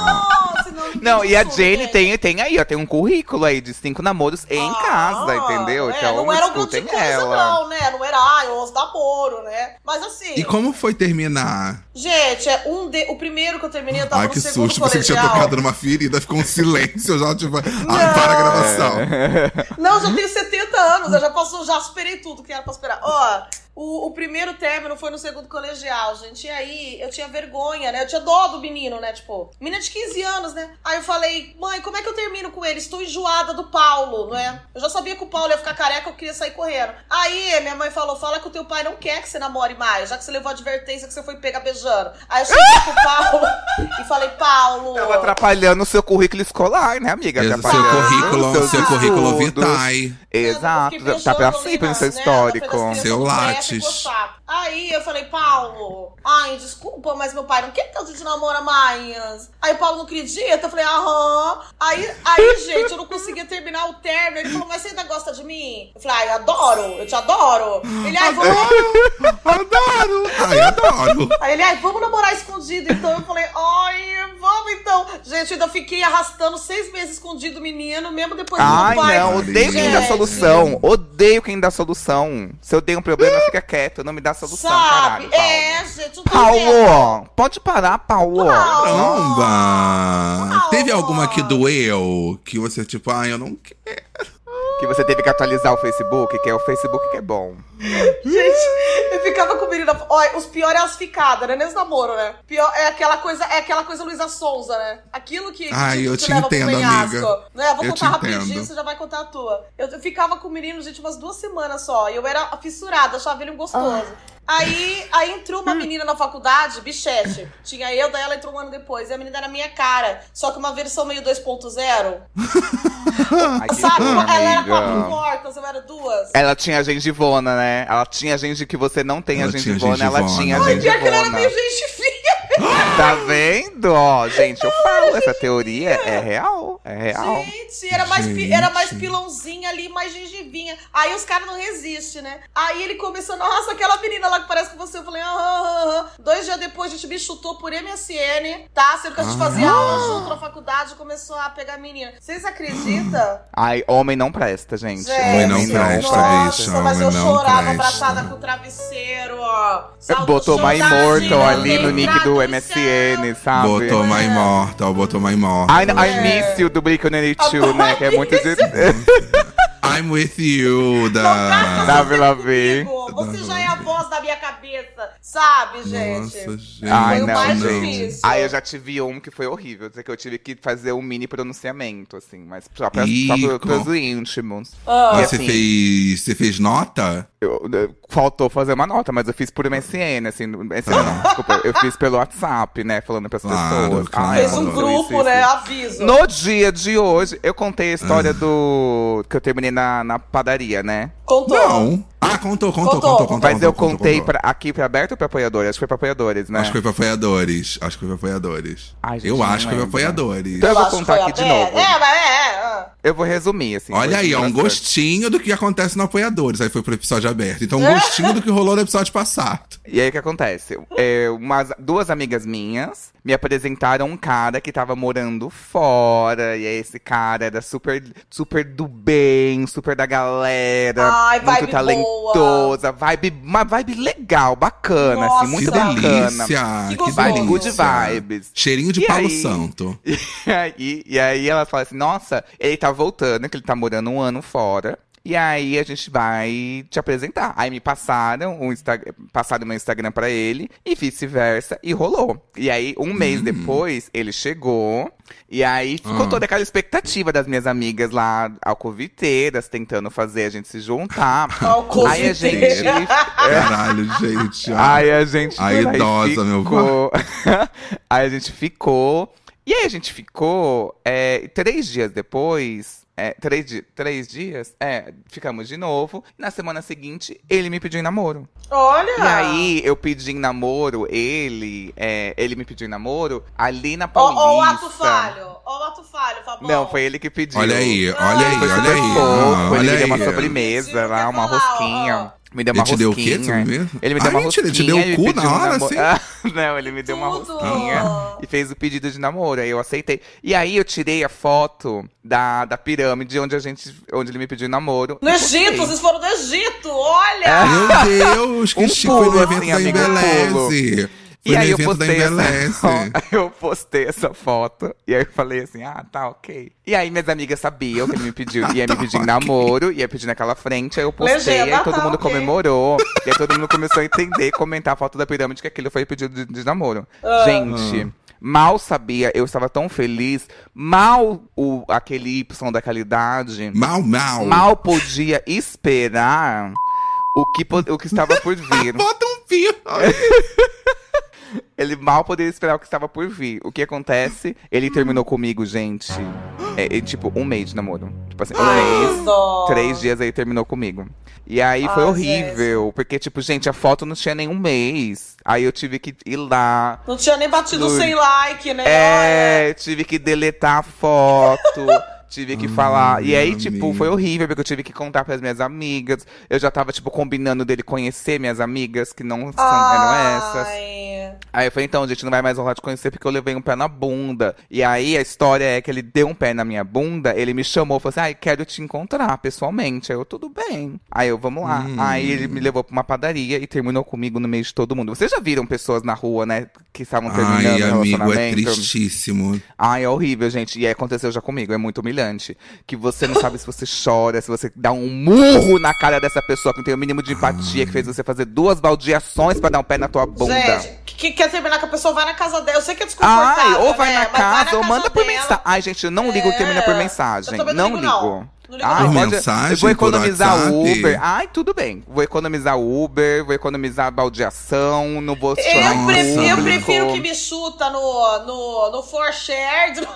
S6: ó, senão ele
S2: Não, e a
S6: Isso,
S2: Jane
S6: gente. Ah,
S2: tem, tem aí, ó, tem um currículo aí de cinco namoros em casa, entendeu?
S6: É,
S2: então,
S6: não era um monte de
S2: escutem
S6: coisa,
S2: ela.
S6: não, né? Não era, ai, 11 namoro, né? Mas assim,
S5: E como foi terminar?
S6: gente, é um de... o primeiro que eu terminei, eu tava
S5: Ai,
S6: no
S5: que
S6: segundo
S5: susto, pensei que
S6: colegial.
S5: tinha tocado numa ferida, ficou um silêncio já, tipo, ai,
S2: É.
S5: para a gravação.
S6: Não, eu já tenho 70 anos, eu já passou, já superei tudo que era pra esperar. Ó, o, o primeiro término foi no segundo colegial, gente. E aí eu tinha vergonha, né? Eu tinha dó do menino, né? Tipo, menina de 15 anos, né? Aí eu falei, mãe, como é que eu termino com ele? Estou enjoada do Paulo, né? Eu já sabia que o Paulo ia ficar careca, eu queria sair correndo. Aí minha mãe falou: fala que o teu pai não quer que você namore mais, já que você levou a advertência que você foi pega beijando. Aí eu cheguei pro Paulo e falei,
S2: <laughs>
S6: Paulo.
S2: Tava atrapalhando o seu currículo escolar, né, amiga?
S5: Seu
S2: Atrapalhando os
S5: currículo,
S2: seus
S5: seu currículo
S2: estudos.
S5: vitae.
S2: Exato,
S6: Eu fiquei
S2: tá pra
S6: pensando ali
S2: sempre no
S6: na-
S2: seu
S6: né,
S2: histórico.
S6: na pedacinha
S5: Seu
S6: do Beto e
S5: látis.
S6: WhatsApp. né? Aí eu falei, Paulo, ai, desculpa, mas meu pai não quer tanto de namora mais. Aí o Paulo não acredita, eu falei, aham. Aí, aí, gente, eu não conseguia terminar o término. Ele falou, mas você ainda gosta de mim? Eu falei, ai, eu adoro, eu te adoro. Ele, ai, vamos...
S5: Adoro! Ai, adoro!
S6: Aí ele, ai, vamos namorar escondido, então. Eu falei, ai, vamos então. Gente, eu ainda fiquei arrastando seis meses escondido o menino, mesmo depois
S2: Ai,
S6: do meu pai.
S2: não, odeio quem dá
S6: Gente.
S2: solução. Odeio quem dá solução. Se eu tenho um problema, fica quieto, não me dá solução,
S6: Sabe?
S2: caralho. Paulo.
S6: é, gente, eu tô vendo.
S2: Paulo, pode parar, Paulo.
S6: Paulo.
S5: Caramba!
S6: Uau.
S5: Teve alguma que doeu? Que você, tipo, ai, eu não quero.
S2: Que você teve que atualizar o Facebook, que é o Facebook que é bom.
S6: Gente, eu ficava com menina. Olha, os piores é as ficadas, né? Nesse namoro, né? Pior é aquela coisa, é aquela coisa Luísa Sonza, né? Aquilo que, que
S5: Ai,
S6: te-
S5: eu
S6: te
S5: te
S6: leva pro
S5: entendo,
S6: penhasco,
S5: amiga.
S6: Né? Vou
S5: Eu te
S6: contar rapidinho,
S5: entendo.
S6: você já vai contar a tua. Eu, eu ficava com o menino, gente, umas duas semanas só. E eu era fissurada, achava ele um gostoso.
S5: Ah.
S6: Aí, aí entrou
S5: Hum.
S6: uma menina na faculdade, bichete. Tinha eu, daí ela entrou um ano depois. E a menina era minha cara. Só que uma versão meio 2.0.
S2: Ai, que
S6: Ah, Sabe?
S2: ruim,
S6: ela era
S2: amiga.
S6: quatro portas, eu era duas.
S2: Ela tinha gengivona, né? Ela tinha gente que você não tem a
S5: Ela tinha
S2: gengivona, ela
S5: gengivona.
S2: tinha
S5: Ai,
S6: E aquela era
S2: gengivona.
S6: meio gente fria.
S2: Tá vendo? Ó, gente, eu falo, essa teoria é real. É real.
S6: Gente, era mais, pi-
S5: Ah! Gente.
S6: era mais pilãozinha ali, mais gengivinha. Aí os caras não resistem, né? Aí ele começou, nossa, aquela menina lá que parece com você. Eu falei, ah, ah, ah, ah. Dois dias depois a gente me chutou por MSN, tá? Sendo que a gente
S5: Ah.
S6: fazia aula junto na faculdade começou a pegar menina. Vocês acreditam?
S2: Ai, homem não presta, gente.
S6: Gente,
S5: Homem não presta, é
S6: nossa,
S5: bicho,
S6: mas eu
S5: homem não
S6: chorava
S5: presta.
S6: abraçada com o travesseiro, ó. Salto
S2: Botou My
S6: chocadinho,
S2: Immortal ali no
S6: entrada
S2: nick do
S6: céu.
S2: MSN, sabe?
S5: Botou My Immortal, botou My Immortal.
S2: I, I miss you do Blink-182, né? Que é muito de...
S5: I'm with you,
S6: gasta
S5: da.
S2: Dá pra ela
S6: Comigo,
S2: ver.
S6: Você já é a voz da minha cabeça, sabe, gente?
S5: Nossa, gente.
S2: Ai,
S6: Foi o
S2: não,
S6: mais
S2: gente.
S6: difícil.
S2: Ai, eu já tive um que foi horrível. Dizer que eu tive que fazer um mini pronunciamento, assim. Mas só, pra, só pro-
S5: Ico.
S2: pros íntimos.
S6: Ah.
S2: E
S5: Você
S2: assim,
S5: fez. Você fez nota?
S2: eu- eu- faltou fazer uma nota, mas eu fiz por MSN, assim. no- MSN não, desculpa. Eu fiz pelo WhatsApp, né? Falando pras
S5: Ah. Claro,
S2: pessoas.
S5: claro.
S2: Ai,
S6: Fez
S5: é,
S6: um
S2: isso,
S6: grupo,
S2: isso,
S6: né?
S2: isso.
S6: Aviso.
S2: No dia de hoje, eu contei a história do. que eu terminei na, na padaria, né?
S6: Contou.
S5: Não. Ah, contou, contou,
S6: Contou.
S5: contou, contou.
S2: Mas
S5: contou,
S2: eu
S5: contou,
S2: contei
S5: contou.
S2: pra- aqui pra aberto ou pra apoiadores? Acho que foi pra apoiadores, né?
S5: Acho que foi pra apoiadores. Acho que foi pra apoiadores.
S2: Ai, gente,
S5: eu
S2: não
S5: acho que foi pra
S2: lembro.
S5: apoiadores.
S2: Então eu vou
S6: acho que
S2: contar
S6: foi
S2: aqui
S6: a
S2: de
S6: Bela.
S2: novo.
S6: É, mas é, é. ah.
S2: Eu vou resumir, assim.
S5: Olha
S2: foi
S5: aí, ó, um
S2: engraçado.
S5: gostinho do que acontece no Apoiadores. Aí foi pro episódio aberto. Então, um
S2: <laughs>
S5: gostinho do que rolou no episódio passado.
S2: E aí o que acontece? É, umas, duas amigas minhas me apresentaram um cara que tava morando fora. E aí esse cara era super, super do bem, super da galera.
S6: Ai,
S2: muito
S6: vibe
S2: talentosa. Vibe, uma vibe legal, bacana,
S6: Nossa.
S2: assim, muito
S5: que
S6: bacana.
S5: delícia!
S6: Que
S5: Que,
S6: gostoso.
S2: Vibe
S5: delícia!
S2: good vibes.
S5: Cheirinho de
S2: E
S5: Paulo
S2: aí?
S5: Santo.
S2: <laughs> E aí, e aí ela fala assim, nossa, ele tá voltando, que ele tá morando um ano fora. E aí a gente vai te apresentar. Aí me passaram o Insta- passaram meu Instagram pra ele e vice-versa e rolou. E aí um mês depois ele chegou e aí ficou
S5: Ah.
S2: toda aquela expectativa das minhas amigas lá alcoviteiras tentando fazer a gente se juntar.
S6: <laughs>
S2: aí a gente
S6: Alcoviteira.
S2: Ah.
S5: Caralho, gente. ó.
S2: Aí a gente.
S5: A
S2: aí
S5: idosa, meu
S2: ficou- <laughs> aí a gente ficou. E aí a gente ficou. é, três dias depois. é, três, di- três dias? É, ficamos de novo. Na semana seguinte, ele me pediu em namoro.
S6: <laughs> Olha.
S2: E aí, eu pedi em namoro, ele. é, ele me pediu em namoro ali na
S6: Ó,
S2: Paulista.
S6: ó o ato falho. Ó o ato falho, Fabão.
S2: Não, foi ele que pediu.
S5: Olha aí, olha aí,
S2: Foi
S5: olha
S2: super
S5: aí.
S2: fofo,
S5: Ah,
S2: ele
S5: olha
S2: queria
S5: aí.
S2: uma
S6: Sim,
S2: sobremesa
S6: sim,
S2: lá,
S6: quer
S2: uma
S6: falar, ó,
S2: rosquinha.
S6: ó.
S2: Me deu
S5: Ele
S2: uma
S5: te deu o quê?
S2: rosquinha.
S5: Tu mesmo?
S2: Ele me deu
S5: Ai,
S2: uma
S5: mentira,
S2: rosquinha.
S5: ele te deu o cu na
S2: pediu um
S5: hora,
S2: namo-
S5: assim?
S2: Ah, <laughs> não, ele me deu uma
S6: Tudo!
S2: rosquinha e fez o pedido de namoro. Aí eu aceitei. E aí eu tirei a foto da, da pirâmide onde a gente. onde ele me pediu em namoro.
S6: No
S2: e postei.
S6: Egito, é vocês foram no Egito,
S2: É,
S6: olha!
S5: Meu
S2: <laughs>
S5: Deus, que
S2: Um
S5: chique foi no
S2: pulo,
S5: evento
S2: assim,
S5: da
S2: amigo, um pulo.
S5: Embeleze. Foi
S2: E
S5: no
S2: aí eu
S5: evento da
S2: postei,
S5: Embeleze.
S2: <laughs> essa... aí eu postei essa foto e aí eu falei assim, ah, tá, ok. E aí minhas amigas sabiam que ele
S5: <laughs>
S2: me pediu, ia
S5: Tá
S2: me pedir em namoro, ia pedir naquela frente, aí eu postei,
S6: Legenda,
S2: aí todo
S6: tá,
S2: mundo
S6: ok. <laughs>
S2: comemorou, e aí todo mundo começou a entender, comentar a foto da pirâmide, que aquilo foi pedido de, de namoro.
S6: Ah.
S2: Gente...
S5: Ah.
S2: Mal sabia, eu estava tão feliz. Mal o, aquele Y da qualidade
S5: Mal, mal.
S2: mal podia esperar o que, po- o que estava por vir.
S5: Bota um pio.
S2: Ele mal poderia esperar o que estava por vir. O que acontece? Ele terminou comigo, gente. É, é, tipo, um mês de namoro. Tipo assim, um mês.
S6: Isso.
S2: Três dias aí terminou comigo. E aí foi
S6: Ah,
S2: horrível. Porque, tipo, gente, a foto não tinha nenhum mês. Aí eu tive que ir lá.
S6: Não tinha nem batido
S2: Lud-
S6: sem like, né?
S2: É, eu tive que deletar a foto. Tive que falar. E aí, tipo,
S5: amiga.
S2: foi horrível, porque eu tive que contar pras minhas amigas. Eu já tava, tipo, combinando dele conhecer minhas amigas, que não é são, eram essas.
S6: Ai.
S2: Aí eu falei, então, gente, não vai mais rolar de conhecer, porque eu levei um pé na bunda. E aí, a história é que ele deu um pé na minha bunda, ele me chamou, falou assim, ai, quero te encontrar pessoalmente. Aí eu, tudo bem. Aí eu, vamos lá.
S5: Hum.
S2: Aí ele me levou pra uma padaria e terminou comigo no meio de todo mundo. Vocês já viram pessoas na rua, né, que estavam terminando
S5: Ai,
S2: o
S5: amigo, é
S2: relacionamento?
S5: tristíssimo.
S2: Ai, é horrível, gente. E aí aconteceu já comigo, é muito humilhante. Que você não sabe se você chora, se você dá um murro na cara dessa pessoa que não tem o mínimo de empatia, que fez você fazer duas baldeações pra dar um pé na tua bunda.
S6: Gente, que, que quer terminar com a pessoa, vai na casa dela. Eu sei que é desconfortável,
S2: Ai, ou vai
S6: né?
S2: na
S6: Mas vai
S2: casa, ou
S6: casa
S2: manda por
S6: dela.
S2: mensagem. Ai, gente, eu não ligo
S6: É.
S2: termina por
S6: Eu
S2: mensagem.
S6: também não
S2: Não ligo.
S6: ligo, não. Não ligo,
S2: Ai,
S5: não.
S2: pode-
S5: Mensagem
S2: eu vou
S5: por
S2: economizar
S5: WhatsApp?
S2: Uber. Ai, tudo bem. Vou economizar Uber, vou economizar baldeação, não vou chorar em
S6: Eu prefiro, eu
S2: público.
S6: prefiro que me chuta no, no, no For Shared, <laughs>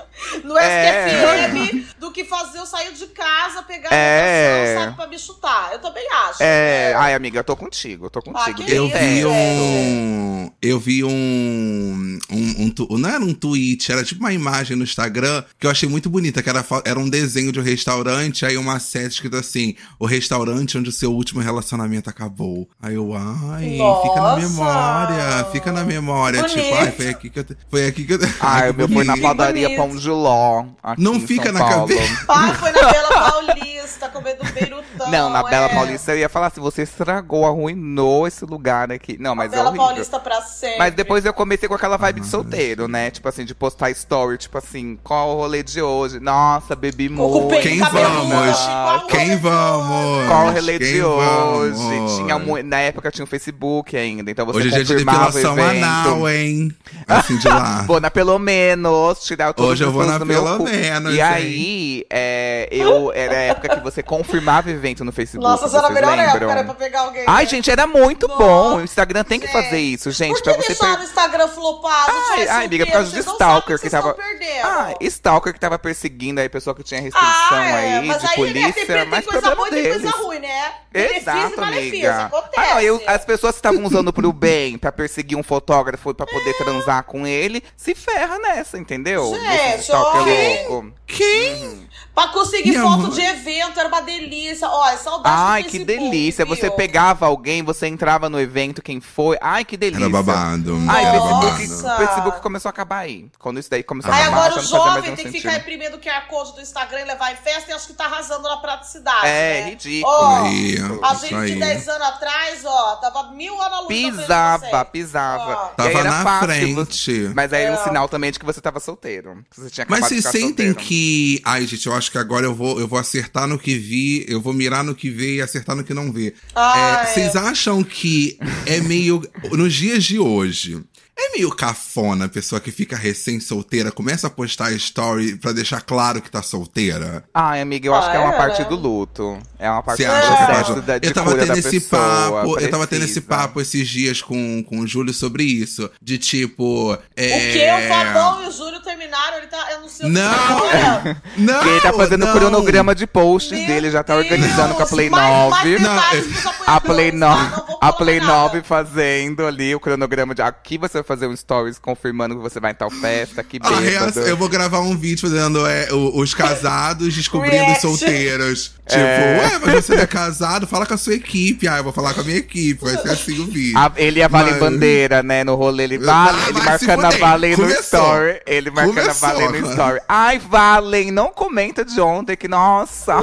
S6: no, no
S2: É.
S6: STFM, do que fazer eu sair de casa, pegar
S2: É.
S6: a educação, sabe, pra me chutar. Eu também acho.
S2: É, ai, amiga, eu tô contigo, eu tô contigo.
S6: Ah, que
S5: Eu
S6: Isso,
S5: vi
S2: Tem-
S5: um. Eu vi um. um, um tu- não era um tweet, era tipo uma imagem no Instagram que eu achei muito bonita, que era, fo- era um desenho de um restaurante, aí uma seta escrito assim: o restaurante onde o seu último relacionamento acabou. Aí eu, ai, fica na
S6: Nossa!
S5: memória, fica na memória. Tipo,
S6: Bonito.
S5: ai, foi aqui que eu. te- Foi aqui que eu. te-
S2: Ai, o meu foi na
S5: bonito.
S2: padaria
S6: Bonito.
S2: Pão de Ló. aqui
S5: Não
S2: em
S5: fica
S2: São
S5: na
S2: Paulo.
S5: cabeça.
S6: Pai foi na Bela Paulista, comendo um beirutão.
S2: Não, na Bela
S6: é.
S2: Paulista eu ia falar assim: você estragou, arruinou esse lugar aqui. Não, mas é
S6: Bela
S2: horrível.
S6: Paulista pra sempre.
S2: Mas depois eu comecei com aquela
S5: Uhum.
S2: vibe de solteiro, né? Tipo assim, de postar story, tipo assim, qual o rolê de hoje? Nossa, bebi muito.
S6: Ocupei
S5: Quem
S6: cabeludo,
S5: vamos?
S6: igual
S5: <laughs>
S6: o
S5: Quem
S6: Roberto.
S5: vamos?
S2: Qual o rolê de
S5: Quem
S2: hoje?
S5: vamos?
S2: Tinha mu- na época tinha o Facebook ainda, então você
S5: Hoje é dia de
S2: confirmava o
S5: depilação
S2: evento.
S5: anal, é. hein? Assim de
S2: <laughs>
S5: lá.
S2: Vou na pelo menos, tirar todos
S5: Hoje eu
S2: os
S5: vou
S2: fãs
S5: na
S2: do meu
S5: pelo
S2: cu.
S5: menos,
S2: E
S5: hein?
S2: aí, é, eu era a época que você confirmava evento no Facebook.
S6: Nossa, essa era a
S2: vocês
S6: melhor
S2: lembram?
S6: época, era pra pegar alguém.
S2: Ai,
S6: né?
S2: gente, era muito
S6: Nossa,
S2: bom. O Instagram tem que
S6: gente.
S2: fazer isso, gente.
S6: Por que
S2: pra você
S6: deixaram o Instagram flopado?
S2: Ai,
S6: Gente,
S2: ai, amiga, por causa do
S6: vocês não
S2: stalker
S6: sabem o
S2: que
S6: vocês
S2: tava-
S6: estão perdendo.
S2: Ah, stalker que tava perseguindo aí, pessoa que tinha restrição
S6: é,
S2: aí, de
S6: né,
S2: polícia,
S6: tem, tem
S2: mas
S6: coisa
S2: problema
S6: boa e tem
S2: deles.
S6: coisa ruim, né?
S2: Exato,
S6: Benefício e malefício,
S2: amiga.
S6: acontece.
S2: Ah, não, eu- as pessoas que estavam usando pro bem, pra perseguir um fotógrafo, pra poder transar com ele, se ferra nessa, entendeu?
S6: É. Gente,
S2: Desse stalker
S6: olha.
S2: louco.
S5: Quem?
S6: Pra conseguir
S5: Minha
S6: foto
S5: mãe.
S6: de evento, era uma delícia. Olha, saudade
S2: Ai,
S6: do
S2: que
S6: Facebook,
S2: delícia. Você
S6: viu?
S2: pegava alguém, você entrava no evento, quem foi. Ai, que delícia.
S5: Era babado.
S2: Ai,
S5: era
S6: Nossa.
S2: Facebook,
S5: babado.
S2: Facebook começou a acabar aí. Quando isso daí começou a
S6: Aí
S2: acabar,
S6: agora
S2: já
S6: o
S2: não fazia mais
S6: jovem
S2: nenhum
S6: tem que
S2: sentido.
S6: ficar imprimindo o QR Code do Instagram e levar em festa e acho que tá arrasando na praticidade.
S2: É,
S6: né?
S2: ridículo.
S6: Ó,
S5: Aí,
S6: a
S5: isso
S6: gente
S5: aí.
S6: de 10 anos atrás, ó, tava mil anos à luz na frente de
S2: Pisava,
S6: vocês.
S2: pisava.
S6: Ó.
S2: E aí
S5: Tava
S2: era
S5: na
S2: fácil,
S5: frente.
S2: você- Mas aí era um
S6: É.
S2: sinal também de que você tava solteiro. Que você tinha
S5: Mas
S2: acabado de
S5: vocês
S2: ficar
S5: sentem
S2: solteiro.
S5: que. Ai, gente, eu acho que agora eu vou, eu vou acertar no que vi, eu vou mirar no que vê e acertar no que não vê. É,
S6: Ai.
S5: Vocês acham que é meio. Nos dias de hoje. É meio cafona a pessoa que fica recém-solteira, começa a postar story pra deixar claro que tá solteira.
S2: Ai, amiga, eu acho que é uma
S6: Para.
S2: parte do luto. É uma parte
S5: Você
S2: do
S5: acha que
S2: processo
S5: pode-
S2: da, de
S5: eu tava
S2: cura
S5: tendo
S2: da
S5: esse
S2: pessoa.
S5: papo, eu tava tendo esse
S2: precisa.
S5: papo esses dias com, com o Júlio sobre isso, de tipo, é...
S6: O que? O Fabão e o Júlio terminaram, ele tá. Eu não sei o que
S5: Não!
S6: tá
S5: <laughs>
S6: acontecendo.
S5: Não,
S2: E ele tá fazendo
S5: não.
S2: cronograma de posts
S6: Meu
S2: dele, já tá
S6: Deus,
S2: organizando com a Play
S6: mais-
S2: 9.
S6: mais
S5: Não, é.
S6: detalhes pro Japão
S2: A
S6: Plus,
S2: Play,
S6: tá?
S2: 9,
S6: Não vou
S2: a
S6: falar
S2: Play
S6: nada.
S2: 9 fazendo ali o cronograma de aqui você fazer um stories confirmando que você vai em tal festa, que
S5: A reação-
S2: bêbado.
S5: Ah, eu vou gravar um vídeo fazendo é, o- os casados descobrindo os
S6: Reaction.
S5: solteiros. Tipo,
S2: É.
S5: ué, mas você não é casado? Fala com a sua equipe. Ah, eu vou falar com a minha equipe. Vai ser assim o vídeo.
S2: A- ele e a Valen
S5: Mas-
S2: Bandeira, né? No rolê, ele,
S5: Ah,
S2: vale, ele
S5: vai se
S2: marcando a
S5: fuder.
S2: Valen no
S5: Começou.
S2: story. Ele marcando
S5: Começou.
S2: a Valen no story. Ai, Valen, não comenta de ontem
S5: <laughs>
S2: que, nossa.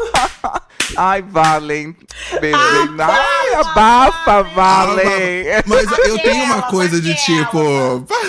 S2: Ai, Valen. Bebê. Ai, abafa, Valen.
S5: Ah, Mas mas eu tenho uma
S6: Ela,
S5: coisa de
S6: mas
S5: tipo. <laughs>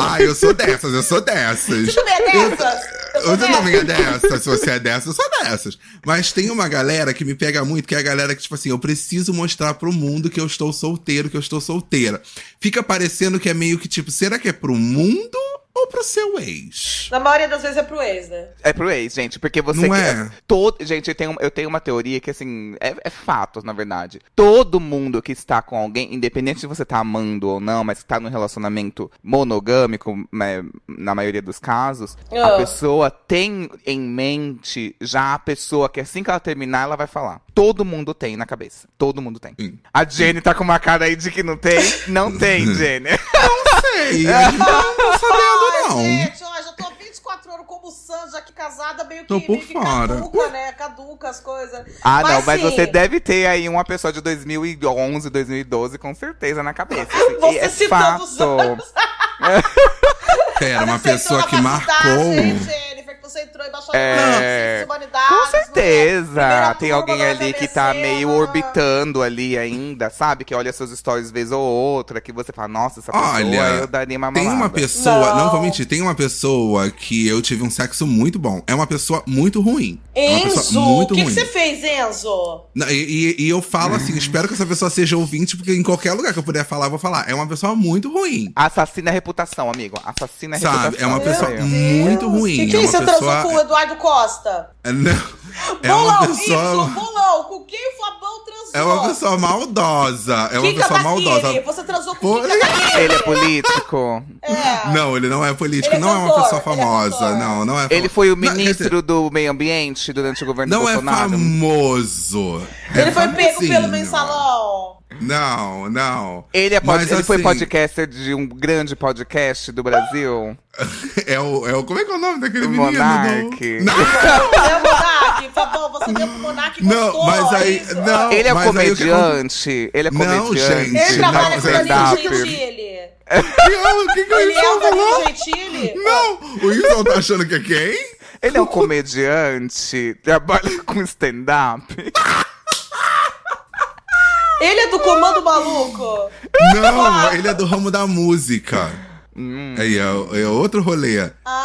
S5: Ah, eu sou dessas, eu sou dessas.
S6: Você não é dessas? Eu sou
S5: Você não
S6: dessas.
S5: é dessas, se você é dessas, eu sou dessas. Mas tem uma galera que me pega muito, que é a galera que, tipo assim, eu preciso mostrar pro mundo que eu estou solteiro, que eu estou solteira. Fica parecendo que é meio que, tipo, será que é pro mundo ou pro seu ex?
S6: Na maioria das vezes é pro ex, né?
S2: É pro ex, gente, porque você.
S5: Não
S2: que-
S5: é?
S2: Todo, gente, eu tenho, eu tenho uma teoria que, assim, é, é fatos, na verdade. Todo mundo que está com alguém, independente de você tá amando ou não, mas que tá num relacionamento monogâmico, né, na maioria dos casos, a
S6: Ah.
S2: pessoa tem em mente já a pessoa que assim que ela terminar, ela vai falar. Todo mundo tem na cabeça. Todo mundo tem.
S5: Sim.
S2: A Jenny tá com uma cara aí de que não tem. Não
S5: <laughs>
S2: tem, Jenny.
S6: <laughs>
S5: Sei, eu não tô sabendo, não.
S6: É. Gente, ó, já tô há 24 anos como Sandy, aqui casada, meio que,
S5: Tô por É
S6: meio que
S5: fora.
S6: caduca, né? Caduca as coisas. assim,
S2: Ah, não, mas
S6: sim,
S2: você deve ter aí uma pessoa de 2011, 2012, com certeza, na cabeça. assim, e
S6: Você
S2: é
S6: citando os
S2: fato.
S6: anos.
S5: Era uma
S6: Você entrou
S5: pessoa
S6: na
S5: que
S6: faculdade,
S5: marcou.
S6: hein, Jennifer, que você entrou em bacharelado
S2: É.
S6: em ciências e <laughs> humanidades. né?
S2: Com
S6: não sei. Primeira
S2: certeza. Tem
S6: turma
S2: alguém
S6: da
S2: ali que tá
S6: adolescência.
S2: meio orbitando ali ainda, sabe? Que olha seus stories vez ou outra, que você fala, nossa, essa pessoa
S5: Olha,
S2: eu daria uma
S5: Tem uma
S2: malada.
S5: pessoa, não.
S6: Não.
S5: vou mentir, tem uma pessoa que eu tive um sexo muito bom. É uma pessoa muito ruim. É uma
S6: Enzo,
S5: pessoa muito
S6: o que, que
S5: ruim.
S6: você fez, Enzo?
S5: Não, e, e- e eu falo assim, espero que essa pessoa seja ouvinte, porque em qualquer lugar que eu puder falar, eu vou falar. É uma pessoa muito ruim.
S2: Assassina a reputação, amigo. Assassina a
S5: Sabe?
S2: reputação.
S5: É uma pessoa
S2: Meu Deus.
S5: muito ruim.
S6: Que
S5: é
S6: que é
S5: uma
S6: isso? Você
S5: pessoa.
S6: transou com o Eduardo Costa?
S5: Não. É
S6: bolão,
S5: uma
S6: Enzo,
S5: pessoa.
S6: bolão, com quem o Fabão transou?
S5: É uma pessoa maldosa. É uma
S6: Kika
S5: pessoa
S6: Barbieri,
S5: maldosa.
S6: Você transou
S5: Pô,
S6: com Kika Barbieri?
S2: Ele é político.
S6: É.
S5: <laughs> Não, ele não é político,
S6: Ele é
S5: não é uma
S6: cantor,
S5: pessoa
S6: ele é
S5: famosa.
S6: cantor.
S5: não, não é
S2: Ele
S5: famo-
S2: foi o
S5: Não, quer dizer,
S2: ministro do meio ambiente durante o governo
S5: Não, é
S2: Bolsonaro.
S5: famoso. É
S6: Ele foi pego pelo
S5: famosinho.
S6: mensalão.
S5: Não, não.
S2: Ele, é pod...
S5: Mas,
S2: ele foi
S5: assim,
S2: podcaster de um grande podcast do Brasil.
S5: <laughs> É o, é o. Como é que é o nome daquele
S2: O
S5: menino? do-
S2: Monark.
S5: Não!
S6: É o Monark, Fabão, você deu pro Monark e
S5: Não,
S6: gostou,
S5: mas
S6: é
S5: aí-
S6: isso?
S5: não.
S2: ele é
S5: mas aí o que
S2: comediante. Ele é
S5: Não,
S2: comediante. um
S5: gente,
S6: Ele
S5: Sim,
S6: trabalha
S5: não,
S6: com o
S5: é
S6: Danilo
S5: verdade.
S6: Gentili.
S5: O que, que o
S6: Ele é
S5: Wilson
S6: o
S5: falou?
S6: Danilo Gentili?
S5: Não! O Wilson tá achando que é quem?
S2: Ele é um comediante. <laughs> Trabalha com stand-up.
S6: Ele é do Comando Maluco?
S5: Não, ele é do ramo da música. Aí é, é outro rolê.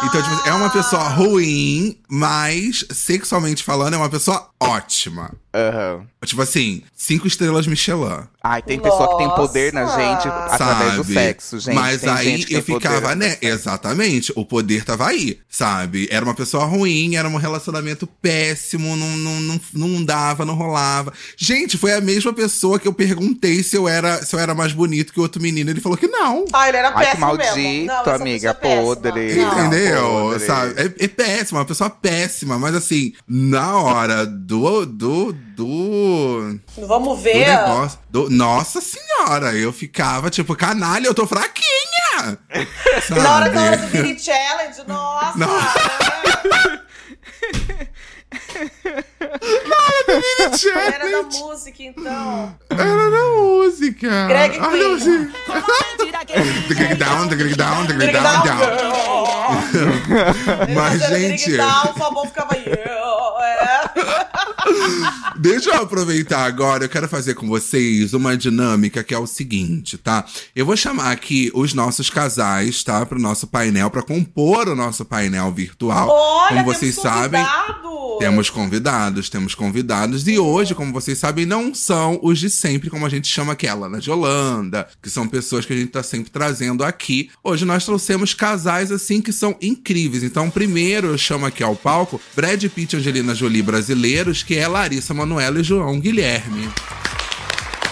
S5: Então, tipo, é uma pessoa ruim, mas sexualmente falando, é uma pessoa ótima.
S2: Aham.
S5: Tipo assim, cinco estrelas Michelin.
S2: Ai, tem pessoa que tem poder na
S6: Nossa.
S2: gente através do
S5: sabe?
S2: sexo, gente.
S5: Mas
S2: Tem
S5: aí
S2: gente que é
S5: eu
S2: tem poder
S5: ficava, né?
S2: através do sexo.
S5: Exatamente. O poder tava aí, sabe? Era uma pessoa ruim, era um relacionamento péssimo, não, não, não, não dava, não rolava. Gente, foi a mesma pessoa que eu perguntei se eu era, se eu era mais bonito que o outro menino. Ele falou que não.
S6: Ah, ele era
S2: Ai, que
S6: péssimo mesmo.
S2: maldito,
S6: Não, essa
S2: amiga.
S6: pessoa é
S2: Podre.
S6: péssima. Não.
S5: Entendeu?
S2: Podre.
S5: Sabe? É, é péssima, uma pessoa péssima, mas assim, na hora do. do. do.
S6: Vamos
S5: do
S6: ver.
S5: negócio. do- nossa senhora, eu ficava tipo, canalha, eu tô
S6: <laughs>
S5: fraquinha! Sabe?
S6: Na hora da hora do mini challenge, nossa.
S5: né? Não.
S6: né? Era da
S5: Gente,
S6: música, então.
S5: Era da música.
S6: Greg
S5: Olha
S6: Queen.
S5: você. Greg down, greg down, greg down, um down.
S6: Down.
S5: Mas,
S6: Era
S5: gente,
S6: Dig Down, o Fabão ficava. Yeah. É.
S5: deixa eu aproveitar agora. Eu quero fazer com vocês uma dinâmica que é o seguinte, tá? Eu vou chamar aqui os nossos casais, tá? Pro nosso painel, pra compor o nosso painel virtual.
S6: Olha,
S5: como vocês
S6: temos um
S5: sabem,
S6: convidado.
S5: Temos convidados, temos convidados. E hoje, como vocês sabem, não são os de sempre, como a gente chama aquela, na de Holanda, que são pessoas que a gente tá sempre trazendo aqui. Hoje nós trouxemos casais assim que são incríveis. Então, primeiro eu chamo aqui ao palco Brad Pitt e Angelina Jolie brasileiros, que é Larissa Manoela e João Guilherme.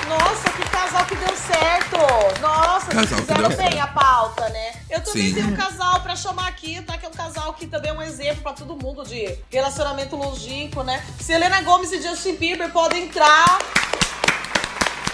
S6: Nossa, que casal que deu certo! Nossa, que
S5: Casal que
S6: fizeram
S5: deu
S6: bem
S5: certo.
S6: a pauta, né? Eu também
S5: Sim.
S6: tenho um casal pra chamar aqui, tá? Que é um casal que também é um exemplo pra todo mundo de relacionamento longínquo, né? Selena Gomes e Justin Bieber podem entrar.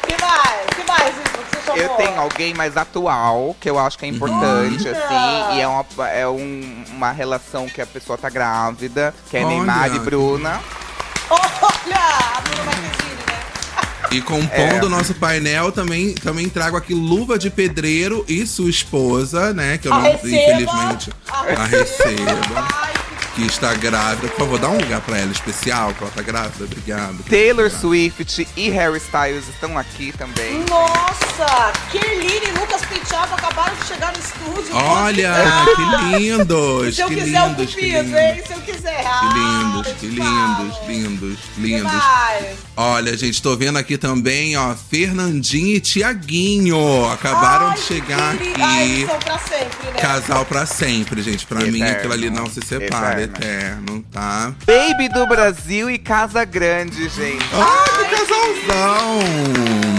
S6: Porque que mais? que mais, Isma, que você chamou?
S2: Eu tenho alguém mais atual, que eu acho que é importante, assim, e é, uma, é um- uma relação que a pessoa tá grávida, que é
S5: Olha.
S2: Neymar e Bruna.
S6: <laughs> Olha, a Bruna Marquezine, né?
S5: E compondo o nosso painel, também, também trago aqui Luva de Pedreiro e sua esposa, né? Que eu
S6: A
S5: não,
S6: Receba.
S5: infelizmente,
S6: A
S5: a receba.
S6: Ai, que
S5: Que está grávida. Por favor, dá um lugar pra ela especial, que ela tá grávida. Obrigado.
S2: Taylor Swift e Harry Styles estão aqui também.
S6: Nossa, Kerline e Lucas Penteado acabaram de chegar no estúdio.
S5: Olha,
S6: Pode entrar.
S5: que lindos!
S6: <laughs> Se eu
S5: que
S6: quiser, eu
S5: lindos,
S6: cupido,
S5: que lindos.
S6: hein? Se eu quiser.
S5: Que
S6: Ah,
S5: lindos,
S6: eu te
S5: que
S6: falo.
S5: lindos, lindos,
S6: Que
S5: lindos.
S6: mais?
S5: Olha, gente, tô vendo aqui também, ó, Fernandinho e Tiaguinho. Acabaram
S6: Ai,
S5: de chegar
S6: que
S5: aqui.
S6: li- Ai, eles são pra sempre, né?
S5: Casal pra sempre, gente. Pra mim,
S2: Eterno.
S5: aquilo ali não se separa.
S2: Eterno.
S5: Eterno, tá?
S2: Baby do Brasil e Casa Grande, gente.
S5: Ah, que casalzão!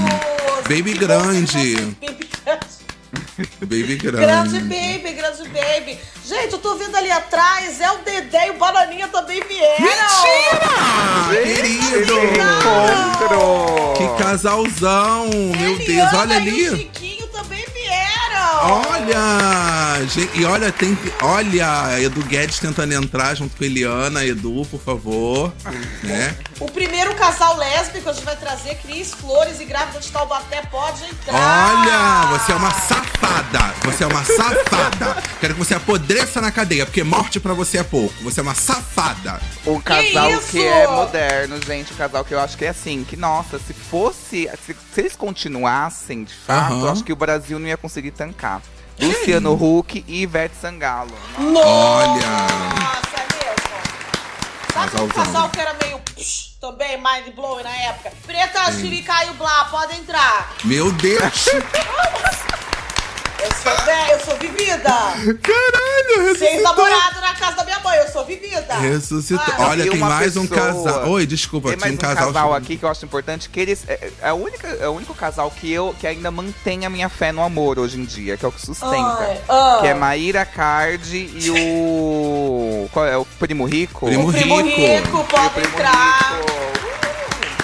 S6: Nossa,
S5: Baby
S6: que bom
S5: grande.
S6: que você- Baby
S5: Baby
S6: grande. Grande
S5: grande.
S6: baby, grande baby. Gente, eu tô vendo ali atrás, é o Dedé e o Bananinha também vieram.
S5: Mentira! Querido!
S2: Encontro!
S5: Que casalzão! Meu Deus,
S6: Eliana
S5: olha
S6: E o
S5: ali!
S6: Chiquinho também vieram.
S5: Olha! Gente, e olha, tem que. Olha, Edu Guedes tentando entrar junto com Eliana. Edu, por favor. Né?
S6: O primeiro casal lésbico a gente vai trazer, Cris Flores e Grávida de Taubaté, pode entrar.
S5: Olha, você é uma safada. Você é uma safada. Quero que você apodreça na cadeia, porque morte pra você é pouco. Você é uma safada.
S2: Um casal que,
S6: isso?
S2: é moderno, gente. Um casal que eu acho que é assim, que nossa, se fosse. Se, se eles continuassem, de fato,
S5: Aham.
S2: eu acho que o Brasil não ia conseguir tancar. Luciano Huck e Ivete Sangalo.
S6: Nossa,
S5: Olha.
S6: é mesmo. Sabe um
S5: Casalzão.
S6: casal que era meio psh, também mind blowing na época? Preta, Chile e Caio Blá, pode entrar.
S5: Meu Deus!
S6: Eu sou velha, eu sou vivida.
S5: Caralho,
S6: Seis
S5: Ah. ressuscitou.
S6: namorados na casa da minha mãe, eu sou vivida.
S5: Ressuscitou.
S6: Ah,
S5: Olha,
S2: e
S5: tem
S2: uma
S5: mais um
S2: pessoa.
S5: casal. Oi, desculpa,
S2: Tem
S5: tinha
S2: mais
S5: um
S2: um
S5: casal.
S2: casal, aqui que eu acho importante, que eles. É, é, a única, é o único casal que eu que ainda mantém a minha fé no amor hoje em dia, que é o que
S6: Ai,
S2: sustenta.
S6: ah.
S2: Que é Maíra Cardi e o. <laughs> Qual é? O Primo Rico?
S5: Primo
S6: O primo rico,
S5: um Rico.
S2: E o
S6: pode
S2: Primo
S6: entrar.
S2: Rico.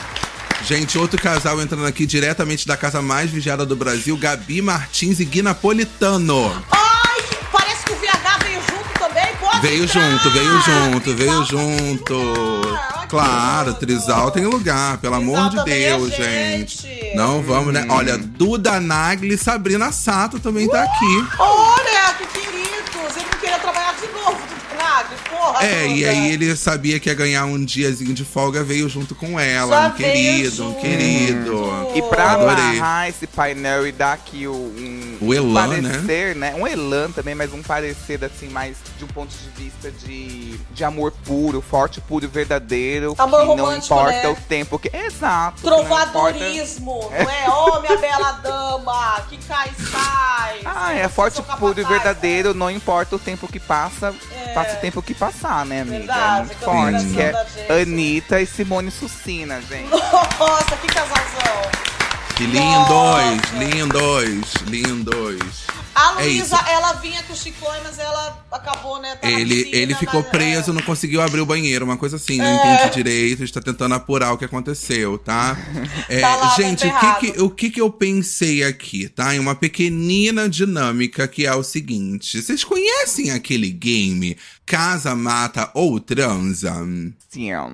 S5: Gente, outro casal entrando aqui diretamente da casa mais vigiada do Brasil, Gabi Martins e Gui Napolitano.
S6: Ai, parece que o VH veio junto também, pode
S5: Veio
S6: entrar.
S5: junto, veio junto, veio
S6: Trisal
S5: junto.
S6: tem lugar, olha que
S5: Claro,
S6: tudo.
S5: Trisal tem um lugar, pelo amor de
S6: também é
S5: Deus,
S6: gente.
S5: gente. Não vamos, né? Olha, Duda Nagli e Sabrina Sato também tá aqui.
S6: Olha, que queridos, ele não queria trabalhar de novo do Drag, porra.
S5: É,
S6: Duda.
S5: e aí ele sabia que ia ganhar um diazinho de folga, veio junto com
S6: Já
S5: ela. Um
S6: veio
S5: querido, um
S6: junto.
S5: querido.
S2: E pra
S5: Adorei.
S2: amarrar esse painel e dar aqui o- um,
S5: O elan,
S2: parecer, né? Um elan também, mas um parecer assim, mais de um ponto de vista de, de amor puro, forte, puro, verdadeiro.
S6: Amor
S2: que não
S6: romântico,
S2: importa
S6: né?
S2: o tempo que. Exato. que não importa-
S6: Trovadorismo, não é? Ó, minha bela dama, que cai e sai.
S2: Ah, é
S6: Eu
S2: forte,
S6: sou
S2: puro e
S6: capataz, né? É.
S2: verdadeiro, não importa o tempo que passa, passa o tempo que passar, né, amiga?
S6: Verdade,
S2: é muito
S6: que
S2: forte.
S6: obrigação
S2: Que
S6: da
S2: é
S6: gente. né?
S2: Anitta e Simone Sucina,
S6: é.
S2: gente.
S6: Nossa, que casalzão.
S5: Que lindos,
S6: Nossa.
S5: lindos, lindos.
S6: A
S5: É
S6: Luísa,
S5: isso.
S6: ela vinha com o Chiclone, mas ela acabou, né? tá na É.
S5: Ele,
S6: piscina,
S5: ele ficou
S6: mas-
S5: preso,
S6: é.
S5: não conseguiu abrir o banheiro, uma coisa assim, não entende direito, está tentando apurar o que aconteceu,
S6: <laughs>
S5: tá? É,
S6: Tá lá,
S5: gente,
S6: tá
S5: o que, que,
S6: ferrado.
S5: o que que eu pensei aqui, tá? Em uma pequenina dinâmica que é o seguinte: vocês conhecem aquele game Casa, Mata ou Transa?
S2: Sim, ó.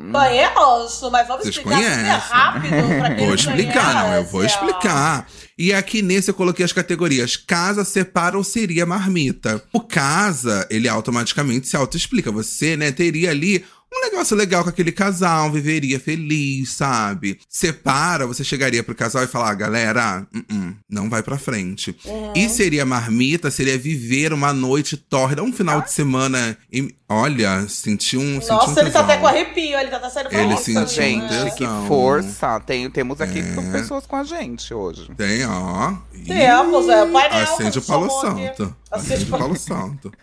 S6: Conheço, mas vamos
S5: Vocês
S6: explicar super
S5: conhecem? né?
S6: rápido pra quem
S5: Vou
S6: não
S5: explicar, não, eu vou
S6: conhece, ó.
S5: explicar. E aqui nesse eu coloquei as categorias casa, separa ou seria marmita. O casa, ele automaticamente se autoexplica. Você, né, teria ali um negócio legal com aquele casal, viveria feliz, sabe? Separa, você chegaria pro casal e falar, "Ah, galera, hum, hum, não vai pra frente.
S6: Uhum.
S5: E seria marmita, seria viver uma noite tórrida, um final de semana. e- olha, senti um. senti um
S6: Nossa, ele tá
S5: tesão.
S6: até com arrepio, ele tá até saindo
S5: Ele
S6: balançando,
S5: sentiu
S2: Nossa,
S5: um
S2: gente,
S5: tesão. É.
S2: que força. Tem, temos aqui pessoas com a gente hoje.
S5: Tem, ó. Ih.
S6: Temos, é, o painel.
S5: Acende o Palo
S6: chamou aqui.
S5: Santo.
S6: Acende
S5: Acende o
S6: o
S5: Palo Santo.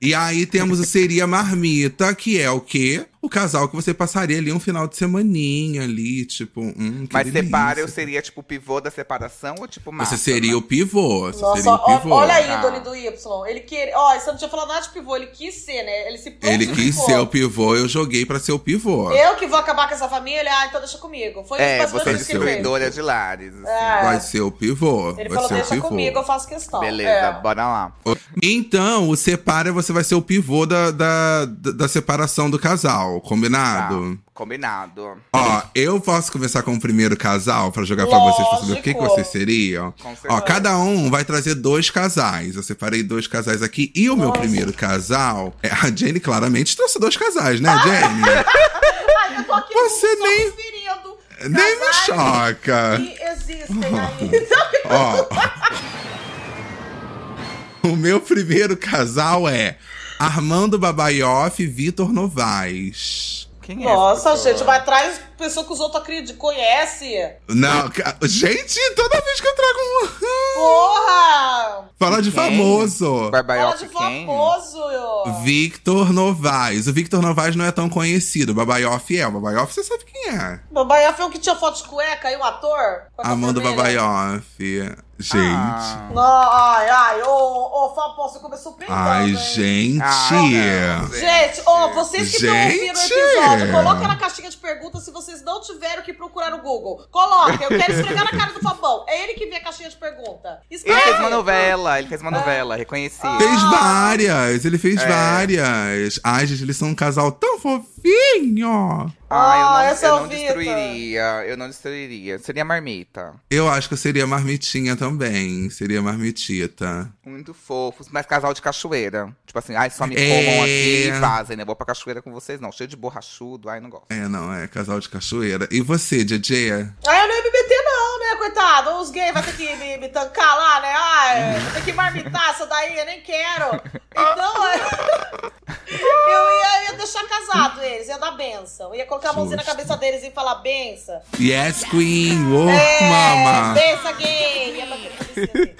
S5: E aí temos o Seria Marmita, que é o quê? o casal que você passaria ali um final de semaninha ali, tipo, hum, que
S2: Mas
S5: delícia.
S2: separa, eu seria tipo o pivô da separação ou tipo massa?
S5: Você seria o pivô. Você
S6: Nossa,
S5: seria o
S6: ó-
S5: pivô.
S6: olha aí,
S2: tá.
S6: ídole do Y. Ele quer... Ó, você não tinha falado nada de pivô, ele quis ser, né? Ele se
S5: Ele
S6: prontificou.
S5: quis ser o pivô, eu joguei pra ser o pivô.
S6: Eu que vou acabar com essa família? Ah, então deixa comigo. Foi
S2: É,
S6: isso, mais ou
S2: você é
S6: menos isso que ele fez.
S2: destruidora de lares. assim.
S6: É.
S5: Vai ser o pivô.
S6: Ele
S5: vai
S6: falou,
S5: ser o
S6: deixa
S5: pivô.
S6: comigo, eu faço questão.
S2: Beleza,
S6: É.
S2: bora lá.
S5: Então, o separa, você vai ser o pivô da, da, da da separação do casal,
S2: Tá,
S5: combinado?
S2: combinado.
S5: Ó, eu posso começar com o primeiro casal pra jogar pra vocês pra saber o que, que
S6: Lógico.
S5: vocês seriam?
S2: Com certeza.
S5: Ó, cada um vai trazer dois casais. Eu separei dois casais aqui. E o meu primeiro casal. é, A Jenny claramente trouxe dois casais,
S2: Ah,
S5: né, Jenny?
S6: Ai, eu tô aqui
S5: Você
S6: só
S5: nem-
S6: conferindo
S5: Nem me Uhum. choca.
S6: que existem ainda.
S5: Ó. <laughs> o meu primeiro casal é Armando Babaioff e Vitor Novaes.
S2: Quem é essa
S6: Nossa,
S2: pessoa?
S6: gente, mas traz pessoa que os outros acreditam, conhece.
S5: Não, ca- gente, toda vez que eu trago um. <laughs>
S6: Porra!
S5: Falar de
S2: Quem?
S5: famoso.
S6: Fala
S2: Barbaioff
S6: de
S2: quem?
S6: famoso.
S5: Victor Novaes. O Victor Novaes não é tão conhecido. O Babaioff é. O Babaioff você sabe quem é.
S6: Babaioff é o que tinha foto de cueca e é o ator? Com a
S5: Amanda
S6: vermelha.
S5: Babaioff. Gente.
S2: Ah.
S6: Não, ai, ai, ô, ô, Fapó, você começou brincando,
S5: Ai,
S6: hein?
S5: gente.
S2: Ah, não.
S6: Gente, ó, vocês que estão ouvindo o
S5: Gente!
S6: episódio, coloca na caixinha de perguntas se vocês não tiveram que procurar no Google. Coloca, eu quero esfregar na cara do Fabão. É ele que vê a caixinha de pergunta.
S2: Ele fez uma
S6: aí.
S2: novela, ele fez
S6: Ah.
S2: uma novela, reconheci.
S5: Fez várias, ele fez
S2: É.
S5: várias. Ai, gente, eles são um casal tão fofinho.
S2: Ah, eu não,
S6: Ah, essa
S2: eu não
S6: vida.
S2: destruiria, eu não destruiria. Seria marmita.
S5: Eu acho que eu seria marmitinha também. Seria marmitita.
S2: Muito fofos, mas casal de cachoeira. Tipo assim, ai, só me
S5: É.
S2: comam aqui e vazem, né? Vou pra cachoeira com vocês, não. Cheio de borrachudo, ai, não gosto.
S5: É, não, é casal de cachoeira. E você, DJ?
S6: Ah, eu não ia me meter não, né, coitado? Os gays vão ter que me, me tancar lá, né? Ai, vou ter que marmitar essa daí, eu nem quero. Então, <laughs> é- eu ia, ia deixar casado eles, ia dar benção. Ia colocar a mãozinha na
S5: Justo.
S6: cabeça deles e falar benção.
S5: Yes, Queen! Oh,
S6: É,
S5: mama!
S6: benção gay. Ia bater na cabecinha
S5: <laughs>
S6: dele.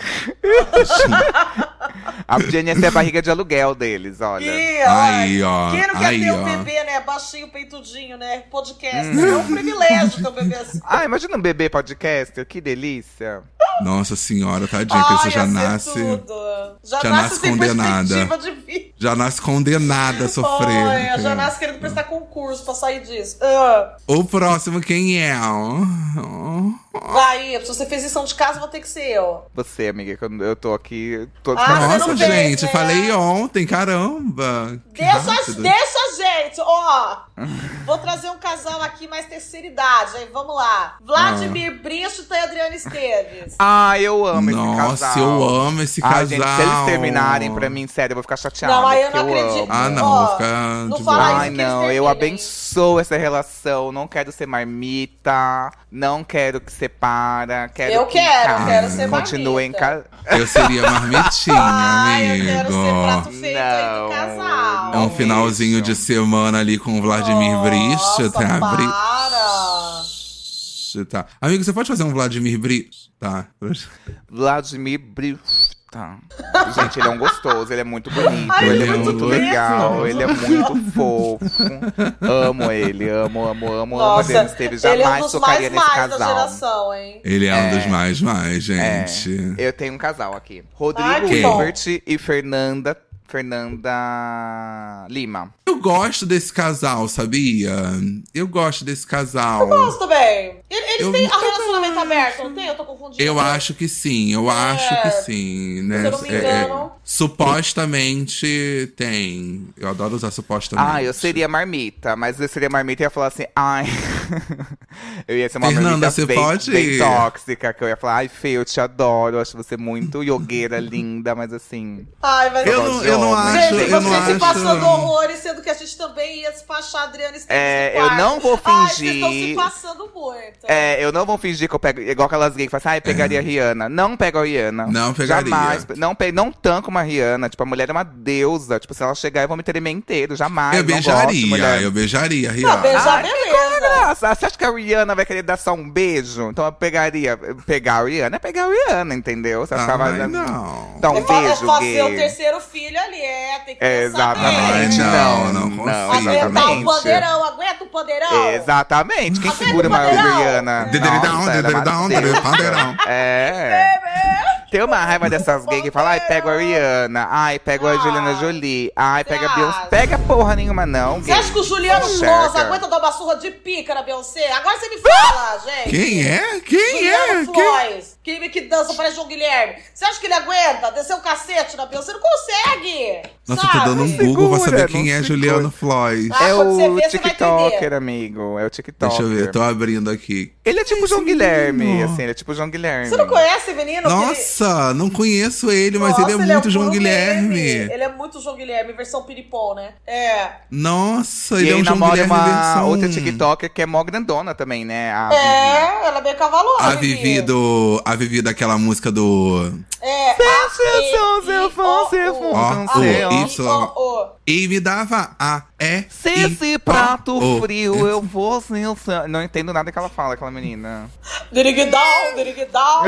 S2: A Jenny ia ser a barriga de aluguel deles, olha.
S6: Ih,
S5: Aí, ó.
S6: Quem não quer
S5: Aí,
S6: ter
S5: ó. Hum.
S6: um bebê, né? Baixinho, peitudinho, né? Podcast. É um privilégio ter um bebê
S5: <laughs>
S6: assim.
S2: Ah, imagina um bebê podcaster, que delícia.
S5: Nossa senhora, tadinha, que você
S6: Ai,
S5: já
S6: ia ser
S5: nasce.
S6: tudo. Já,
S5: já
S6: nasce
S5: nasce
S6: sem
S5: condenada.
S6: perspectiva de vida.
S5: Já nasce condenada a sofrer.
S6: Olha, já
S5: É.
S6: nasce querendo prestar concurso pra sair disso. Ah,
S5: O próximo, quem é? Oh, oh.
S6: vai, Y, se você fez lição de casa, vou ter que ser eu.
S2: Você, amiga, que eu- eu tô aqui. Tô
S6: Ah, você
S5: Nossa,
S6: não fez,
S5: gente,
S6: né?
S5: falei ontem, caramba. Que
S6: Deixa,
S5: rápido.
S6: deixa a gente,
S5: <laughs>
S6: ó. Vou trazer um casal aqui mais terceira idade, hein? Vamos lá. Vladimir
S5: Ah.
S6: Brito e Adriana Esteves.
S2: Ah, eu amo esse
S5: Nossa,
S2: casal.
S5: eu amo esse
S2: Ai,
S5: casal.
S2: gente, se eles terminarem pra mim, sério, eu vou ficar chateada.
S6: Não, aí eu não
S2: porque
S6: acredito.
S2: amo.
S5: Ah, não,
S6: Ó,
S5: vou ficar
S6: não
S5: de
S6: fala
S5: boa.
S6: isso
S2: Ai,
S6: que eles
S2: não, eu
S6: terminem.
S2: abençoo essa relação. Não quero ser marmita. Não quero que separa. Quero
S6: Eu
S2: que
S6: quero,
S2: case,
S6: quero ser
S2: Continuem
S6: marmita.
S2: ca-
S5: Eu
S2: <laughs>
S5: seria marmitinha,
S6: Ai, eu quero ser prato
S5: amigo.
S6: feito aí do
S2: Não,
S6: casal.
S5: É um finalzinho de semana ali com o Vladimir Brito. Tá,
S6: para.
S5: Brito, tá. Amigo, você pode fazer um Vladimir Brito? Tá.
S2: Vladimir Brista. Gente, ele é um gostoso, ele é muito bonito,
S6: Ai,
S2: ele
S5: ele
S2: é
S5: é um
S2: muito
S5: gostoso.
S2: legal, ele é muito fofo. Amo ele, amo, amo, amo, amo.
S6: Nossa,
S2: Adriano Esteves,
S6: ele é um
S2: jamais
S6: dos
S2: tocaria
S6: mais
S2: nesse
S6: mais da
S2: casal.
S6: geração, hein?
S5: Ele é, um dos mais mais,
S2: É,
S5: gente.
S2: eu tenho um casal aqui.
S6: Ai,
S2: Rodrigo
S5: que
S2: Hilbert
S5: bom.
S2: e Fernanda. Fernanda Lima.
S5: Eu gosto desse casal, sabia? Eu gosto desse casal.
S6: Gosto também. E- Eles
S5: Eu
S6: têm a
S5: nunca
S6: relacionamento aberto, não tem? Eu tô confundindo.
S5: Eu acho que sim, eu acho que sim, né?
S6: É. eu não me
S5: É, é,
S6: engano.
S5: supostamente tem. Eu adoro usar supostamente.
S2: Ah, eu seria marmita, mas eu seria marmita e ia falar assim, ai. <laughs> eu ia ser uma
S5: Fernanda,
S2: marmita
S5: você
S2: bem,
S5: pode?
S2: bem tóxica, que eu ia falar, ai, Fê, eu te adoro, eu acho você muito yogueira, linda, mas assim.
S6: Ai, vai
S5: Eu não, eu não acho.
S6: Gente,
S5: eu
S6: você
S5: não
S6: se
S5: acho...
S6: passando horrores, sendo que a gente também ia despachar a Adriana Esteves
S2: É,
S6: no quarto.
S2: eu não vou
S6: Ai, vocês estão se
S2: fingir.
S6: passando muito.
S2: É, eu não vou fingir que eu pego. Igual aquelas gays que falam assim, ai, pegaria a Rihanna. Não pego a Rihanna.
S5: É. Não pegaria.
S2: Jamais. Não, pe não tanco amo a Rihanna. Tipo, a mulher é uma deusa. Tipo, se ela chegar, eu vou me tremer inteiro. Jamais.
S5: eu
S2: não gosto,
S5: beijaria,
S2: mulher.
S5: eu beijaria,
S6: Não,
S5: Rihanna.
S6: beijar,
S2: Ai,
S6: Tá beleza.
S2: Nossa, É você acha que a Rihanna vai querer dar só um beijo? Então eu pegaria. Pegar a Rihanna é pegar a Rihanna, entendeu? Você acha que ela
S5: Ai,
S2: vai
S5: não.
S2: dar
S6: É
S2: um
S6: fa- é
S2: beijo,
S6: fazer o
S2: gay?
S6: terceiro filho ali, é, tem que
S2: É,
S6: pensar
S5: Ai,
S2: exatamente.
S6: bem.
S5: não, não consigo.
S6: Aguentar o é
S2: exatamente.
S6: pandeirão, aguenta o pandeirão.
S2: Exatamente. Quem
S6: Aperta
S2: segura
S6: o
S2: uma
S6: pandeirão.
S2: Rihanna?
S5: Dederidão,
S2: Nossa, ela é uma
S5: dederidão,
S2: deusa.
S5: dederidão.
S2: <laughs> É. Tem uma raiva dessas gays que fala, ai, pega a Rihanna, ai, pega a
S6: Ah,
S2: Juliana Jolie, ai,
S6: você
S2: pega a Beyoncé.
S6: acha?
S2: Pega porra nenhuma, não,
S6: Você
S2: gay.
S6: acha que o Juliano
S2: Enxerga.
S6: Souza aguenta dar uma surra de pica na Beyoncé? Agora você me fala, gente.
S5: Quem é? Quem
S6: Juliano
S5: é? Quem
S6: Flores, que, que dança parece João Guilherme. Você acha que ele aguenta descer o cacete na Beyoncé? Não consegue!
S5: Nossa, eu
S6: sabe?
S5: tô dando um Google pra
S2: Segura,
S5: saber quem
S2: não
S5: é
S2: segura.
S5: Juliano Flores.
S6: Ah,
S2: É
S6: quando você
S2: o
S6: vê, você vai
S2: TikToker,
S6: entender.
S2: amigo. É o TikToker.
S5: Deixa eu ver, tô abrindo aqui.
S2: Ele é tipo o João
S5: menino.
S2: Guilherme, assim, ele é tipo o João Guilherme.
S6: Você não conhece, menino?
S5: Nossa, não conheço ele,
S6: Que
S5: mas ele é
S6: Nossa,
S5: muito
S6: um
S5: João
S6: puro meme.
S5: Guilherme.
S6: Ele é muito João Guilherme, versão piripom, né? É.
S5: Nossa,
S2: E
S5: ele é
S2: ele
S5: um João
S2: namora
S5: Guilherme
S2: uma
S5: versão.
S2: outra TikToker que é mó grandona também, né? A Vivi.
S6: É, ela é bem cavalona.
S5: Uhum. A Vivi do. A Vivi daquela música do.
S6: É.
S2: Sensação, seu fã, seu fã.
S5: Ó,
S2: não
S5: Ah, o
S2: sei, ó.
S5: Y. E me dava a E.
S2: Se
S5: I,
S2: esse
S5: O,
S2: prato
S5: O.
S2: frio eu vou sensação. Não entendo nada que ela fala, aquela menina.
S6: Dirigidal, dirigidal.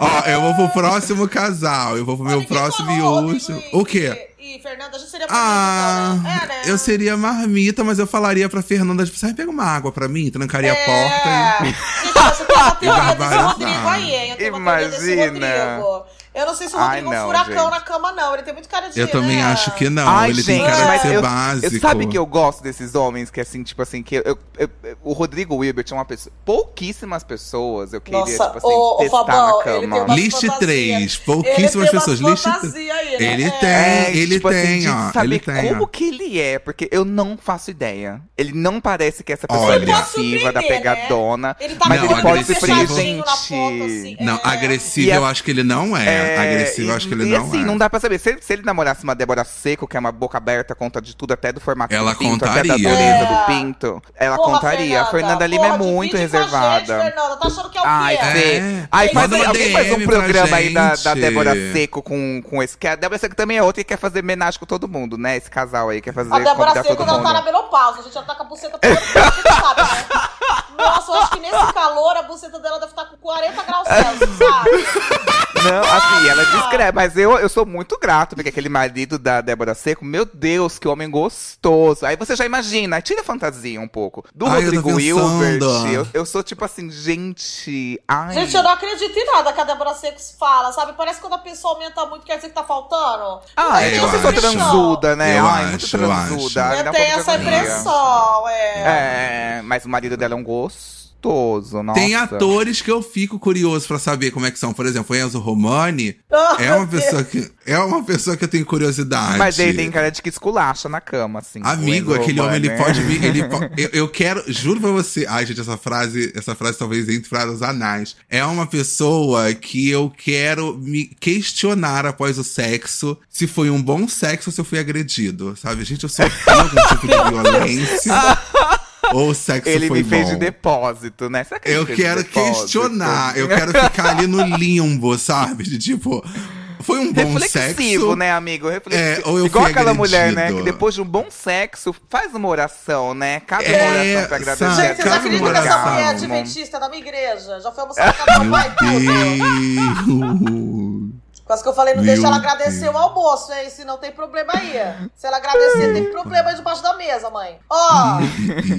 S5: Ó, eu vou pro próximo casal. Eu vou pro meu próximo e último. O quê?
S6: E, Fernanda, a gente seria
S5: Ah,
S6: bonito, então, né? É, né?
S5: eu seria marmita, mas eu falaria pra Fernanda, tipo, sai, pega uma água pra mim, trancaria a porta.
S6: É. Gente, mas eu tenho
S5: <laughs>
S6: uma teoria desse
S5: Barbarizar.
S6: Rodrigo aí, hein? Eu tenho uma teoria desse
S2: Imagina.
S6: Rodrigo. Eu não sei se o
S2: Ai,
S6: Rodrigo é
S2: não,
S6: um furacão
S2: gente.
S6: na cama, não. Ele tem muito cara de.
S5: Eu também
S6: né?
S5: acho que não.
S2: Ai,
S5: Ele
S2: gente,
S5: tem cara de
S2: mas
S5: ser
S2: eu-
S5: básico.
S2: Eu, sabe que eu gosto desses homens que, assim, tipo assim, que eu, eu- eu- o Rodrigo Wilbert é uma pessoa. Pouquíssimas pessoas eu queria,
S6: Nossa,
S2: tipo assim,
S6: ô, ô,
S2: testar
S6: Fabão,
S2: na
S6: ele
S2: cama.
S6: tem uma-
S5: Liste
S6: fantasia.
S5: 3,
S6: Ele tem
S5: pouquíssimas
S6: umas
S5: pessoas. Liste
S6: fantasias
S5: 3.
S6: aí, né?
S5: Ele
S6: É.
S5: tem, ele
S2: tipo assim,
S5: tem,
S2: de
S5: ó.
S2: saber
S5: Ele tem.
S2: como
S5: ó.
S2: que ele é, porque eu não faço ideia. Ele não parece que é essa pessoa
S5: Olha.
S2: agressiva, da
S6: Ele tá pode surpreender,
S2: pegadona.
S6: né? Ele tá
S2: mas
S6: com
S5: ele
S6: o
S5: pode
S6: olho
S5: ser
S6: fechadinho na foto,
S2: presente.
S6: assim.
S5: Não,
S6: É.
S5: agressivo
S2: E a-
S5: eu acho que ele não é. agressivo eu acho que ele
S2: e,
S5: não
S2: assim,
S5: é.
S2: não dá pra saber. Se, se ele namorasse uma Débora Seco, que é uma boca aberta, conta de tudo, até do formato
S5: Ela
S2: do pinto,
S5: contaria,
S2: até da dureza
S6: né?
S2: do pinto, ela
S6: Porra,
S2: contaria. a Fernanda Lima
S6: porra,
S2: é muito
S6: divide com a
S2: reservada.
S6: Gente, Fernanda, tá achando que é o quê?
S2: Ai,
S5: É.
S2: Fê. Ai,
S6: Tem
S2: faz,
S6: que
S2: aí-
S6: mandar
S2: alguém
S5: um
S2: faz um
S5: DM pra
S2: programa aí da, da
S5: gente.
S2: Débora Seco com, com esse. Que a Débora Seco também é outra que quer fazer homenagem com todo mundo, né? Esse casal aí quer fazer
S6: A Débora
S2: convidar
S6: Seco
S2: todo
S6: já tá na
S2: mundo.
S6: menopausa, a gente já tá com a buceta pra sabe, né? Nossa, eu acho que nesse calor a buceta dela deve estar com 40
S2: <laughs>
S6: graus Celsius, sabe?
S2: Não, assim, ela discreve, mas eu, eu sou muito grato, porque aquele marido da Débora Seco, meu Deus, que homem gostoso. Aí você já imagina, aí tira a fantasia um pouco. Do
S5: Ai, eu tô
S2: Rodrigo Wilbert,
S5: pensando.
S2: eu, eu sou tipo assim, gente. Ai.
S6: Gente, eu não acredito em nada que a Débora Seco fala, sabe? Parece que quando a pessoa aumenta muito, quer dizer que tá faltando.
S2: Ai,
S5: Eu
S2: Ah, é, eu sou
S5: acho.
S2: transuda, né?
S5: Eu
S2: Ai, muito
S5: acho, eu
S2: transuda.
S5: acho.
S2: me dá
S6: Eu
S2: um pouco
S6: tenho
S2: de
S6: essa
S2: agonia.
S6: impressão, é.
S2: É, mas o marido dela é um gostoso, nossa.
S5: Tem atores que eu fico curioso pra saber como é que são. Por exemplo, o Enzo
S6: <laughs>
S5: Romani
S6: Oh,
S5: é uma pessoa que é uma pessoa que eu tenho curiosidade.
S2: Mas ele tem cara de que esculacha na cama, assim.
S5: Amigo,
S2: O Enzo
S5: aquele homem, ele
S2: Romano,
S5: pode
S2: né?
S5: me.
S2: <laughs>
S5: Ele, po- eu, eu quero, juro pra você. Ai, gente, essa frase, essa frase talvez entre para os anais. É uma pessoa que eu quero me questionar após o sexo se foi um bom sexo ou se eu fui agredido. Sabe, gente, eu sofri algum tipo
S2: <laughs>
S5: de violência. ou o sexo
S2: Ele
S5: foi
S2: me fez
S5: bom.
S2: de depósito, né? Será que ele
S5: Eu
S2: fez de
S5: quero
S2: depósito?
S5: questionar, eu quero ficar ali no limbo, sabe? De tipo, foi um bom
S2: Reflexivo,
S5: sexo.
S2: né, amigo? Reflexivo.
S5: É, ou eu
S2: Igual
S5: fui
S2: aquela mulher, né?
S5: agredido.
S2: Que depois de um bom sexo, faz uma oração, né? Cabe uma
S5: É,
S2: oração pra agradecer.
S5: sabe,
S6: Gente, vocês
S5: Cara,
S6: acreditam que
S5: moral.
S6: essa mulher é
S2: Calma.
S6: adventista da minha igreja? Já foi almoçar com a minha mãe, tudo.
S5: Meu Deus.
S6: Quase que eu falei, não
S5: Meu
S6: deixa ela agradecer
S5: Deus.
S6: o almoço, hein? Se não tem problema aí. Se ela agradecer, tem problema aí debaixo da mesa, mãe. Ó,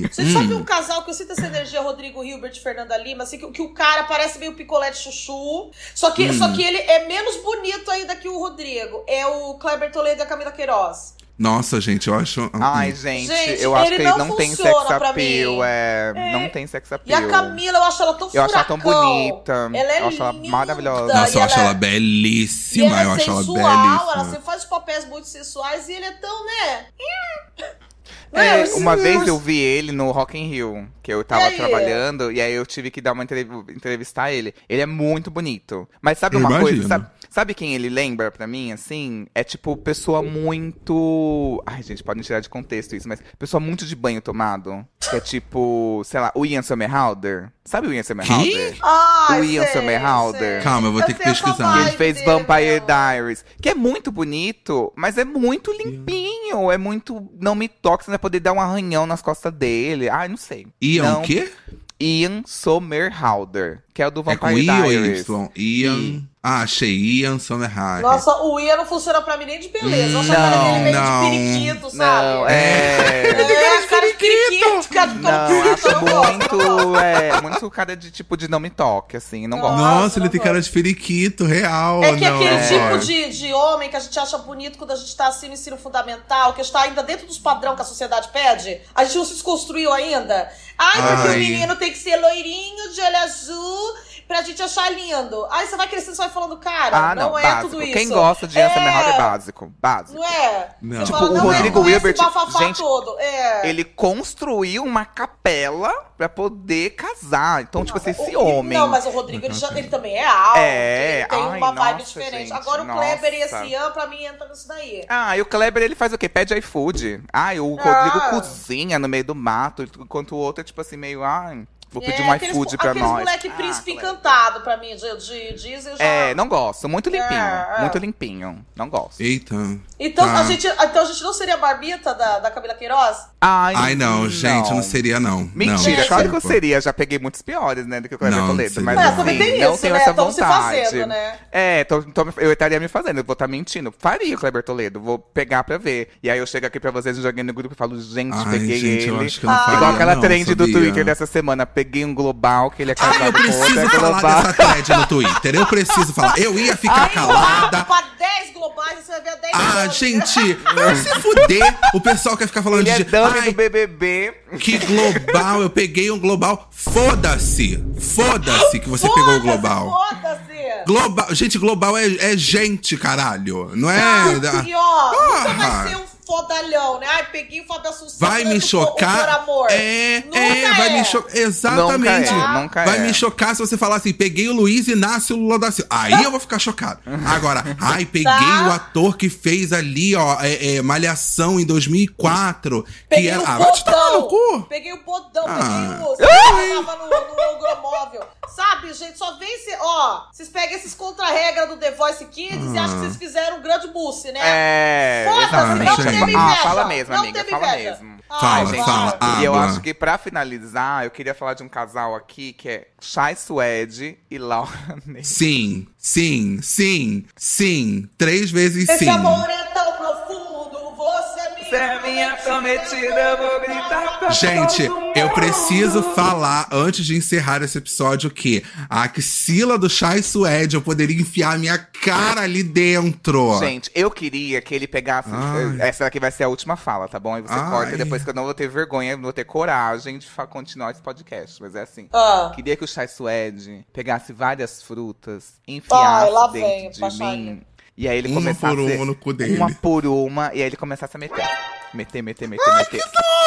S6: vocês sabem um casal que eu sinto essa energia, Rodrigo Hilbert e Fernanda Lima, assim, que, que o cara parece meio picolé de chuchu. Só que, só
S5: Hum.
S6: que ele é menos bonito ainda que o Rodrigo. É o Kleber Toledo e a Camila Queiroz.
S5: Nossa, gente, eu acho. ah, hum.
S2: Ai, gente,
S6: Gente,
S2: eu acho
S6: ele
S2: que ele
S6: não
S2: não tem
S6: funciona
S2: sex
S6: pra
S2: appeal.
S6: mim.
S2: É, Não tem sex appeal.
S6: E a Camila, eu acho ela tão
S2: Eu
S6: furacão.
S2: acho ela tão bonita.
S6: Ela é
S2: eu acho ela
S6: linda.
S2: maravilhosa.
S5: Nossa, eu
S6: e
S5: acho
S6: ela-
S5: ela
S6: E
S5: belíssima.
S6: ela
S5: Eu
S6: é
S5: acho ela
S6: sensual, ela
S5: belíssima.
S6: sempre faz papéis muito sensuais e ele é tão, né?
S2: É,
S6: Não,
S2: uma
S6: esse-
S2: vez eu vi ele no Rock in Rio. que eu tava
S6: E aí?
S2: trabalhando, e aí eu tive que dar uma entrev- entrevistar ele. Ele é muito bonito. Mas sabe uma
S5: Eu
S2: coisa?
S5: imagino.
S2: Sabe, sabe quem ele lembra pra mim, assim? É tipo, pessoa muito. Ai, gente, podem tirar de contexto isso, mas pessoa muito de banho tomado. Que é tipo, sei lá, o Ian Somerhalder. Sabe o Ian Somerhalder?
S6: Ai,
S2: O Ian
S6: sei,
S2: Somerhalder.
S6: sei.
S5: Calma, eu vou
S6: Eu
S5: ter que
S6: sei essa
S5: pesquisar.
S2: Que
S6: vibe.
S2: ele fez
S6: dele,
S2: Vampire
S6: meu.
S2: Diaries, que é muito bonito, mas é muito limpinho, é muito não me toque, você vai poder dar um arranhão nas costas dele. Ai, não sei.
S5: Ian,
S2: não.
S5: o quê?
S2: Ian Somerhalder, que é o do
S5: É com
S2: Vampire
S5: I ou
S2: Diaries.
S5: Y? Ian.
S2: I.
S5: Ah, achei. Ian Somerhalder.
S6: Nossa, o Ian não funciona pra mim nem de beleza. Nossa,
S2: Não,
S6: cara dele é meio
S5: não.
S6: de periquito, sabe?
S2: não, é.
S6: É, cara de periquito, cara de
S2: Não, acho
S6: periquito, eu não gosto, não gosto.
S2: muito. É, muito cara de tipo de não me toque, assim, não gosto.
S5: Nossa, ele tem
S6: não.
S5: cara de periquito, real.
S6: É que
S5: não,
S6: aquele
S5: é.
S6: tipo de, de homem que a gente acha bonito quando a gente tá assim no ensino fundamental, que está ainda dentro dos padrão que a sociedade pede, a gente não se desconstruiu ainda. Ai, porque
S5: Ai.
S6: o menino tem que ser loirinho, de olho azul, pra gente achar lindo. Aí você vai crescendo e vai falando, cara,
S2: Ah,
S6: não,
S2: não,
S6: é
S2: básico.
S6: tudo isso.
S2: Quem gosta de Ian
S6: É.
S2: Somerhalder é básico, básico.
S6: Não é?
S5: Não.
S6: Você
S5: Tipo,
S6: fala,
S2: o
S6: não,
S2: Rodrigo
S6: é, com
S2: Hilbert,
S6: esse bafafá
S2: gente,
S6: todo. É.
S2: Ele construiu uma capela pra poder casar. Então, tipo assim, esse
S6: O-
S2: homem.
S6: Não, mas o Rodrigo, ele, já- ele também é alto.
S2: É,
S6: ele tem
S2: ai,
S6: uma vibe
S2: nossa,
S6: diferente.
S2: gente,
S6: Agora o
S2: nossa.
S6: Kleber e esse Ian, pra mim, entra nisso daí.
S2: Ah, e o Kleber, ele faz o quê? Pede iFood. Ah, e o
S6: Ah.
S2: Rodrigo cozinha no meio do mato, enquanto o outro é tipo assim, meio, ah, vou pedir
S6: É,
S2: um
S6: aqueles-
S2: iFood pra
S6: aqueles
S2: nós.
S6: moleque
S2: Ah,
S6: príncipe
S2: Kleber.
S6: encantado pra mim, de, de Disney. Já...
S2: É, não gosto. Muito limpinho.
S6: É, é.
S2: Muito limpinho. Não gosto.
S5: Eita.
S6: Então,
S5: Tá.
S6: a gente, então a gente não seria a barbita da, da Camila Queiroz?
S5: Ai, não, gente, não, seria, não.
S2: Mentira,
S5: não,
S2: claro que eu
S5: desculpa.
S2: seria. Já peguei muitos piores, né, do que o Kleber
S5: Não,
S2: Toledo.
S5: seria.
S2: Mas
S5: É,
S2: assim,
S5: também tem
S2: não
S6: isso,
S2: tenho
S6: né?
S2: essa
S6: Tão
S2: vontade.
S6: se fazendo, né?
S2: É, tô, tô- eu estaria me fazendo, eu vou estar mentindo. Faria, Kleber Toledo, vou pegar pra ver. E aí eu chego aqui pra vocês, eu joguei no grupo e falo, gente,
S5: Ai,
S2: peguei
S5: gente,
S2: ele.
S5: eu acho que eu não
S6: Ah.
S5: faria,
S2: Igual aquela
S5: não,
S2: trend do
S5: sabia?
S2: Twitter dessa semana. Peguei um global que ele é casado
S5: Ah, eu
S2: com outra,
S5: preciso
S2: é
S5: falar
S2: global.
S5: dessa thread no Twitter. Eu preciso falar. Eu ia ficar calada.
S6: Pra 10 globais, você vai ver a 10
S5: Ah,
S6: globais.
S5: gente, vai se fuder. O pessoal quer ficar falando
S2: Ele é
S5: de.
S2: dummy
S5: Ai,
S2: do BBB.
S5: que global. Eu peguei um global. Foda-se. Foda-se que você pegou o
S6: Foda-se,
S5: global.
S6: Foda-se!
S5: Global. Gente, global é, é gente, caralho. Não é.
S6: Ah, E ó, nunca
S5: Porra.
S6: vai ser um fodalhão, né? Ai, peguei o Fábio Assunção.
S5: Vai me
S6: tanto por- Por
S5: chocar.
S6: amor.
S5: É,
S6: Nunca
S5: é, vai me chocar. Exatamente.
S2: Nunca é, nunca
S5: vai
S2: é.
S5: me chocar se você falar assim: peguei o Luiz Inácio Lula da Silva. Aí eu vou ficar chocado.
S6: <laughs>
S5: Agora, ai, peguei
S6: Tá.
S5: o ator que fez ali, ó, é, é, Malhação em 2004.
S6: Peguei
S5: que era.
S6: o
S5: Ah,
S6: bodão.
S5: vai te tomar no cu.
S6: Peguei o bodão,
S5: Ah.
S6: peguei o... Você tava no, no ogromóvel. Sabe, gente, só vem se... Ó, vocês pegam esses contra-regra do The Voice Kids e acham que
S5: Hum.
S6: vocês fizeram um grande buce, né?
S2: É,
S6: Foda-se,
S5: não
S2: exatamente.
S5: teve
S2: ah,
S6: inveja.
S2: fala mesmo,
S6: Não
S2: amiga,
S6: teve
S2: fala
S6: inveja. Ah,
S2: mesmo.
S5: Fala,
S2: gente,
S5: fala. Ah,
S2: E eu
S5: Água.
S2: acho que pra finalizar, eu queria falar de um casal aqui que é Shai Suede e Laura <laughs> Ney.
S5: Sim, sim, sim, sim. Três vezes
S6: Esse
S5: sim.
S6: amor é tão profundo, você é minha...
S2: Você é minha prometida, eu vou gritar pra
S5: Gente,
S2: todo
S5: eu
S2: mundo.
S5: preciso falar antes de encerrar esse episódio que a axila do Chai Suede eu poderia enfiar minha cara ali dentro.
S2: Gente, eu queria que ele pegasse.
S5: Ai.
S2: Essa aqui vai ser a última fala, tá bom? Aí você
S5: Ai.
S2: corta depois que eu não vou ter vergonha, não vou ter coragem de fa- continuar esse podcast. Mas é assim.
S6: Ah.
S2: Queria que o Chai Suede pegasse várias frutas, enfiasse
S6: Ai, lá
S2: dentro
S6: vem,
S2: de
S6: baixaria.
S2: mim. E aí ele
S5: Uma
S2: começasse.
S5: por uma no cu dele.
S2: Uma por uma, e aí ele começasse a meter. Meter, meter, meter, meter.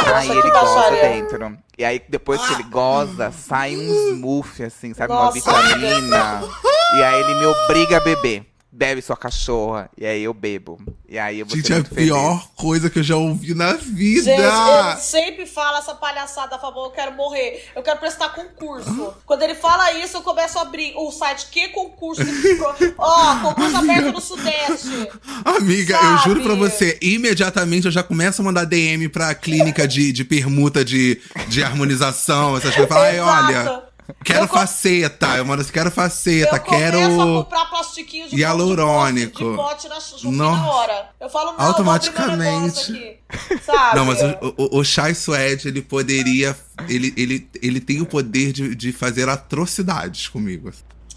S2: Aí
S6: Nossa, que
S2: ele goza
S6: baixaria.
S2: dentro. E aí, depois que ele goza, sai um smoothie, assim, sabe? Uma
S6: Nossa.
S2: vitamina. E aí ele me obriga a beber. Bebe sua cachorra. E aí eu bebo. E aí eu vou
S5: Gente,
S2: ser
S5: é a
S2: muito feliz.
S5: pior coisa que eu já ouvi na vida.
S6: Gente, eu sempre falo essa palhaçada, favor, eu quero morrer, eu quero prestar concurso. Quando ele fala isso, eu começo a abrir o site que concurso? Ó,
S5: <laughs>
S6: concurso aberto no Sudeste.
S5: Amiga, eu
S6: sabe?
S5: juro pra você, imediatamente eu já começo a mandar DM pra clínica de, de permuta de, de harmonização, essas coisas. Falar, ai, olha,
S6: Exato.
S5: quero
S6: Eu co-
S5: faceta. Eu mando assim, quero faceta,
S6: eu começo a
S5: quero.
S6: comprar plastiquinho de
S5: hialurônico.
S6: De pote, de pote na chuva na
S5: Nossa.
S6: hora. Eu falo, não,
S5: Automaticamente.
S6: Automaticamente. Vou abrir meu negócio aqui. Sabe?
S5: Não, mas o, o, o Chai Suede, ele poderia. Ele, ele, ele tem o poder de, de fazer atrocidades comigo.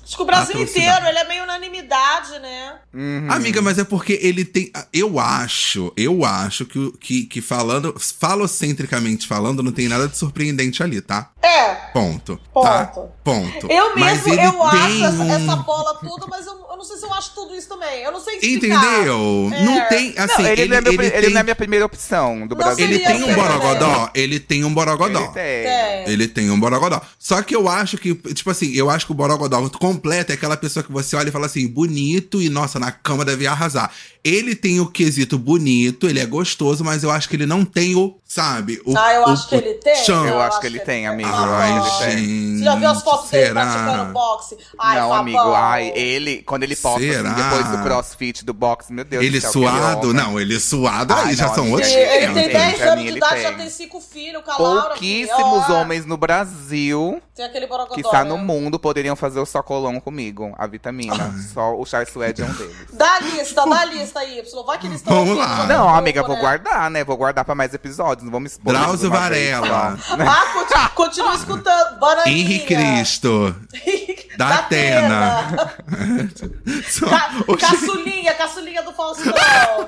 S6: Acho que o Brasil
S5: Atrocidade.
S6: inteiro, ele é meio unanimidade, né?
S2: Uhum.
S5: Amiga, mas é porque ele tem. Eu acho, eu acho que, o- que, que falando, falocentricamente falando, não tem nada de surpreendente ali, tá?
S6: É,
S5: Ponto.
S6: ponto.
S5: Tá? Ponto.
S6: Eu
S5: Mas
S6: mesmo,
S5: ele
S6: eu acho
S5: tem
S6: essa,
S5: um-
S6: essa bola toda, mas eu, eu não sei se eu acho tudo isso também. Eu não sei explicar.
S5: Entendeu?
S6: É.
S5: Não tem, assim,
S2: não, ele,
S5: ele,
S2: não é meu
S5: ele
S2: pri- ele
S5: tem,
S2: não é minha primeira opção do
S6: Não
S2: Brasil.
S5: ele
S6: seria
S5: tem um
S6: dele,
S5: borogodó, ele tem um borogodó.
S2: Ele tem.
S6: É.
S5: Ele tem um borogodó. Só que eu acho que, tipo assim, eu acho que o borogodó completo é aquela pessoa que você olha e fala assim, bonito e nossa, na cama deve arrasar. Ele tem o quesito bonito, ele é gostoso, mas eu acho que ele não tem o, sabe? O,
S6: Ah, eu
S5: o-
S6: acho que ele tem. Ah,
S5: chão.
S2: Eu acho que ele tem, amigo. Eu
S5: Ai,
S2: acho que ele tem.
S5: gente.
S6: Você já viu as fotos dele praticando boxe? Ai, tá
S2: não,
S6: Fabão.
S2: amigo. Ai, ele, quando ele posta assim,
S5: Será?
S2: depois do crossfit, do boxe, meu Deus
S5: Ele
S2: do céu. que
S5: suado? né?
S2: homem.
S5: Não, ele suado aí
S2: Ai,
S5: já
S2: não,
S5: são
S2: amiga,
S5: outros.
S2: ele-
S6: Ele tem
S2: Tem,
S6: 10
S2: pra
S6: anos
S2: mim,
S6: de
S2: ele
S6: idade,
S2: tem.
S6: já tem 5 filhos com a Laura. que,
S2: Pouquíssimos
S6: ó,
S2: homens no Brasil
S6: Tem aquele borogodó.
S2: que está
S6: né?
S2: no mundo poderiam fazer o socolão comigo, a vitamina.
S5: Ah.
S2: Só o Charles Suede é um deles.
S6: Dá a lista, dá a lista, Y. Vai que eles estão
S5: Vamos
S6: ouvindo,
S5: lá.
S6: vai que
S2: Não,
S6: o
S2: amiga,
S6: grupo,
S2: vou
S6: né?
S2: guardar, né? Vou guardar pra mais episódios, não vamos expor.
S5: Drauzio
S2: de uma vez só.
S5: Varela.
S2: né?
S6: Ah, continua, continua escutando. Bananinha.
S5: Henri Cristo. Da Atena. <laughs> São-
S6: Ca
S5: Oxi.
S6: caçulinha, caçulinha do Faustão.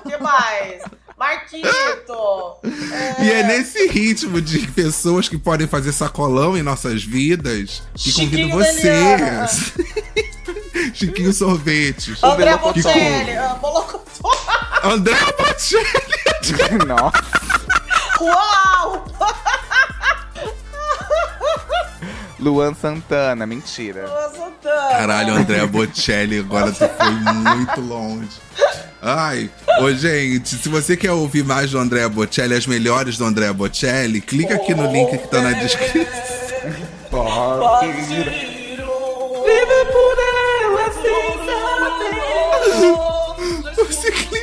S6: que mais? Marquito.
S5: <laughs> E é nesse ritmo de pessoas que podem fazer sacolão em nossas vidas que
S6: Chiquinho
S5: convido
S6: Deliana.
S5: vocês. <laughs> Chiquinho Sorvetes.
S6: André
S5: Que
S6: Bocelli. ah, Molocotó.
S5: com- André Bocelli.
S2: <laughs> Nossa,
S6: Uau!
S2: Luan Santana, mentira.
S6: Luan Santana.
S5: Caralho, André Bocelli agora tu foi muito longe. Ai, ô gente, se você quer ouvir mais do André Bocelli, as melhores do André Bocelli, clica aqui no link que tá na descrição.
S6: Vive por ela sem saber. Você clica.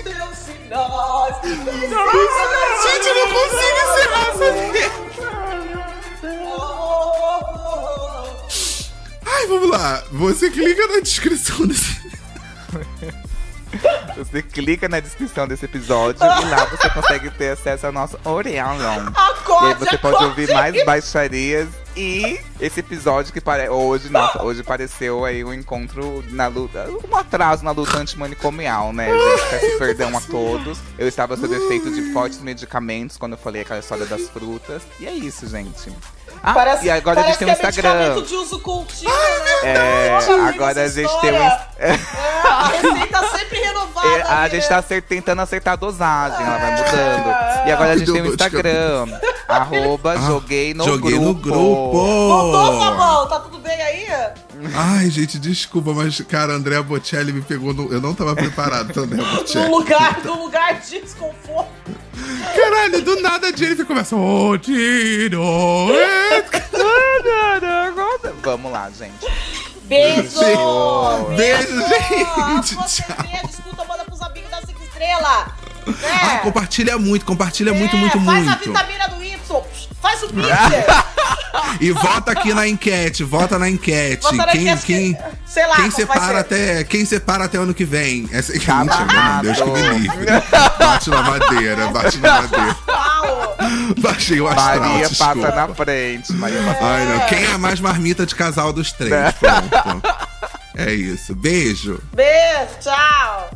S5: Gente, eu não consigo encerrar essa Ai, vamos lá. Você clica na descrição desse.
S2: Você clica na descrição desse episódio e lá você consegue ter acesso ao nosso Orion. E aí
S6: Acorde,
S2: você pode
S6: acorde.
S2: ouvir mais um. baixarias e esse episódio que pare... hoje, nossa, hoje pareceu aí um encontro na luta, um atraso na luta antimanicomial, né? Gente, peço perdão
S6: assim?
S2: a todos. Eu estava sob efeito de fortes medicamentos quando eu falei aquela história das frutas. E é isso, gente. Ah,
S6: Parece,
S2: e agora a gente
S6: parece
S2: tem o
S6: que é
S2: Instagram.
S6: medicamento de uso contínuo, né?
S2: É,
S6: Eu amo
S2: agora a
S6: essa
S2: gente tem o
S6: história.
S2: Inst-
S6: É, a receita sempre renovada.
S2: <laughs> É, a
S6: né?
S2: gente tá acer- tentando acertar a dosagem, ela vai mudando. E agora a gente
S5: Deu
S2: tem o
S5: dor de
S2: Instagram, arroba
S5: Ah,
S2: joguei no
S5: Joguei
S2: grupo.
S5: no grupo.
S6: Voltou, Fabão? Tá tudo bem aí?
S5: Ai, gente, desculpa, mas, cara, André Bocelli me pegou no. Eu não tava preparado pra André
S6: No
S5: Bocelli.
S6: lugar, no lugar de desconforto.
S5: Caralho, do nada a Jennifer começa. Ô, Tiro!
S6: É.
S2: Ah, Vamos lá, gente.
S6: Beijo!
S5: Beijo,
S6: Ah,
S5: gente!
S6: você
S5: Tchau.
S6: vê, escuta, manda pros amigos da Cinco Estrela. Né?
S5: Ah, compartilha muito, compartilha muito,
S6: É,
S5: muito,
S6: faz
S5: muito. Ah,
S6: a vitamina do Y. Faz o pizza.
S5: E vota aqui na enquete, vota na enquete.
S6: Vota na
S5: quem,
S6: enquete que-
S5: quem,
S6: sei lá,
S5: quem
S6: como vai ser.
S5: separa até, quem separa até ano que vem. Essa <laughs> é
S6: Tá
S5: mentira, não,
S2: babado.
S5: Deus que me livre. Bate na madeira, bate na madeira.
S6: Pau.
S5: Baixei o astral,
S2: Maria
S5: desculpa.
S2: passa na frente. Maria passa
S5: Ai, não. Quem é a mais marmita de casal dos três? Pronto. É isso. Beijo.
S6: Beijo, tchau.